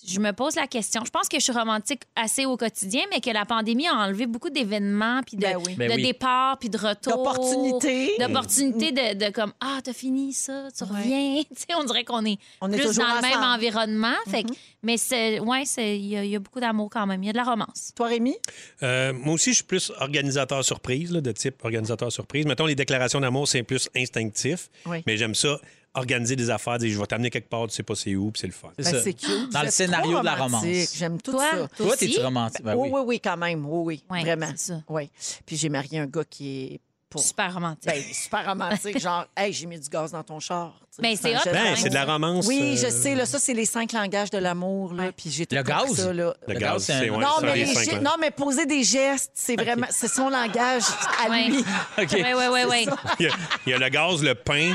Speaker 6: je me pose la question. Je pense que je suis romantique assez au quotidien, mais que la pandémie a enlevé beaucoup d'événements, puis de,
Speaker 3: Ben oui.
Speaker 6: de
Speaker 4: Ben oui.
Speaker 6: départs, puis de retours.
Speaker 3: D'opportunités. Mm.
Speaker 6: D'opportunités de, de comme, ah, t'as fini ça, tu reviens. Tu sais, on dirait qu'on est,
Speaker 3: On est
Speaker 6: plus
Speaker 3: toujours
Speaker 6: dans le même
Speaker 3: ensemble. Mm-hmm.
Speaker 6: environnement. Fait que- mais c'est, ouais, c'est- il y, a- il y a beaucoup d'amour quand même. Il y a de la romance.
Speaker 3: Toi, Rémi?
Speaker 5: Euh, moi aussi, je suis plus organisateur surprise, là, de type organisateur surprise. Mettons, les déclarations d'amour, c'est plus instinctif.
Speaker 3: Oui.
Speaker 5: Mais j'aime ça, organiser des affaires, dire je vais t'amener quelque part, tu sais pas c'est où, puis c'est le fun.
Speaker 4: C'est
Speaker 3: Ben,
Speaker 4: ça.
Speaker 3: c'est cute.
Speaker 4: Dans
Speaker 3: Vous
Speaker 4: le
Speaker 3: êtes
Speaker 4: scénario
Speaker 3: trop
Speaker 4: de la
Speaker 3: romantique.
Speaker 4: romance.
Speaker 3: J'aime tout
Speaker 6: toi,
Speaker 3: ça.
Speaker 4: Toi,
Speaker 6: aussi?
Speaker 4: t'es-tu romantique? Ben
Speaker 3: oui.
Speaker 4: oui.
Speaker 3: oui, oui, quand même. Oui, oui.
Speaker 6: Ouais,
Speaker 3: Vraiment.
Speaker 6: c'est ça.
Speaker 3: Oui. Puis j'ai marié un gars qui est pour.
Speaker 6: Super romantique.
Speaker 3: Ben, super romantique. genre, hey, j'ai mis du gaz dans ton char. Tu sais,
Speaker 6: Ben, c'est
Speaker 3: un
Speaker 6: hot,
Speaker 3: geste
Speaker 6: quand
Speaker 5: Ben,
Speaker 6: même.
Speaker 5: c'est de la romance.
Speaker 3: Oui, je
Speaker 5: euh,
Speaker 3: sais. Là, ça, c'est les cinq langages de l'amour. Là, puis j'étais
Speaker 4: Le
Speaker 3: pour
Speaker 4: gaz?
Speaker 3: Ça, là.
Speaker 5: Le,
Speaker 4: Le
Speaker 5: gaz,
Speaker 4: gaz,
Speaker 5: c'est
Speaker 4: c'est un-
Speaker 5: ouais,
Speaker 3: non,
Speaker 5: c'est
Speaker 3: mais
Speaker 5: un des
Speaker 3: les
Speaker 5: cinq,
Speaker 3: ge-
Speaker 5: là.
Speaker 3: non, mais poser des gestes, c'est vraiment. C'est son langage à
Speaker 6: Ouais.
Speaker 3: lui.
Speaker 4: OK.
Speaker 6: Oui, oui, oui, oui.
Speaker 5: Il y, a, il y a le gaz, le pain.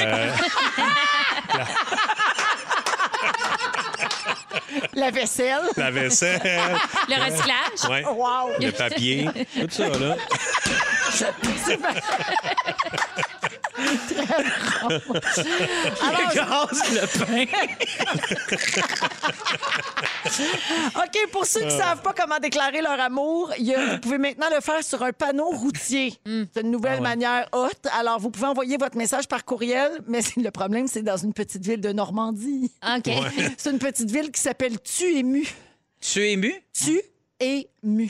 Speaker 5: euh,
Speaker 3: La vaisselle.
Speaker 5: la vaisselle,
Speaker 6: Le recyclage.
Speaker 5: ouais,
Speaker 3: Wow.
Speaker 5: le papier, tout ça. Là.
Speaker 4: Le gaz, le pain.
Speaker 3: OK, pour ceux qui ne savent pas comment déclarer leur amour, il y a- vous pouvez maintenant le faire sur un panneau routier.
Speaker 4: Hmm.
Speaker 3: C'est une nouvelle manière haute. Alors, vous pouvez envoyer votre message par courriel, mais c'est- le problème, c'est dans une petite ville de Normandie.
Speaker 6: OK.
Speaker 3: C'est une petite ville qui s'appelle Tuému.
Speaker 4: Tu es ému?
Speaker 3: Tu et mu.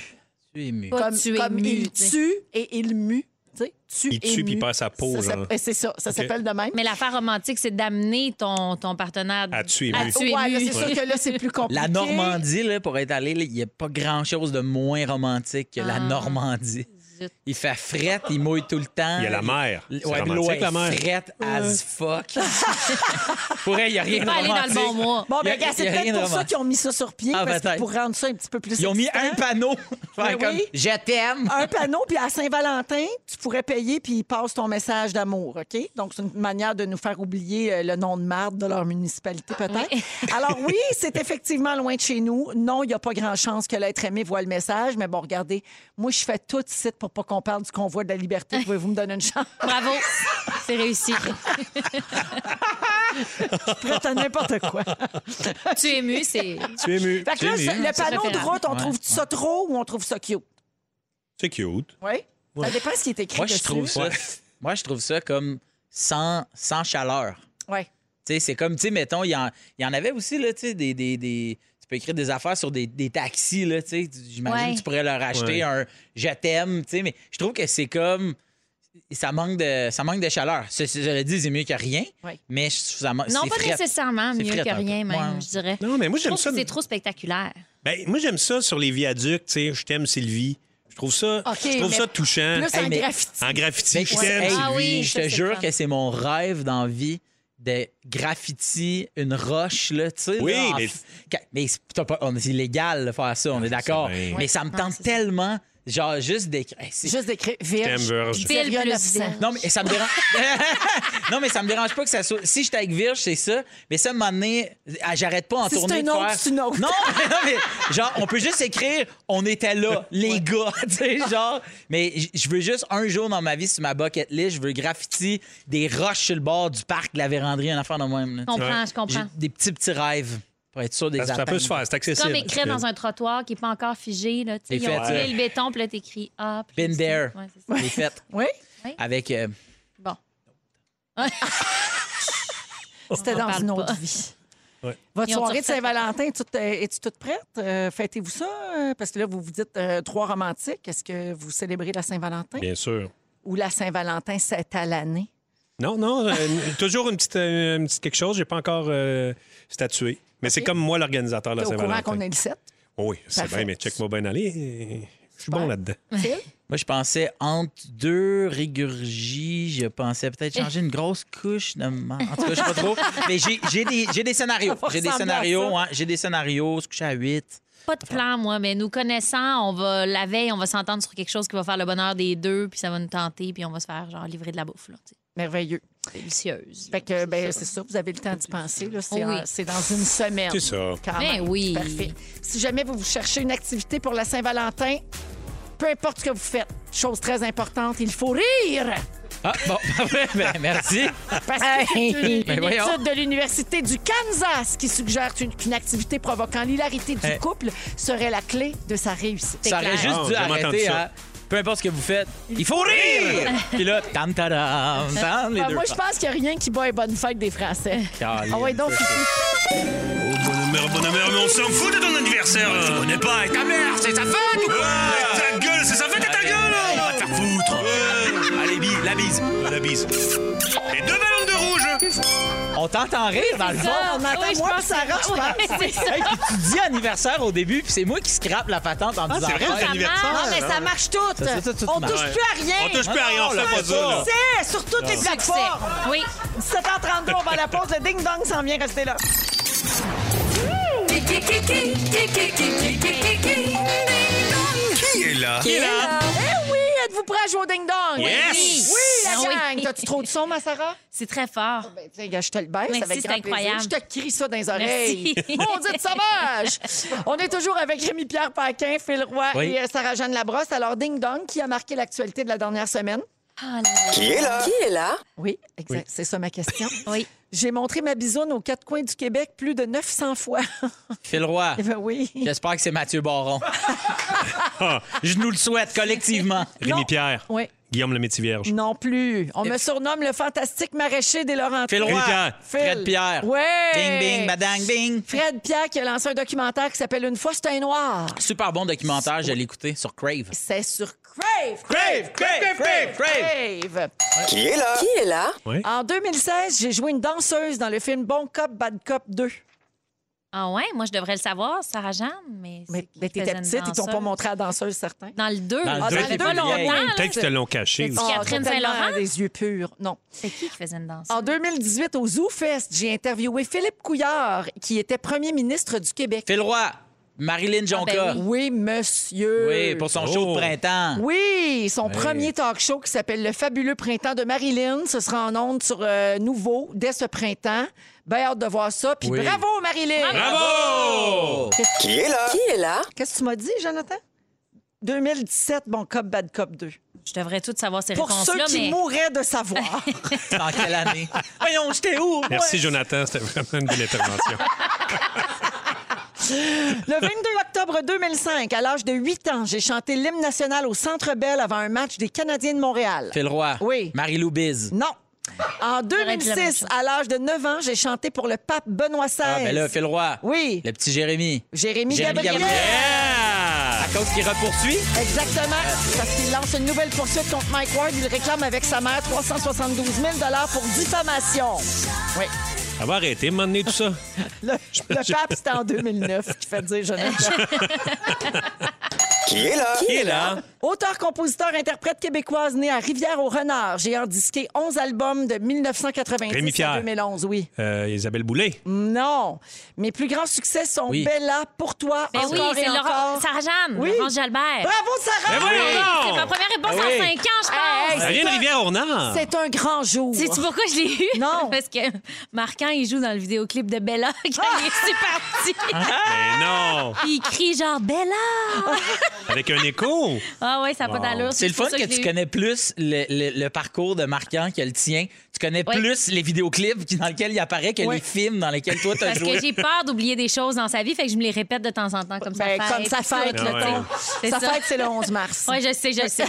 Speaker 4: Tu es ému.
Speaker 6: Pas
Speaker 3: Comme,
Speaker 6: tuer
Speaker 3: comme
Speaker 6: mu,
Speaker 3: il
Speaker 6: tu sais.
Speaker 3: tue et il mue. Tu sais, tu
Speaker 5: Il
Speaker 3: et
Speaker 5: tue, puis il
Speaker 3: mu.
Speaker 5: perd sa peau,
Speaker 3: Ça
Speaker 5: genre.
Speaker 3: s'appelle- eh, C'est ça, ça s'appelle de même.
Speaker 6: Mais l'affaire romantique, c'est d'amener ton, ton partenaire
Speaker 4: Ah,
Speaker 5: À tuer, oui.
Speaker 6: tuer
Speaker 3: Ouais, là,
Speaker 6: lui.
Speaker 3: c'est sûr que là, c'est plus compliqué.
Speaker 4: La Normandie, là, pour être allé, là, il n'y a pas grand-chose de moins romantique que
Speaker 3: Ah.
Speaker 4: la Normandie.
Speaker 6: zut.
Speaker 4: Il fait frette, il mouille tout le temps.
Speaker 5: Il y a la mer.
Speaker 4: Ouais,
Speaker 5: C'est romantique,
Speaker 4: l'eau est
Speaker 5: la mer.
Speaker 4: frette as fuck. pour elle, il n'y a rien
Speaker 6: Pas aller
Speaker 4: de
Speaker 6: dans le
Speaker 4: romantique.
Speaker 6: bon mois.
Speaker 3: Bon,
Speaker 4: Y a-
Speaker 3: ben, gars,
Speaker 4: y
Speaker 3: c'est
Speaker 4: a rien
Speaker 3: peut-être
Speaker 4: de
Speaker 3: pour ça
Speaker 4: romantique.
Speaker 3: qu'ils ont mis ça sur pied,
Speaker 4: Ah,
Speaker 3: parce que
Speaker 4: peut-être.
Speaker 3: pour rendre ça un petit peu plus
Speaker 4: Ils ont mis
Speaker 3: excitant.
Speaker 4: un panneau. Faire
Speaker 3: Ben
Speaker 4: comme,
Speaker 3: oui.
Speaker 4: Je t'aime.
Speaker 6: Ah,
Speaker 3: un panneau, puis à Saint-Valentin, tu pourrais payer, puis ils passent ton message d'amour, OK? Donc, c'est une manière de nous faire oublier euh, le nom de marde de leur municipalité, peut-être. Alors Ah, oui, c'est effectivement loin de chez nous. Non, il n'y a pas grand chance que l'être aimé voit le message, mais bon, regardez, moi, je fais tout ici pour pas qu'on parle du convoi de la liberté. Pouvez-vous me donner une chance?
Speaker 6: Bravo. C'est réussi.
Speaker 4: Ah,
Speaker 3: Je pourrais faire n'importe quoi.
Speaker 6: tu es ému, c'est.
Speaker 5: Tu es ému.
Speaker 3: Fait que là,
Speaker 5: Tu es ému.
Speaker 3: le panneau de
Speaker 6: préférable.
Speaker 3: route, on
Speaker 4: Ouais,
Speaker 3: trouve ça trop ou on trouve ça cute?
Speaker 5: C'est cute.
Speaker 3: Oui? Ça dépend ce qui est écrit
Speaker 4: Moi, je
Speaker 3: dessus.
Speaker 4: trouve ça.
Speaker 5: Ouais.
Speaker 4: Moi, je trouve ça comme sans, sans chaleur.
Speaker 3: Ouais.
Speaker 4: Tu sais, c'est comme, tu sais, mettons, il y en, il y en avait aussi, là, tu sais, des, des, des- Tu peux écrire des affaires sur des, des taxis, là, tu sais. J'imagine
Speaker 6: Ouais.
Speaker 4: que tu pourrais leur acheter
Speaker 5: Ouais.
Speaker 4: un je t'aime, tu sais, mais je trouve que c'est comme. Ça manque de, ça manque de chaleur. Ce- ce- Je le dis, c'est mieux que rien,
Speaker 3: Ouais.
Speaker 4: mais je- ça manque.
Speaker 6: Non,
Speaker 4: c'est
Speaker 6: pas
Speaker 4: frette.
Speaker 6: nécessairement
Speaker 4: C'est
Speaker 6: mieux
Speaker 4: frette
Speaker 6: que
Speaker 4: un peu.
Speaker 6: rien, même,
Speaker 4: Ouais.
Speaker 6: je dirais.
Speaker 5: Non, mais moi,
Speaker 6: Je
Speaker 5: j'aime
Speaker 6: trouve
Speaker 5: ça.
Speaker 6: que c'est trop spectaculaire.
Speaker 5: Ben, moi, j'aime ça sur les viaducs. Tu sais, je t'aime, Sylvie. Je trouve ça,
Speaker 3: OK,
Speaker 5: je trouve
Speaker 3: mais
Speaker 5: ça touchant.
Speaker 3: Plus Ben, en
Speaker 4: Euh, mais-
Speaker 3: graffiti.
Speaker 5: En
Speaker 4: Mais
Speaker 5: graffiti, je
Speaker 4: Ben, c'est-
Speaker 5: t'aime,
Speaker 4: hey,
Speaker 5: Sylvie.
Speaker 6: Ah oui,
Speaker 4: je
Speaker 6: ça,
Speaker 4: te
Speaker 6: c'est le
Speaker 4: jure
Speaker 6: fun.
Speaker 4: que c'est mon rêve d'envie de graffiti une roche, là, tu sais.
Speaker 5: Oui,
Speaker 4: là, en
Speaker 5: mais- Ah,
Speaker 4: f- ca- mais c'est t'as pas- on- c'est illégal de faire ça, on est d'accord.
Speaker 5: bien.
Speaker 4: Mais ça me
Speaker 6: Ouais, Ah,
Speaker 4: tente
Speaker 6: c'est ça.
Speaker 4: tellement, genre, juste d'écrire. Hey, c'est-
Speaker 3: Juste d'écrire
Speaker 5: T'aimes,
Speaker 3: Vierge.
Speaker 5: Vierge.
Speaker 6: Pile
Speaker 3: Sérieux,
Speaker 6: plus
Speaker 3: 900.
Speaker 6: vierge.
Speaker 4: Non, mais ça me dérange. non, mais ça me dérange pas que ça soit. Si j'étais avec Virge, c'est ça. Mais ça, à un moment donné, ah, j'arrête pas en
Speaker 3: Si c'est
Speaker 4: tournée
Speaker 3: une
Speaker 4: de
Speaker 3: autre,
Speaker 4: faire-
Speaker 3: c'est une autre.
Speaker 4: Non, mais, non, mais genre, on peut juste écrire on était là, les gars. Tu sais, genre. Mais j- je veux juste un jour dans ma vie sur ma bucket list, je veux graffiti des roches sur le bord du parc, de la véranderie, un affaire de même. là.
Speaker 6: Je comprends,
Speaker 5: Ouais.
Speaker 6: je
Speaker 4: J'ai
Speaker 6: comprends.
Speaker 4: des petits, petits rêves pour être sûr des
Speaker 5: Ça, ça
Speaker 4: attentes.
Speaker 5: peut se faire, c'est
Speaker 6: C'est
Speaker 5: accessible.
Speaker 6: comme écrire dans un trottoir qui n'est pas encore figé. Là, tu sais,
Speaker 4: Et
Speaker 6: ils ont
Speaker 4: fait,
Speaker 6: coulé le béton, puis là, t'écris Ah, puis là,
Speaker 4: Been
Speaker 6: c'est-
Speaker 4: there.
Speaker 6: Ouais, c'est ça.
Speaker 4: J'ai fait
Speaker 3: Oui?
Speaker 4: avec. euh,
Speaker 6: Bon.
Speaker 3: C'était
Speaker 6: On
Speaker 3: dans
Speaker 6: parle
Speaker 3: une
Speaker 6: pas.
Speaker 3: autre vie.
Speaker 5: Ouais.
Speaker 3: Votre
Speaker 6: Ils ont
Speaker 3: soirée de
Speaker 6: refait-
Speaker 3: Saint-Valentin, toute- euh, es-tu toute prête? Euh, Fêtez-vous ça? euh, Parce que là, vous vous dites euh, trois romantiques. Est-ce que vous célébrez la Saint-Valentin?
Speaker 5: Bien sûr.
Speaker 3: Ou la Saint-Valentin, c'est à l'année?
Speaker 5: Non, non, euh, toujours une petite, euh, une petite quelque chose. J'ai pas encore euh, statué. Mais c'est comme moi, l'organisateur de
Speaker 3: T'es
Speaker 5: la
Speaker 3: au courant
Speaker 5: Saint-Valentin. Oh
Speaker 3: qu'on est le 7?
Speaker 5: Oui, c'est
Speaker 3: Parfait.
Speaker 5: bien, mais check-moi bien aller. Je suis bon là-dedans.
Speaker 4: Moi, je pensais entre deux rigurgies, je pensais peut-être changer une grosse couche de menthe. En tout cas, je sais pas trop. Mais j'ai, j'ai des, j'ai des scénarios.
Speaker 3: Ça va
Speaker 4: J'ai
Speaker 3: ressembler
Speaker 4: des
Speaker 3: à
Speaker 4: scénarios,
Speaker 3: ça.
Speaker 4: hein. J'ai des scénarios, se coucher à 8.
Speaker 6: Pas de plan, moi, mais nous connaissant, on va, la veille, on va s'entendre sur quelque chose qui va faire le bonheur des deux, puis ça va nous tenter, puis on va se faire genre livrer de la bouffe. Là, tu sais.
Speaker 3: Merveilleux.
Speaker 6: Délicieuse.
Speaker 3: Fait que, ben, c'est ça, vous avez le temps d'y penser. là. C'est
Speaker 6: Oui.
Speaker 3: en- c'est dans une semaine.
Speaker 5: C'est ça.
Speaker 3: Quand
Speaker 6: Ben
Speaker 3: même.
Speaker 6: oui.
Speaker 3: Parfait. Si jamais vous vous cherchez une activité pour la Saint-Valentin, peu importe ce que vous faites, chose très importante, il faut rire.
Speaker 4: Ah, bon, parfait. Ben, merci.
Speaker 3: Parce que c'est une,
Speaker 4: Ben
Speaker 3: une
Speaker 4: voyons.
Speaker 3: étude de l'Université du Kansas qui suggère qu'une qu'une activité provoquant l'hilarité du
Speaker 4: Hey.
Speaker 3: couple serait la clé de sa réussite.
Speaker 4: Ça aurait
Speaker 6: clair.
Speaker 4: juste
Speaker 5: Ah,
Speaker 4: dû
Speaker 5: j'ai jamais entendu
Speaker 4: arrêter
Speaker 5: ça.
Speaker 4: à. Peu importe ce que vous faites, il faut rire! Puis là, tam ta dam, tam, les
Speaker 3: Ah,
Speaker 4: deux.
Speaker 3: moi, je pense qu'il n'y a rien qui bat une bonne fête des Français.
Speaker 4: Caline,
Speaker 3: Ah ouais, donc,
Speaker 4: c'est ça.
Speaker 7: Oh, bonheur, bonheur, mais on s'en fout de ton anniversaire. Tu connais pas. Ta mère, c'est sa fête ou quoi Ta gueule, c'est sa fête et ta gueule. Va te faire foutre. Allez, bi, la bise. La bise. Et deux ballons de rouge.
Speaker 4: On t'entend rire dans le fond.
Speaker 3: on entend
Speaker 6: Oui, je
Speaker 3: moi
Speaker 6: pense
Speaker 3: ça hein.
Speaker 6: que-
Speaker 3: je pense.
Speaker 6: Ouais, c'est ça.
Speaker 4: Hey, puis tu dis anniversaire au début, puis c'est moi qui scrape la patente en disant. Ah,
Speaker 5: c'est vrai,
Speaker 4: hey,
Speaker 5: c'est l'anniversaire.
Speaker 3: Non, mais ça marche tout.
Speaker 4: Ça, ça, ça, ça,
Speaker 3: on
Speaker 4: ça
Speaker 3: touche
Speaker 4: marche.
Speaker 3: plus à rien.
Speaker 5: On touche plus à rien, on
Speaker 4: Ah,
Speaker 5: fait
Speaker 4: non,
Speaker 5: pas
Speaker 4: là,
Speaker 5: ça. là.
Speaker 3: C'est sur toutes les plateformes.
Speaker 6: Oui.
Speaker 3: 7h32, on va à la pause. Le ding-dong s'en vient, restez là.
Speaker 7: Qui est là
Speaker 4: hein. Ah.
Speaker 3: Eh oui, êtes-vous prêts à jouer au ding-dong?
Speaker 5: Yes!
Speaker 3: Oui,
Speaker 6: Ah
Speaker 3: la
Speaker 6: oui.
Speaker 3: gang. T'as-tu trop de son, ma Sarah?
Speaker 6: C'est très fort.
Speaker 3: Ben, tiens, gars, je te le baisse
Speaker 6: Merci,
Speaker 3: avec
Speaker 6: c'est
Speaker 3: grand
Speaker 6: incroyable.
Speaker 3: plaisir. Je te crie ça dans les oreilles.
Speaker 6: Merci.
Speaker 3: Maudite sauvage! On est toujours avec Rémi-Pierre Paquin, Phil Roy
Speaker 4: Oui.
Speaker 3: et euh, Sarah-Jeanne Labrosse. Alors, Ding Dong, qui a marqué l'actualité de la dernière semaine?
Speaker 6: Ah,
Speaker 3: Qui est là? Qui est là? Oui, exact. C'est ça ma question.
Speaker 6: Oui.
Speaker 3: J'ai montré ma bisoune aux quatre coins du Québec plus de 900 fois.
Speaker 4: Phil Roy,
Speaker 3: Eh ben oui.
Speaker 4: j'espère que c'est Mathieu Baron. Je nous le souhaite collectivement.
Speaker 5: Rémi Pierre.
Speaker 3: Oui.
Speaker 5: Guillaume le métier vierge.
Speaker 3: Non plus. On me surnomme le fantastique maraîcher des Laurentides.
Speaker 4: Phil Roy,
Speaker 5: Rémi Pierre.
Speaker 3: Phil.
Speaker 4: Fred Pierre.
Speaker 3: Ouais.
Speaker 4: Bing, bing, badang, bing.
Speaker 3: Fred Pierre qui a lancé un documentaire qui s'appelle Une fois, c'est un noir.
Speaker 4: Super bon documentaire, je l'ai écouté sur Crave.
Speaker 3: C'est sur Crave.
Speaker 4: Crave, Crave, Crave, Crave.
Speaker 3: Crave.
Speaker 5: Oui.
Speaker 3: En 2016, j'ai joué une danseuse dans le film Bon Cop, Bad Cop 2.
Speaker 6: Ah ouais, moi je devrais le savoir, Sarah Jeanne, mais. c'est
Speaker 3: Mais,
Speaker 6: qui
Speaker 3: mais t'étais
Speaker 6: faisait une
Speaker 3: petite, ils t'ont
Speaker 6: danseuse?
Speaker 3: pas montré la danseuse, certains.
Speaker 6: Dans le 2.
Speaker 4: Dans le
Speaker 3: Ah,
Speaker 4: deux,
Speaker 3: dans le
Speaker 4: t'es
Speaker 3: deux,
Speaker 4: pas
Speaker 3: longtemps,
Speaker 4: vieille.
Speaker 3: là.
Speaker 5: Peut-être qu'ils te l'ont caché
Speaker 6: C'est
Speaker 5: aussi.
Speaker 6: Catherine
Speaker 3: Ah, tellement
Speaker 6: Saint-Laurent?
Speaker 3: des yeux purs, non.
Speaker 6: C'est qui qui faisait une danse?
Speaker 3: En 2018, au ZooFest, j'ai interviewé Philippe Couillard, qui était premier ministre du Québec.
Speaker 4: Phil Roy, Marilyn Jonca.
Speaker 6: ben
Speaker 3: Oui, monsieur.
Speaker 4: oui. pour son show
Speaker 5: Oh.
Speaker 4: de printemps.
Speaker 3: Oui, son premier talk show qui s'appelle Le fabuleux printemps de Marilyn. Ce sera en ondes sur euh, Nouveau dès ce printemps. Ben hâte de voir ça. Puis
Speaker 4: Oui.
Speaker 3: bravo, Marilyn!
Speaker 5: Ah,
Speaker 4: Bravo!
Speaker 3: Qu'est-ce que tu m'as dit, Jonathan? 2017, bon cop, bad cop 2.
Speaker 6: Je devrais tout savoir ces
Speaker 3: Pour ceux
Speaker 6: réponses-là,
Speaker 3: qui
Speaker 6: mais.
Speaker 3: mourraient de savoir.
Speaker 4: Dans quelle année? Voyons, j'étais où? moi?
Speaker 5: Merci, Jonathan. C'était vraiment une belle intervention.
Speaker 3: Le 22 octobre 2005, à l'âge de 8 ans, j'ai chanté l'hymne national au Centre Bell avant un match des Canadiens de Montréal.
Speaker 4: Phil Roy.
Speaker 3: Oui.
Speaker 4: Marie-Lou Biz.
Speaker 3: Non. En
Speaker 6: J'aurais dit la même
Speaker 3: 2006,
Speaker 6: chose.
Speaker 3: à l'âge de 9 ans, j'ai chanté pour le pape Benoît XVI.
Speaker 4: Ah, ben là, Phil Roy.
Speaker 3: Oui.
Speaker 4: Le petit Jérémy.
Speaker 3: Jérémy,
Speaker 4: Jérémy
Speaker 3: Gabriel.
Speaker 4: À cause qu'il repoursuit.
Speaker 3: Exactement, parce qu'il lance une nouvelle poursuite contre Mike Ward. Il réclame avec sa mère 372 000 pour diffamation. Oui.
Speaker 5: Ça va arrêter, m'emmener tout ça.
Speaker 3: Le, le pape, c'était en 2009 qui fait dire Jonathan.
Speaker 5: Qui est là?
Speaker 3: Auteur, compositeur, interprète québécoise née à Rivière-au-Renard. J'ai en disqué 11 albums de 1990
Speaker 5: Rémi
Speaker 3: à
Speaker 5: Pierre.
Speaker 3: 2011, oui.
Speaker 5: Euh, Isabelle Boulay.
Speaker 3: Non. Mes plus grands succès sont
Speaker 4: Oui.
Speaker 3: Bella, Pour toi,
Speaker 6: Ben oui,
Speaker 3: Encore et
Speaker 6: c'est Laurent...
Speaker 3: encore.
Speaker 6: Sarah Ben Jeanne,
Speaker 3: Oui.
Speaker 6: Laurence Jalbert.
Speaker 3: Bravo,
Speaker 5: Mais
Speaker 3: Sarah!
Speaker 5: Ben voyons
Speaker 6: C'est ma
Speaker 5: donc!
Speaker 6: première réponse
Speaker 4: Ah oui.
Speaker 6: en 5 ans, je pense.
Speaker 3: Hey,
Speaker 5: Elle vient de Rivière-Ornard.
Speaker 3: C'est un grand jour.
Speaker 6: Sais-tu pourquoi je l'ai eu?
Speaker 3: Non.
Speaker 6: Parce que Marquand, il joue dans le vidéoclip de Bella quand il est parti.
Speaker 5: Mais non!
Speaker 6: Puis il crie genre Bella!
Speaker 5: Avec un écho.
Speaker 6: Ah ouais, ça n'a
Speaker 5: Wow.
Speaker 6: pas d'allure.
Speaker 4: C'est le fun
Speaker 6: pour ça
Speaker 4: que,
Speaker 6: je l'ai
Speaker 4: tu
Speaker 6: eu.
Speaker 4: connais plus le, le- le parcours de Marquant que le tien. Tu connais
Speaker 6: Oui.
Speaker 4: plus les vidéoclips qui- dans lesquels il apparaît que
Speaker 3: Oui.
Speaker 4: les films dans lesquels toi t'as
Speaker 6: Parce
Speaker 4: joué.
Speaker 6: que j'ai peur d'oublier des choses dans sa vie, fait que je me les répète de temps en temps comme
Speaker 3: Ben,
Speaker 6: ça.
Speaker 3: comme ça fête,
Speaker 5: Ah
Speaker 3: le
Speaker 5: ouais.
Speaker 3: ton.
Speaker 6: C'est
Speaker 3: Sa
Speaker 6: ça.
Speaker 3: fête, c'est le 11 mars.
Speaker 6: Oui, je sais, je sais.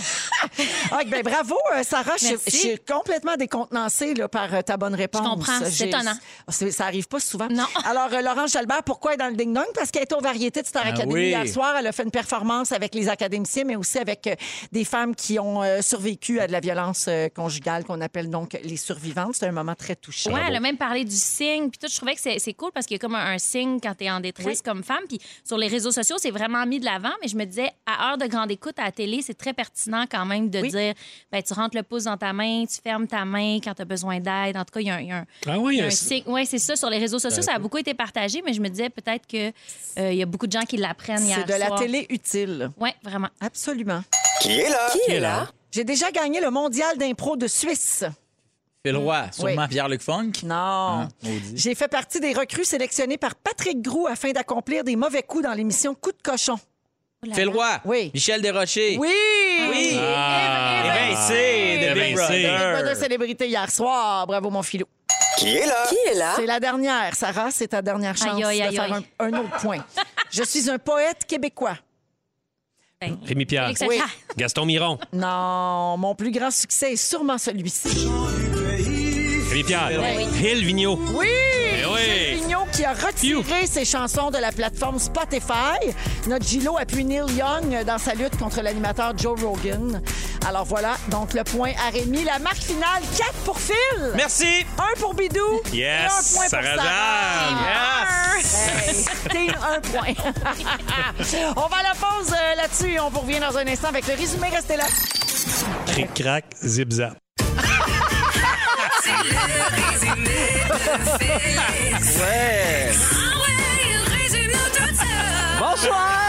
Speaker 3: Ah, ben, bravo, euh, Sarah. Je je
Speaker 6: Merci.
Speaker 3: suis complètement décontenancée là, par euh, ta bonne réponse.
Speaker 6: comprends, c'est
Speaker 3: J'ai- Ah,
Speaker 6: étonnant.
Speaker 3: c'est- Ça arrive pas souvent.
Speaker 6: Non.
Speaker 3: Alors, euh, Laurence Jalbert, pourquoi elle est dans le ding-dong? Parce qu'elle était aux variétés de Star
Speaker 4: Ah
Speaker 3: Academy
Speaker 4: oui.
Speaker 3: hier soir. Elle a fait une performance avec les académiciens, mais aussi avec euh, des femmes qui ont euh, survécu à de la violence euh, conjugale, qu'on appelle donc les survivantes. C'est un moment très touchant.
Speaker 6: Ouais, elle a même parlé du signe. Puis tout, je trouvais que c'est c'est cool parce qu'il y a comme un, un signe quand t'es en détresse comme femme. Puis sur les réseaux sociaux, c'est vraiment mis de l'avant. Mais je me disais, à heure de grande écoute à la télé, c'est très pertinent quand même de
Speaker 3: Oui.
Speaker 6: dire, ben, tu rentres le pouce dans ta main, tu fermes ta main quand t'as besoin d'aide. En tout cas, il y a un- il y a un,
Speaker 5: Ah oui,
Speaker 6: Il y a un
Speaker 5: un-
Speaker 6: signe. Oui, c'est ça. Sur les réseaux sociaux, ça a beaucoup été partagé, mais je me disais peut-être qu'il y a beaucoup de gens qui l'apprennent hier
Speaker 3: C'est de la
Speaker 6: soir.
Speaker 3: télé utile.
Speaker 6: Oui, vraiment.
Speaker 3: Absolument.
Speaker 5: qui est là?
Speaker 3: J'ai déjà gagné le mondial d'impro de Suisse.
Speaker 4: Phil Roy, sûrement
Speaker 3: Oui.
Speaker 4: Pierre-Luc Funk.
Speaker 3: Non.
Speaker 4: maudit.
Speaker 3: J'ai fait partie des recrues sélectionnées par Patrick Groux afin d'accomplir des mauvais coups dans l'émission Coup de cochon.
Speaker 6: Oh là
Speaker 4: Phil
Speaker 6: là.
Speaker 4: Roy.
Speaker 3: Oui.
Speaker 4: Michel Desrochers.
Speaker 3: Oui!
Speaker 4: Oui.
Speaker 5: Ah.
Speaker 4: Eh ben, c'est de
Speaker 5: Big Brother.
Speaker 3: Pas de célébrité hier soir. Bravo, mon filou. C'est la dernière, Sarah. C'est ta dernière chance
Speaker 6: Aïe, aïe,
Speaker 3: de
Speaker 6: aïe,
Speaker 3: faire
Speaker 6: aïe.
Speaker 3: un, un autre point. Je suis un poète québécois.
Speaker 5: Rémi
Speaker 3: Ah.
Speaker 5: Pierre.
Speaker 6: Félix Sacha.
Speaker 5: Gaston Miron.
Speaker 3: Non, mon plus grand succès est sûrement celui-ci.
Speaker 5: Rémi Pierre. Hill Vigneault.
Speaker 3: Oui!
Speaker 5: Eh oui.
Speaker 3: Gilles Vigneault qui a retiré ses chansons de la plateforme Spotify. Notre Gilo appuie Neil Young dans sa lutte contre l'animateur Joe Rogan. Alors voilà, donc le point à Rémi. La marque finale, 4 pour Phil.
Speaker 5: Merci.
Speaker 3: Un pour Bidou. et un
Speaker 5: Yes.
Speaker 3: point pour
Speaker 5: Sarah
Speaker 3: Sarah.
Speaker 5: Jeanne. Yes.
Speaker 3: Hey, team, un point. on va à la pause euh, là-dessus et on vous revient dans un instant avec le résumé. Restez là.
Speaker 5: Cric crac zip zap.
Speaker 11: Bonsoir!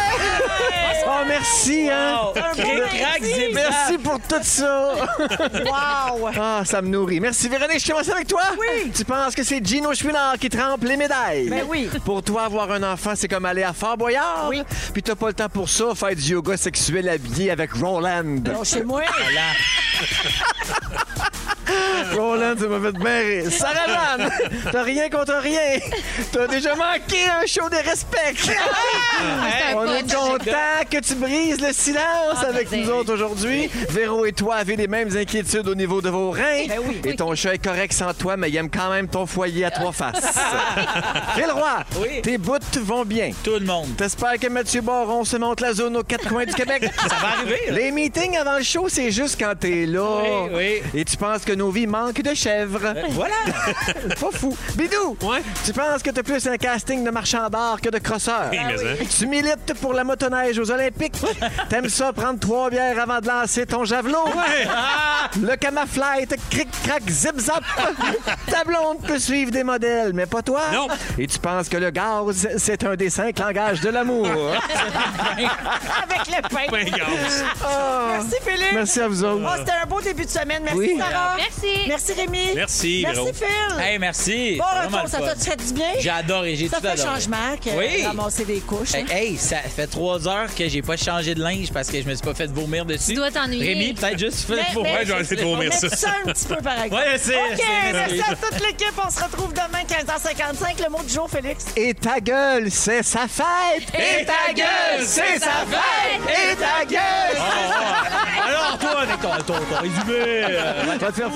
Speaker 11: Oh, merci, hein! Merci pour tout ça!
Speaker 3: Wow!
Speaker 11: Ah, ça me nourrit. Merci, Véronique. Je commence avec toi.
Speaker 3: Oui.
Speaker 11: Tu penses que c'est Gino Chouinard qui trempe les médailles?
Speaker 3: Ben oui.
Speaker 11: Pour toi, avoir un enfant, c'est comme aller à Fort Boyard.
Speaker 3: Oui.
Speaker 11: Puis t'as pas le temps pour ça, faire du yoga sexuel habillé avec Roland.
Speaker 3: Non, chez moi.
Speaker 11: Roland, tu m'as fait bien rire. Sarah Jeanne, t'as rien contre rien. T'as déjà manqué un show de respect.
Speaker 3: Ah!
Speaker 11: On est content que tu brises le silence avec nous autres aujourd'hui. Véro et toi avez les mêmes inquiétudes au niveau de vos reins. Et ton chat est correct sans toi, mais il aime quand même ton foyer à trois faces. Quel roi, tes bouts vont bien.
Speaker 4: Tout le monde.
Speaker 11: T'espères que Mathieu Baron se monte la zone aux quatre coins du Québec. Ça va arriver. Les meetings avant le show, c'est juste quand t'es là.
Speaker 4: Oui,
Speaker 11: Et tu penses que nos vies manquent de chèvres.
Speaker 4: Voilà.
Speaker 11: Pas fou. Bidou,
Speaker 5: Ouais.
Speaker 11: tu penses que t'as plus un casting de marchand d'art que de crosseur.
Speaker 5: Oui, mais hein.
Speaker 11: Tu milites pour la motoneige aux Olympiques. T'aimes ça prendre trois bières avant de lancer ton javelot.
Speaker 4: Ah!
Speaker 11: Le camafly te cric-crac zip-zap. Ta blonde peut suivre des modèles, mais pas toi.
Speaker 5: Non.
Speaker 11: Et tu penses que le gaz, c'est un des cinq langages de l'amour.
Speaker 3: Avec le pain.
Speaker 5: Point gaz.
Speaker 11: Ah.
Speaker 3: Merci, Philippe.
Speaker 11: Merci à vous
Speaker 3: Oh,
Speaker 11: autres.
Speaker 3: c'était un beau début de semaine. Merci,
Speaker 11: Oui.
Speaker 3: Sarah.
Speaker 6: Merci.
Speaker 3: Merci, Rémi.
Speaker 5: Merci, Véro.
Speaker 3: Merci, Phil.
Speaker 4: Hey, merci.
Speaker 3: bon
Speaker 4: C'est vraiment
Speaker 3: retour,
Speaker 4: le
Speaker 3: ça
Speaker 4: fun.
Speaker 3: t'a fait du bien?
Speaker 4: J'ai adoré, j'ai tout
Speaker 3: Ça fait
Speaker 4: adoré.
Speaker 3: changement que
Speaker 4: Oui.
Speaker 3: ramasser des couches. hein?
Speaker 4: Hey, hey, ça fait trois heures que j'ai pas changé de linge parce que je me suis pas fait vomir dessus. Tu
Speaker 6: dois t'ennuyer.
Speaker 4: Rémi, peut-être juste fait
Speaker 3: Mais-
Speaker 4: pour
Speaker 3: mais- Ouais,
Speaker 5: je vais essayer de vomir.
Speaker 3: Mais
Speaker 5: merci.
Speaker 3: ça un petit peu pareil.
Speaker 4: Ouais, c'est-
Speaker 3: OK,
Speaker 4: c'est-
Speaker 3: merci à toute l'équipe. On se retrouve demain, 15h55. Le mot du jour, Félix.
Speaker 11: Et ta gueule, c'est sa fête!
Speaker 4: Et ta gueule, c'est sa fête!
Speaker 11: Et ta gueule!
Speaker 4: Alors, toi, avec ton, ton, ton résumé. euh,
Speaker 11: Va te faire